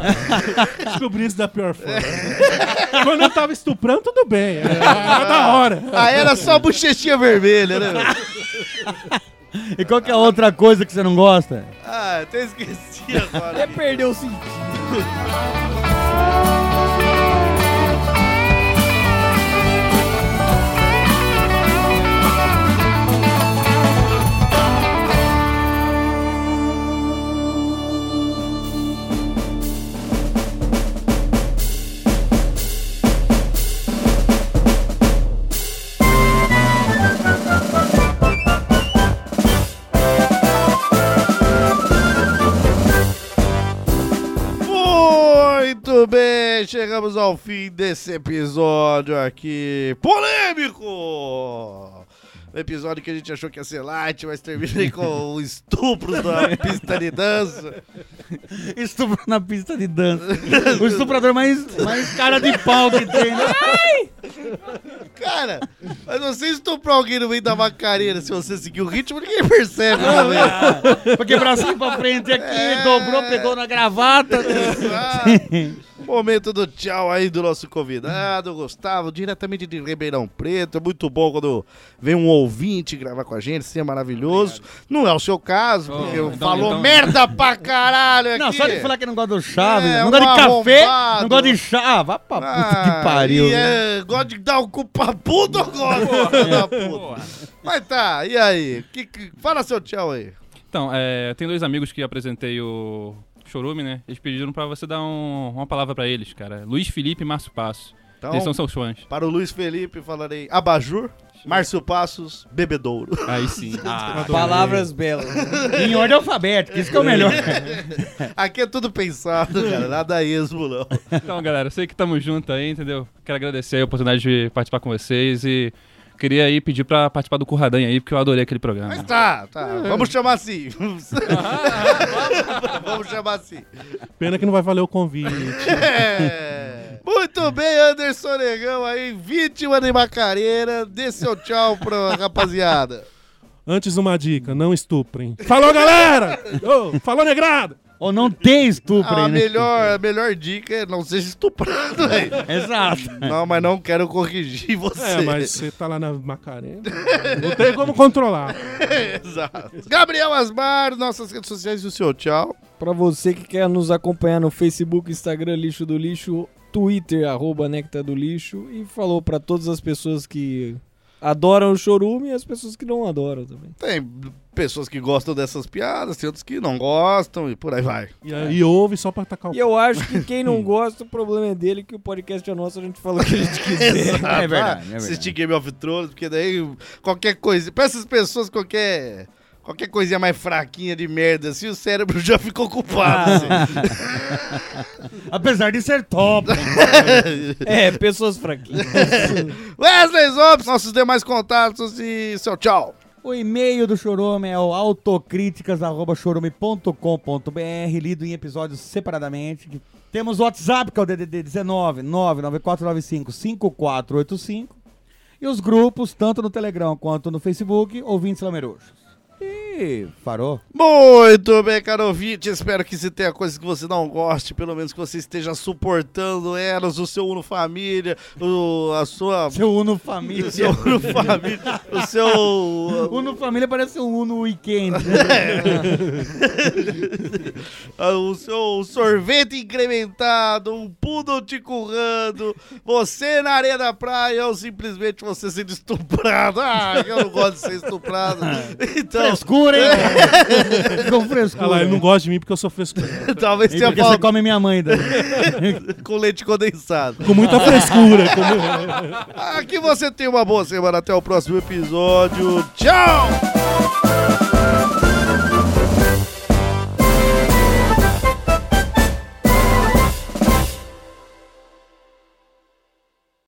Descobri isso da pior forma. Quando eu tava estuprando, tudo bem. Era, era da hora.
aí era só a bochechinha vermelha, né? meu?
E qual que é a outra coisa que você não gosta?
Ah, até esqueci agora.
Até perdeu o sentido.
Muito bem, chegamos ao fim desse episódio aqui polêmico! Um episódio que a gente achou que ia ser light, mas terminei com o estupro da pista de dança.
Estupro na pista de dança. o estuprador mais, mais cara de pau que tem, né?
Cara, mas você estuprar alguém no meio da macarena, se você seguir o ritmo, ninguém percebe. Né?
Porque bracinho pra frente aqui,
É.
dobrou, pegou na gravata.
Ah, Momento do tchau aí do nosso convidado, Gustavo, diretamente de Ribeirão Preto. É muito bom quando vem um ouvinte gravar com a gente, isso é maravilhoso. Não é o seu caso, porque
então,
falou
então-
merda pra caralho aqui.
Oh, Não, só de falar que não gosta do Chaves,
É,
não gosta
um
de café,
arrombado.
não gosta de chá. Ah, vá pra puta que pariu.
e
né?
é, gosta de dar o cu pra puta ou gosta da puta? Mas tá, e aí? Que, que- fala seu tchau aí.
Então, é, tem dois amigos que apresentei o Chorume, né? Eles pediram pra você dar um- uma palavra pra eles, cara. Luiz Felipe e Márcio Passo.
Então,
Eles são seus fãs.
para o Luiz Felipe, falarei Abajur, Márcio Passos, Bebedouro.
Aí sim.
Palavras belas.
Em ordem alfabética, isso que é o melhor.
Aqui é tudo pensado, cara. Nada esmo, não.
Então, galera, eu sei que estamos juntos aí, entendeu? Quero agradecer a oportunidade de participar com vocês e queria aí pedir pra participar do Curradanha aí, porque eu adorei aquele programa.
Mas tá, tá. Vamos chamar assim. Vamos chamar assim.
Pena que não vai valer o convite.
É. Muito bem, Anderson Negão aí, vítima de Macareira. Dê seu tchau pra rapaziada.
Antes, uma dica: não estuprem. Falou, galera! Ô, falou, negrado!
Ou não tem estupro,
A
aí, né?
Ah, melhor, a melhor dica é não seja estuprado, velho.
Exato.
Não, mas não quero corrigir você.
É, mas você tá lá na Macarena. Não tem como controlar.
Exato. Gabriel Asmar, nossas redes sociais e o seu tchau.
Pra você que quer nos acompanhar no Facebook, Instagram, Lixo do Lixo, Twitter, arroba Necta do Lixo, e falou pra todas as pessoas que adoram o chorume e as pessoas que não adoram também.
Tem pessoas que gostam dessas piadas, tem outros que não gostam e por aí vai.
E, e ouve só pra tacar o
E eu acho que quem não gosta, o problema é dele, que o podcast é nosso, a gente fala o que a gente quiser.
Exato. Ah,
É verdade, é verdade.
Assistir Game of Thrones, porque daí qualquer coisa. Pra essas pessoas, qualquer. Qualquer coisinha mais fraquinha de merda, assim, o cérebro já ficou ocupado.
Ah.
assim.
Apesar de ser top.
É, pessoas fraquinhas.
Wesley Zops, nossos demais contatos e seu tchau.
O e-mail do Chorome é o autocríticas.chorome.com.br, lido em episódios separadamente. Temos o WhatsApp, que é o DDD 19 99495 5485. E os grupos, tanto no Telegram quanto no Facebook, ouvintes lameroxos. E farou.
Muito bem, caro ouvinte. Espero que se tenha coisas que você não goste, pelo menos que você esteja suportando elas, o seu Uno Família, o, a sua.
Seu Uno
O
Família.
seu Uno Família, o seu.
Uno Família parece um Uno Weekend.
Ah, o seu sorvete incrementado, um poodle te currando, você na areia da praia ou simplesmente você sendo estuprado. Ah, eu não gosto de ser estuprado. Então,
frescura, hein? Com frescura.
Ah lá, ele não gosta de mim porque eu sou frescura.
talvez
E
tenha
porque você
falta
come minha mãe. Daí.
com leite condensado.
Com muita frescura. com mu-
Aqui você tem uma boa semana. Até o próximo episódio. Tchau!